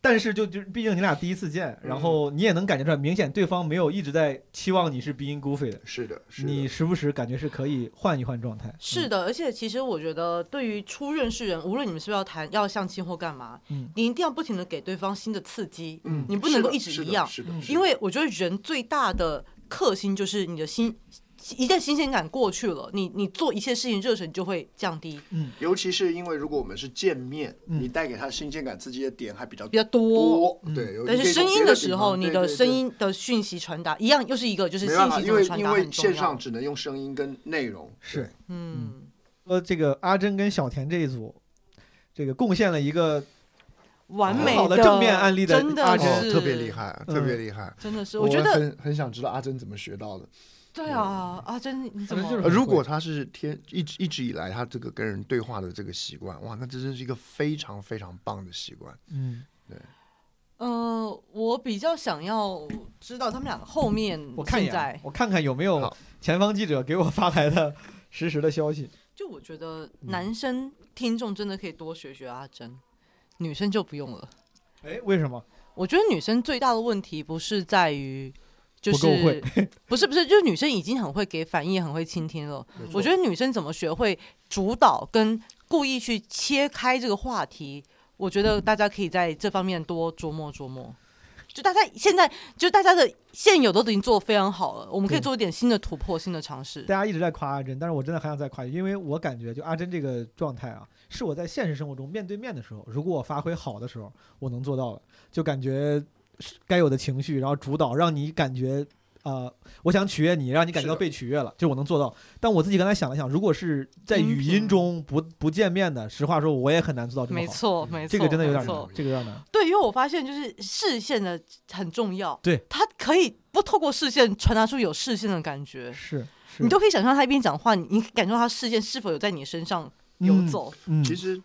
[SPEAKER 9] 但是就就毕竟你俩第一次见，然后
[SPEAKER 6] 嗯
[SPEAKER 9] 你也能感觉出来，明显对方没有一直在期望你是 being goofy 的。
[SPEAKER 8] 是的，
[SPEAKER 9] 你时不时感觉是可以换一换状态。
[SPEAKER 6] 是的，而且其实我觉得，对于初认识人，无论你们是不是要谈要相亲或干嘛，
[SPEAKER 9] 嗯
[SPEAKER 6] 你一定要不停的给对方新的刺激，
[SPEAKER 9] 嗯
[SPEAKER 6] 你不能够一
[SPEAKER 8] 是
[SPEAKER 6] 直
[SPEAKER 8] 的
[SPEAKER 6] 一样
[SPEAKER 8] 是的是的，是的
[SPEAKER 6] 因为我觉得人最大的克星就是你的新，一旦新鲜感过去了，你你做一切事情热忱就会降低，
[SPEAKER 9] 嗯，
[SPEAKER 8] 尤其是因为如果我们是见面，
[SPEAKER 9] 嗯
[SPEAKER 8] 你带给他新鲜感、刺激的点还比较
[SPEAKER 6] 比较多。
[SPEAKER 8] 对，有
[SPEAKER 6] 但
[SPEAKER 8] 你
[SPEAKER 6] 是
[SPEAKER 8] 可以从
[SPEAKER 6] 声音
[SPEAKER 8] 别的地
[SPEAKER 6] 时候，
[SPEAKER 8] 方
[SPEAKER 6] 你
[SPEAKER 8] 对
[SPEAKER 6] 的
[SPEAKER 8] 对对
[SPEAKER 6] 声音的讯息传达一样，又是一个就是
[SPEAKER 8] 没
[SPEAKER 6] 信
[SPEAKER 8] 办法，因
[SPEAKER 6] 息中的
[SPEAKER 8] 为
[SPEAKER 6] 传
[SPEAKER 8] 因
[SPEAKER 6] 达
[SPEAKER 8] 为
[SPEAKER 6] 很重
[SPEAKER 8] 线
[SPEAKER 6] 要
[SPEAKER 8] 上。只能用声音跟内容。
[SPEAKER 9] 是，
[SPEAKER 6] 嗯，
[SPEAKER 9] 说这个阿珍跟小田这一组，这个贡献了一个
[SPEAKER 6] 完美
[SPEAKER 9] 很好的正面案例
[SPEAKER 6] 真的
[SPEAKER 9] 阿珍，嗯
[SPEAKER 8] 哦，特别厉害，特别厉害，
[SPEAKER 6] 真的是我觉得
[SPEAKER 8] 很很想知道阿珍怎么学到的。
[SPEAKER 6] 对啊，阿珍你怎么？
[SPEAKER 8] 呃如果他是天一直一直以来他这个跟人对话的这个习惯，哇，那这真是一个非常非常棒的习惯。
[SPEAKER 9] 嗯，
[SPEAKER 8] 对，
[SPEAKER 6] 呃，我比较想要知道他们两个后面
[SPEAKER 9] 我看一
[SPEAKER 6] 现
[SPEAKER 9] 眼啊
[SPEAKER 6] 在，，
[SPEAKER 9] 我看看有没有前方记者给我发来的实时的消息。
[SPEAKER 6] 就我觉得
[SPEAKER 9] 嗯
[SPEAKER 6] 男生听众真的可以多学学阿珍，女生就不用了。
[SPEAKER 9] 哎，为什么？
[SPEAKER 6] 我觉得女生最大的问题不是在于。就
[SPEAKER 9] 不
[SPEAKER 6] 是
[SPEAKER 9] 够会
[SPEAKER 6] 不是不是，就是女生已经很会给反应，也很会倾听了。我觉得女生怎么学会主导跟故意去切开这个话题，我觉得大家可以在这方面多琢磨琢磨。就大家现在，就大家的现有都已经做得非常好了，我们可以
[SPEAKER 9] 对
[SPEAKER 6] 做一点新的突破、新的尝试。
[SPEAKER 9] 大家一直在夸阿珍，但是我真的还想再夸一句，因为我感觉就阿珍这个状态啊，是我在现实生活中面对面的时候，如果我发挥好的时候，我能做到的，就感觉是该有的情绪，然后主导，让你感觉。呃，我想取悦你，让你感觉到被取悦了，就我能做到。但我自己刚才想了想，如果是在语音中不不见面的，实话说我也很难做到这么
[SPEAKER 6] 嗯
[SPEAKER 9] 好。
[SPEAKER 6] 没错没
[SPEAKER 9] 这个
[SPEAKER 6] 错
[SPEAKER 9] 真的有点
[SPEAKER 6] 没
[SPEAKER 9] 难
[SPEAKER 6] 错，
[SPEAKER 9] 这个有点难。
[SPEAKER 6] 对，因为我发现就是视线的很重要，
[SPEAKER 9] 对
[SPEAKER 6] 他可以不透过视线传达出有视线的感觉，
[SPEAKER 9] 是
[SPEAKER 6] 你都可以哦想象他一边讲话，你你感受到他视线是否有在你身上游走。
[SPEAKER 9] 嗯
[SPEAKER 8] 其实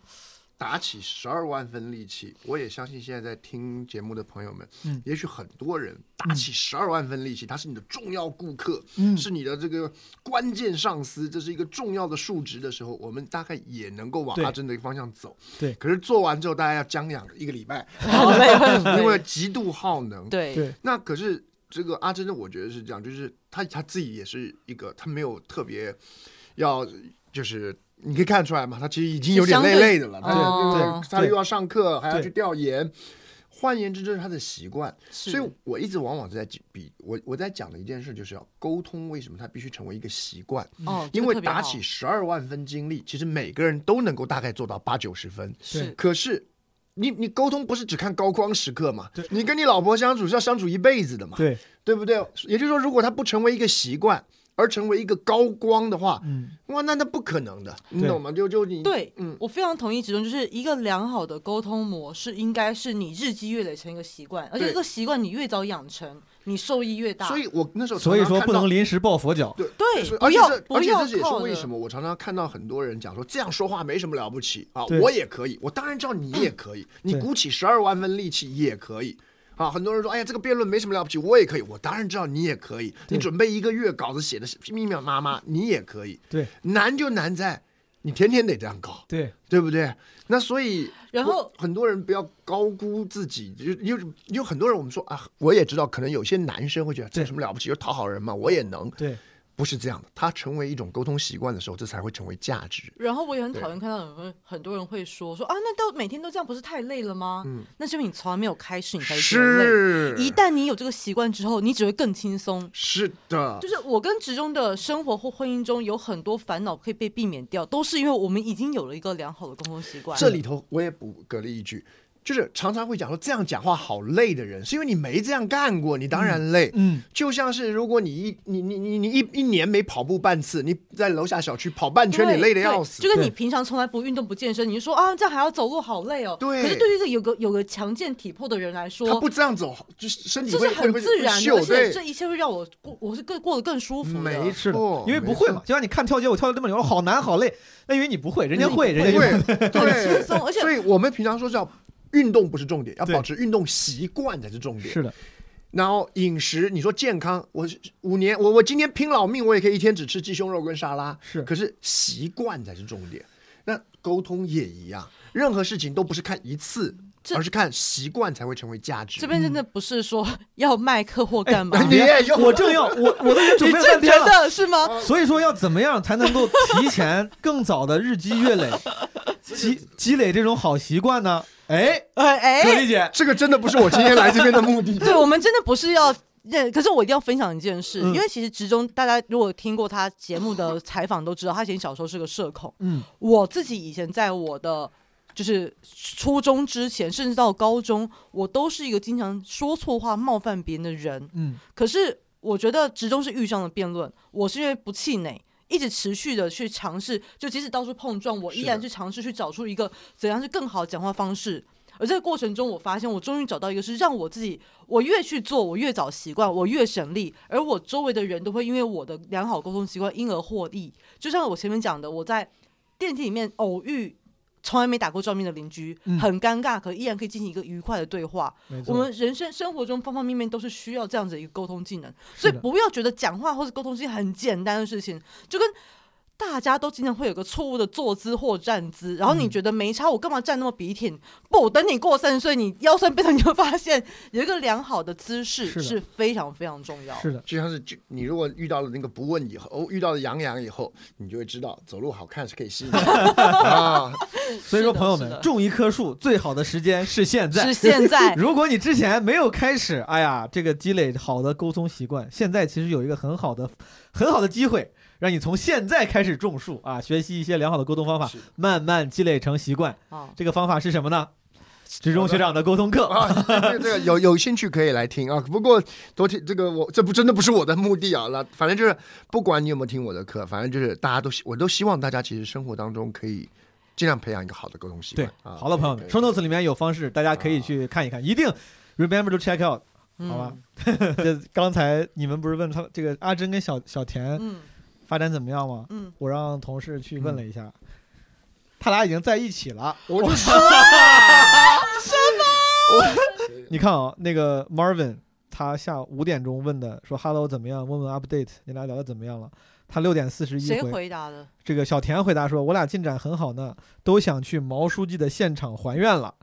[SPEAKER 8] 打起十二万分力气，我也相信现在在听节目的朋友们，
[SPEAKER 9] 嗯
[SPEAKER 8] 也许很多人打起十二万分力气，他是你的重要顾客，
[SPEAKER 9] 嗯
[SPEAKER 8] 是你的这个关键上司，这是一个重要的数值的时候，我们大概也能够往
[SPEAKER 9] 对
[SPEAKER 8] 阿珍的方向走。
[SPEAKER 9] 对
[SPEAKER 8] 可是做完之后，大家要将养一个礼拜，
[SPEAKER 6] 好累好累
[SPEAKER 8] 因为极度耗能。
[SPEAKER 6] 对对
[SPEAKER 8] 那可是这个阿珍的，我觉得是这样，就是他他自己也是一个，他没有特别要，就是你可以看出来嘛，他其实已经有点累累的了，
[SPEAKER 1] 相
[SPEAKER 8] 他
[SPEAKER 1] 对哦
[SPEAKER 8] 就是
[SPEAKER 1] 对
[SPEAKER 8] 他
[SPEAKER 1] 对
[SPEAKER 8] 又要上课，还要
[SPEAKER 1] 对
[SPEAKER 8] 去调研。换言之，这是他的习惯，
[SPEAKER 1] 是
[SPEAKER 8] 所以我一直往往是在比我我在讲的一件事，就是要沟通，为什么它必须成为一个习惯？
[SPEAKER 1] 哦这
[SPEAKER 8] 因
[SPEAKER 1] 个
[SPEAKER 8] 为
[SPEAKER 1] 特别好
[SPEAKER 8] 打起十二万分精力，其实每个人都能够大概做到八九十分，
[SPEAKER 1] 是
[SPEAKER 8] 可是你你沟通不是只看高光时刻嘛？你跟你老婆相处是要相处一辈子的嘛？
[SPEAKER 9] 对，
[SPEAKER 8] 对不对？也就是说，如果它不成为一个习惯，而成为一个高光的话，
[SPEAKER 9] 嗯，
[SPEAKER 8] 哇，那那不可能的，你
[SPEAKER 9] 对
[SPEAKER 8] 懂吗？就就你
[SPEAKER 6] 对，我非常同意其中，就是一个良好的沟通模式，应该是你日积月累成一个习惯，而且
[SPEAKER 8] 对
[SPEAKER 6] 这个习惯你越早养成，你受益越大。
[SPEAKER 8] 所以我那时候
[SPEAKER 9] 所以说不能
[SPEAKER 8] 临。
[SPEAKER 9] 临时抱佛脚。
[SPEAKER 8] 对
[SPEAKER 6] 对
[SPEAKER 8] 所以
[SPEAKER 6] 不
[SPEAKER 8] 而且
[SPEAKER 6] 要
[SPEAKER 8] 这
[SPEAKER 6] 不
[SPEAKER 8] 而且
[SPEAKER 6] 要
[SPEAKER 8] 这是也是
[SPEAKER 6] 靠
[SPEAKER 8] 为
[SPEAKER 6] 的
[SPEAKER 8] 什么我常常看到很多人讲说这样说话没什么了不起啊，
[SPEAKER 1] 对
[SPEAKER 8] 我也可以，我当然知道你也可
[SPEAKER 6] 嗯
[SPEAKER 8] 以，你鼓起十二万分力气也可以。啊，很多人说，哎呀，这个辩论没什么了不起，我也可以，我当然知道你也可以。你准备一个月稿子写的密密麻麻，你也可以。
[SPEAKER 9] 对，
[SPEAKER 8] 难就难在你天天得这样搞，
[SPEAKER 9] 对
[SPEAKER 8] 对不对？那所以，
[SPEAKER 6] 然后
[SPEAKER 8] 我很多人不要高估自己，就有有很多人我们说啊，我也知道，可能有些男生会觉得这有什么了不起，就讨好人嘛，我也能。
[SPEAKER 9] 对，
[SPEAKER 8] 不是这样的，它成为一种沟通习惯的时候，这才会成为价值。
[SPEAKER 6] 然后我也很
[SPEAKER 8] 对
[SPEAKER 6] 讨厌看到有人很多人会说说啊，那到每天都这样不是太累了吗？
[SPEAKER 8] 嗯
[SPEAKER 6] 那是因为你从来没有开始，你才会觉得累
[SPEAKER 8] 是
[SPEAKER 6] 一旦你有这个习惯之后，你只会更轻松。
[SPEAKER 8] 是的，
[SPEAKER 6] 就是 我跟职中的生活或婚姻中有很多烦恼可以被避免掉，都是因为我们已经有了一个良好的沟通习惯。
[SPEAKER 8] 这里头我也补隔了一句，就是常常会讲说这样讲话好累的人，是因为你没这样干过，你当然累。
[SPEAKER 9] 嗯，
[SPEAKER 8] 就像是如果你一你你你你一一年没跑步半次，你在楼下小区跑半圈，
[SPEAKER 6] 对
[SPEAKER 8] 你累得
[SPEAKER 6] 对
[SPEAKER 8] 要死。
[SPEAKER 6] 就跟你平常从来不运动不健身，你就说啊这样还要走路好累哦。
[SPEAKER 8] 对
[SPEAKER 6] 可是对于一个有个有个强健体魄的人来说，
[SPEAKER 8] 他不这样走，就是身体
[SPEAKER 6] 这
[SPEAKER 8] 会
[SPEAKER 6] 是
[SPEAKER 8] 会
[SPEAKER 6] 很
[SPEAKER 8] 会
[SPEAKER 6] 自然
[SPEAKER 8] 会
[SPEAKER 6] 的，而
[SPEAKER 8] 秀
[SPEAKER 6] 且
[SPEAKER 8] 对
[SPEAKER 6] 这一切会让我过我是更过得更舒服的。
[SPEAKER 8] 啊
[SPEAKER 9] 是的，
[SPEAKER 8] 哦
[SPEAKER 9] 因为不会嘛，就像你看跳街舞跳的这么牛，好难好累，那因为你不会，人家会，人 家就
[SPEAKER 8] 对对，呃轻松，而且所以我们平常说叫运动不是重点，要保持运动习惯才是重点。
[SPEAKER 9] 是的。
[SPEAKER 8] 然后饮食，你说健康，我是五年，我我今天拼老命，我也可以一天只吃鸡胸肉跟沙拉。
[SPEAKER 9] 是，
[SPEAKER 8] 可是习惯才是重点。那沟通也一样，任何事情都不是看一次，而是看习惯才会成为价值。
[SPEAKER 6] 这边真的不是说 要卖课或干嘛，
[SPEAKER 8] 嗯哎 你也有
[SPEAKER 9] 嗯哎我正要我我都已经准备
[SPEAKER 6] 你
[SPEAKER 9] 了半
[SPEAKER 6] 正
[SPEAKER 9] 天
[SPEAKER 6] 觉
[SPEAKER 9] 了啊
[SPEAKER 6] 得是吗？
[SPEAKER 9] 所以说要怎么样才能够提前更早的日积 月累，积积累这种好习惯呢？哎
[SPEAKER 6] 哎哎
[SPEAKER 9] 葛丽姐，
[SPEAKER 8] 这个真的不是我今天来这边的目的
[SPEAKER 6] 对我们真的不是要认，可是我一定要分享一件事，
[SPEAKER 9] 嗯
[SPEAKER 6] 因为其实职中大家如果听过他节目的采访都知道，他以前小时候是个社恐。
[SPEAKER 9] 嗯，
[SPEAKER 6] 我自己以前在我的就是初中之前，甚至到高中，我都是一个经常说错话、冒犯别人的人。
[SPEAKER 9] 嗯，
[SPEAKER 6] 可是我觉得职中是遇上了辩论，我是因为不气馁。一直持续的去尝试，就即使到处碰撞，我依然去尝试去找出一个怎样是更好的讲话方式。而这个过程中，我发现我终于找到一个是让我自己，我越去做，我越早习惯，我越省力，而我周围的人都会因为我的良好沟通习惯因而获益。就像我前面讲的，我在电梯里面偶遇从来没打过照面的邻居，
[SPEAKER 9] 嗯
[SPEAKER 6] 很尴尬，可依然可以进行一个愉快的对话
[SPEAKER 9] 没。错
[SPEAKER 6] 我们人生生活中方方面面都是需要这样子的一个沟通技能，所以
[SPEAKER 9] 是的
[SPEAKER 6] 不要觉得讲话或是沟通是一件很简单的事情，就跟。大家都经常会有个错误的坐姿或站姿，然后你
[SPEAKER 9] 嗯
[SPEAKER 6] 觉得没差，我干嘛站那么笔挺？不，等你过三十岁，你腰酸背疼，你就发现有一个良好的姿 势
[SPEAKER 8] 是的
[SPEAKER 6] 是非常非常重要。
[SPEAKER 9] 是的，
[SPEAKER 8] 就像是就你如果遇到了那个不问以后，哦遇到了杨洋以后，你就会知道走路好看是可以吸引 人的啊。
[SPEAKER 9] 所以说朋友们，种一棵树最好的时间是现在，
[SPEAKER 6] 是现在
[SPEAKER 9] 如果你之前没有开始，哎呀，这个积累好的沟通习惯，现在其实有一个很好的、很好的机会，让你从现在开始种树啊，学习一些良好的沟通方法，慢慢积累成习惯。
[SPEAKER 6] 哦
[SPEAKER 9] 这个方法是什么呢？职中学长的沟通课。
[SPEAKER 8] 啊这个有有兴趣可以来听啊。不过昨天这个我这不真的不是我的目的啊。那反正就是不管你有没有听我的课，反正就是大家都希我都希望大家其实生活当中可以尽量培养一个好的沟通习
[SPEAKER 9] 对
[SPEAKER 8] 惯，啊。
[SPEAKER 9] 好了，朋友们，show notes 里面有方式，大家可以去看一看，一定 remember to check out，好吧？ 这刚才你们不是问他这个阿珍跟小小田
[SPEAKER 6] 嗯
[SPEAKER 9] 发展怎么样吗？
[SPEAKER 6] 嗯
[SPEAKER 9] 我让同事去问了一下，他俩已经在一起了。
[SPEAKER 8] 我
[SPEAKER 9] 就
[SPEAKER 8] 说啊
[SPEAKER 6] 什么？
[SPEAKER 9] 你看啊、那个 Marvin，他下午五点钟问的，说 “Hello 怎么样？”问问 update，你俩聊的怎么样了？他六点四十一
[SPEAKER 6] 谁
[SPEAKER 9] 回
[SPEAKER 6] 回答的？
[SPEAKER 9] 这个小田回答说：“我俩进展很好呢，都想去毛书记的现场还愿了。”（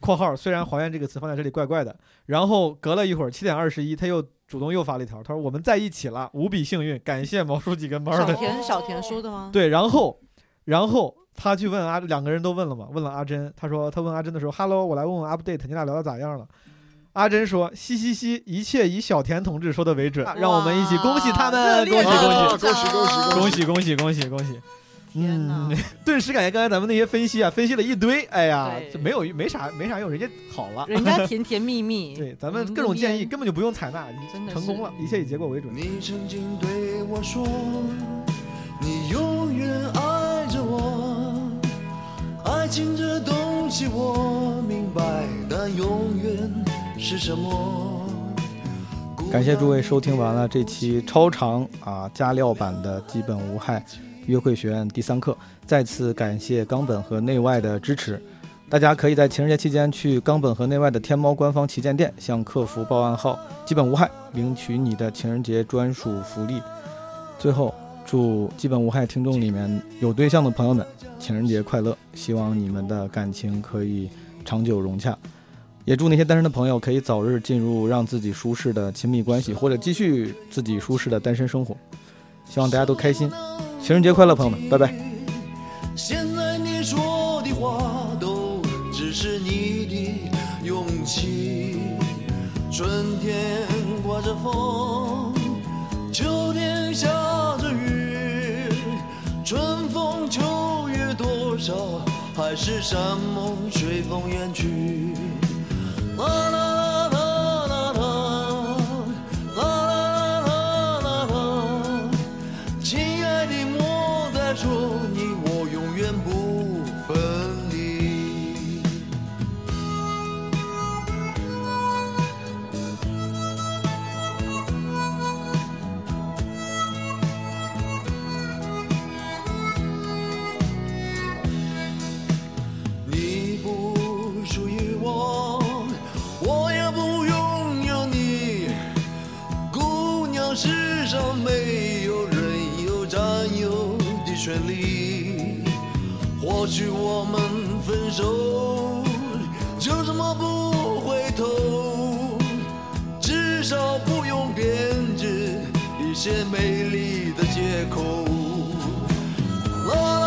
[SPEAKER 9] 括号虽然“还愿”这个词放在这里怪怪的。）然后隔了一会儿，七点二十一，他又主动又发了一条，他说：“我们在一起了，无比幸运，感谢毛书记跟 Marvin。”
[SPEAKER 6] 小田是小田说的吗？
[SPEAKER 9] 对，然后，然后他去问阿，两个人都问了嘛，问了阿珍，他说他问阿珍的时候，Hello，我来问问 update，你俩聊的咋样了？
[SPEAKER 6] 嗯
[SPEAKER 9] 阿珍说：“嘻嘻嘻，一切以小田同志说的为准，让我们一起恭喜他们，恭喜恭喜
[SPEAKER 8] 恭喜
[SPEAKER 9] 恭喜恭喜恭喜恭喜！”嗯， 顿时感觉刚才咱们那些分析啊，分析了一堆，哎呀，这没有没啥没啥用，人家好了，
[SPEAKER 6] 人家甜甜蜜蜜。
[SPEAKER 9] 对 咱们各种建议根本就不用采纳，
[SPEAKER 6] 的
[SPEAKER 9] 成功了，一切以结果为准。
[SPEAKER 1] 你曾经对我说，你永远爱着我，爱情这东西我明白，但永远是什么？
[SPEAKER 15] 感谢诸位收听完了这期超长啊加料版的基本无害约会学院第三课，再次感谢冈本和内外的支持。大家可以在情人节期间去冈本和内外的天猫官方旗舰店向客服报暗号“基本无害”，领取你的情人节专属福利。最后，祝基本无害听众里面有对象的朋友们情人节快乐，希望你们的感情可以长久融洽。也祝那些单身的朋友可以早日进入让自己舒适的亲密关系，或者继续自己舒适的单身生活。希望大家都开心，情人节快乐，朋友们，拜拜。
[SPEAKER 1] 现在你说的话都只是你的勇气。春天刮着风，秋天下着雨，春风秋月多少海誓山盟随风远去。啦啦啦啦啦啦，啦啦啦啦啦啦。亲爱的，莫再说你我永远不分离。你不属于我，我也不拥有你。姑娘，世上没有人有占有的权利。或许我们分手，就这么不回头，至少不用编织一些美丽的借口。啦啦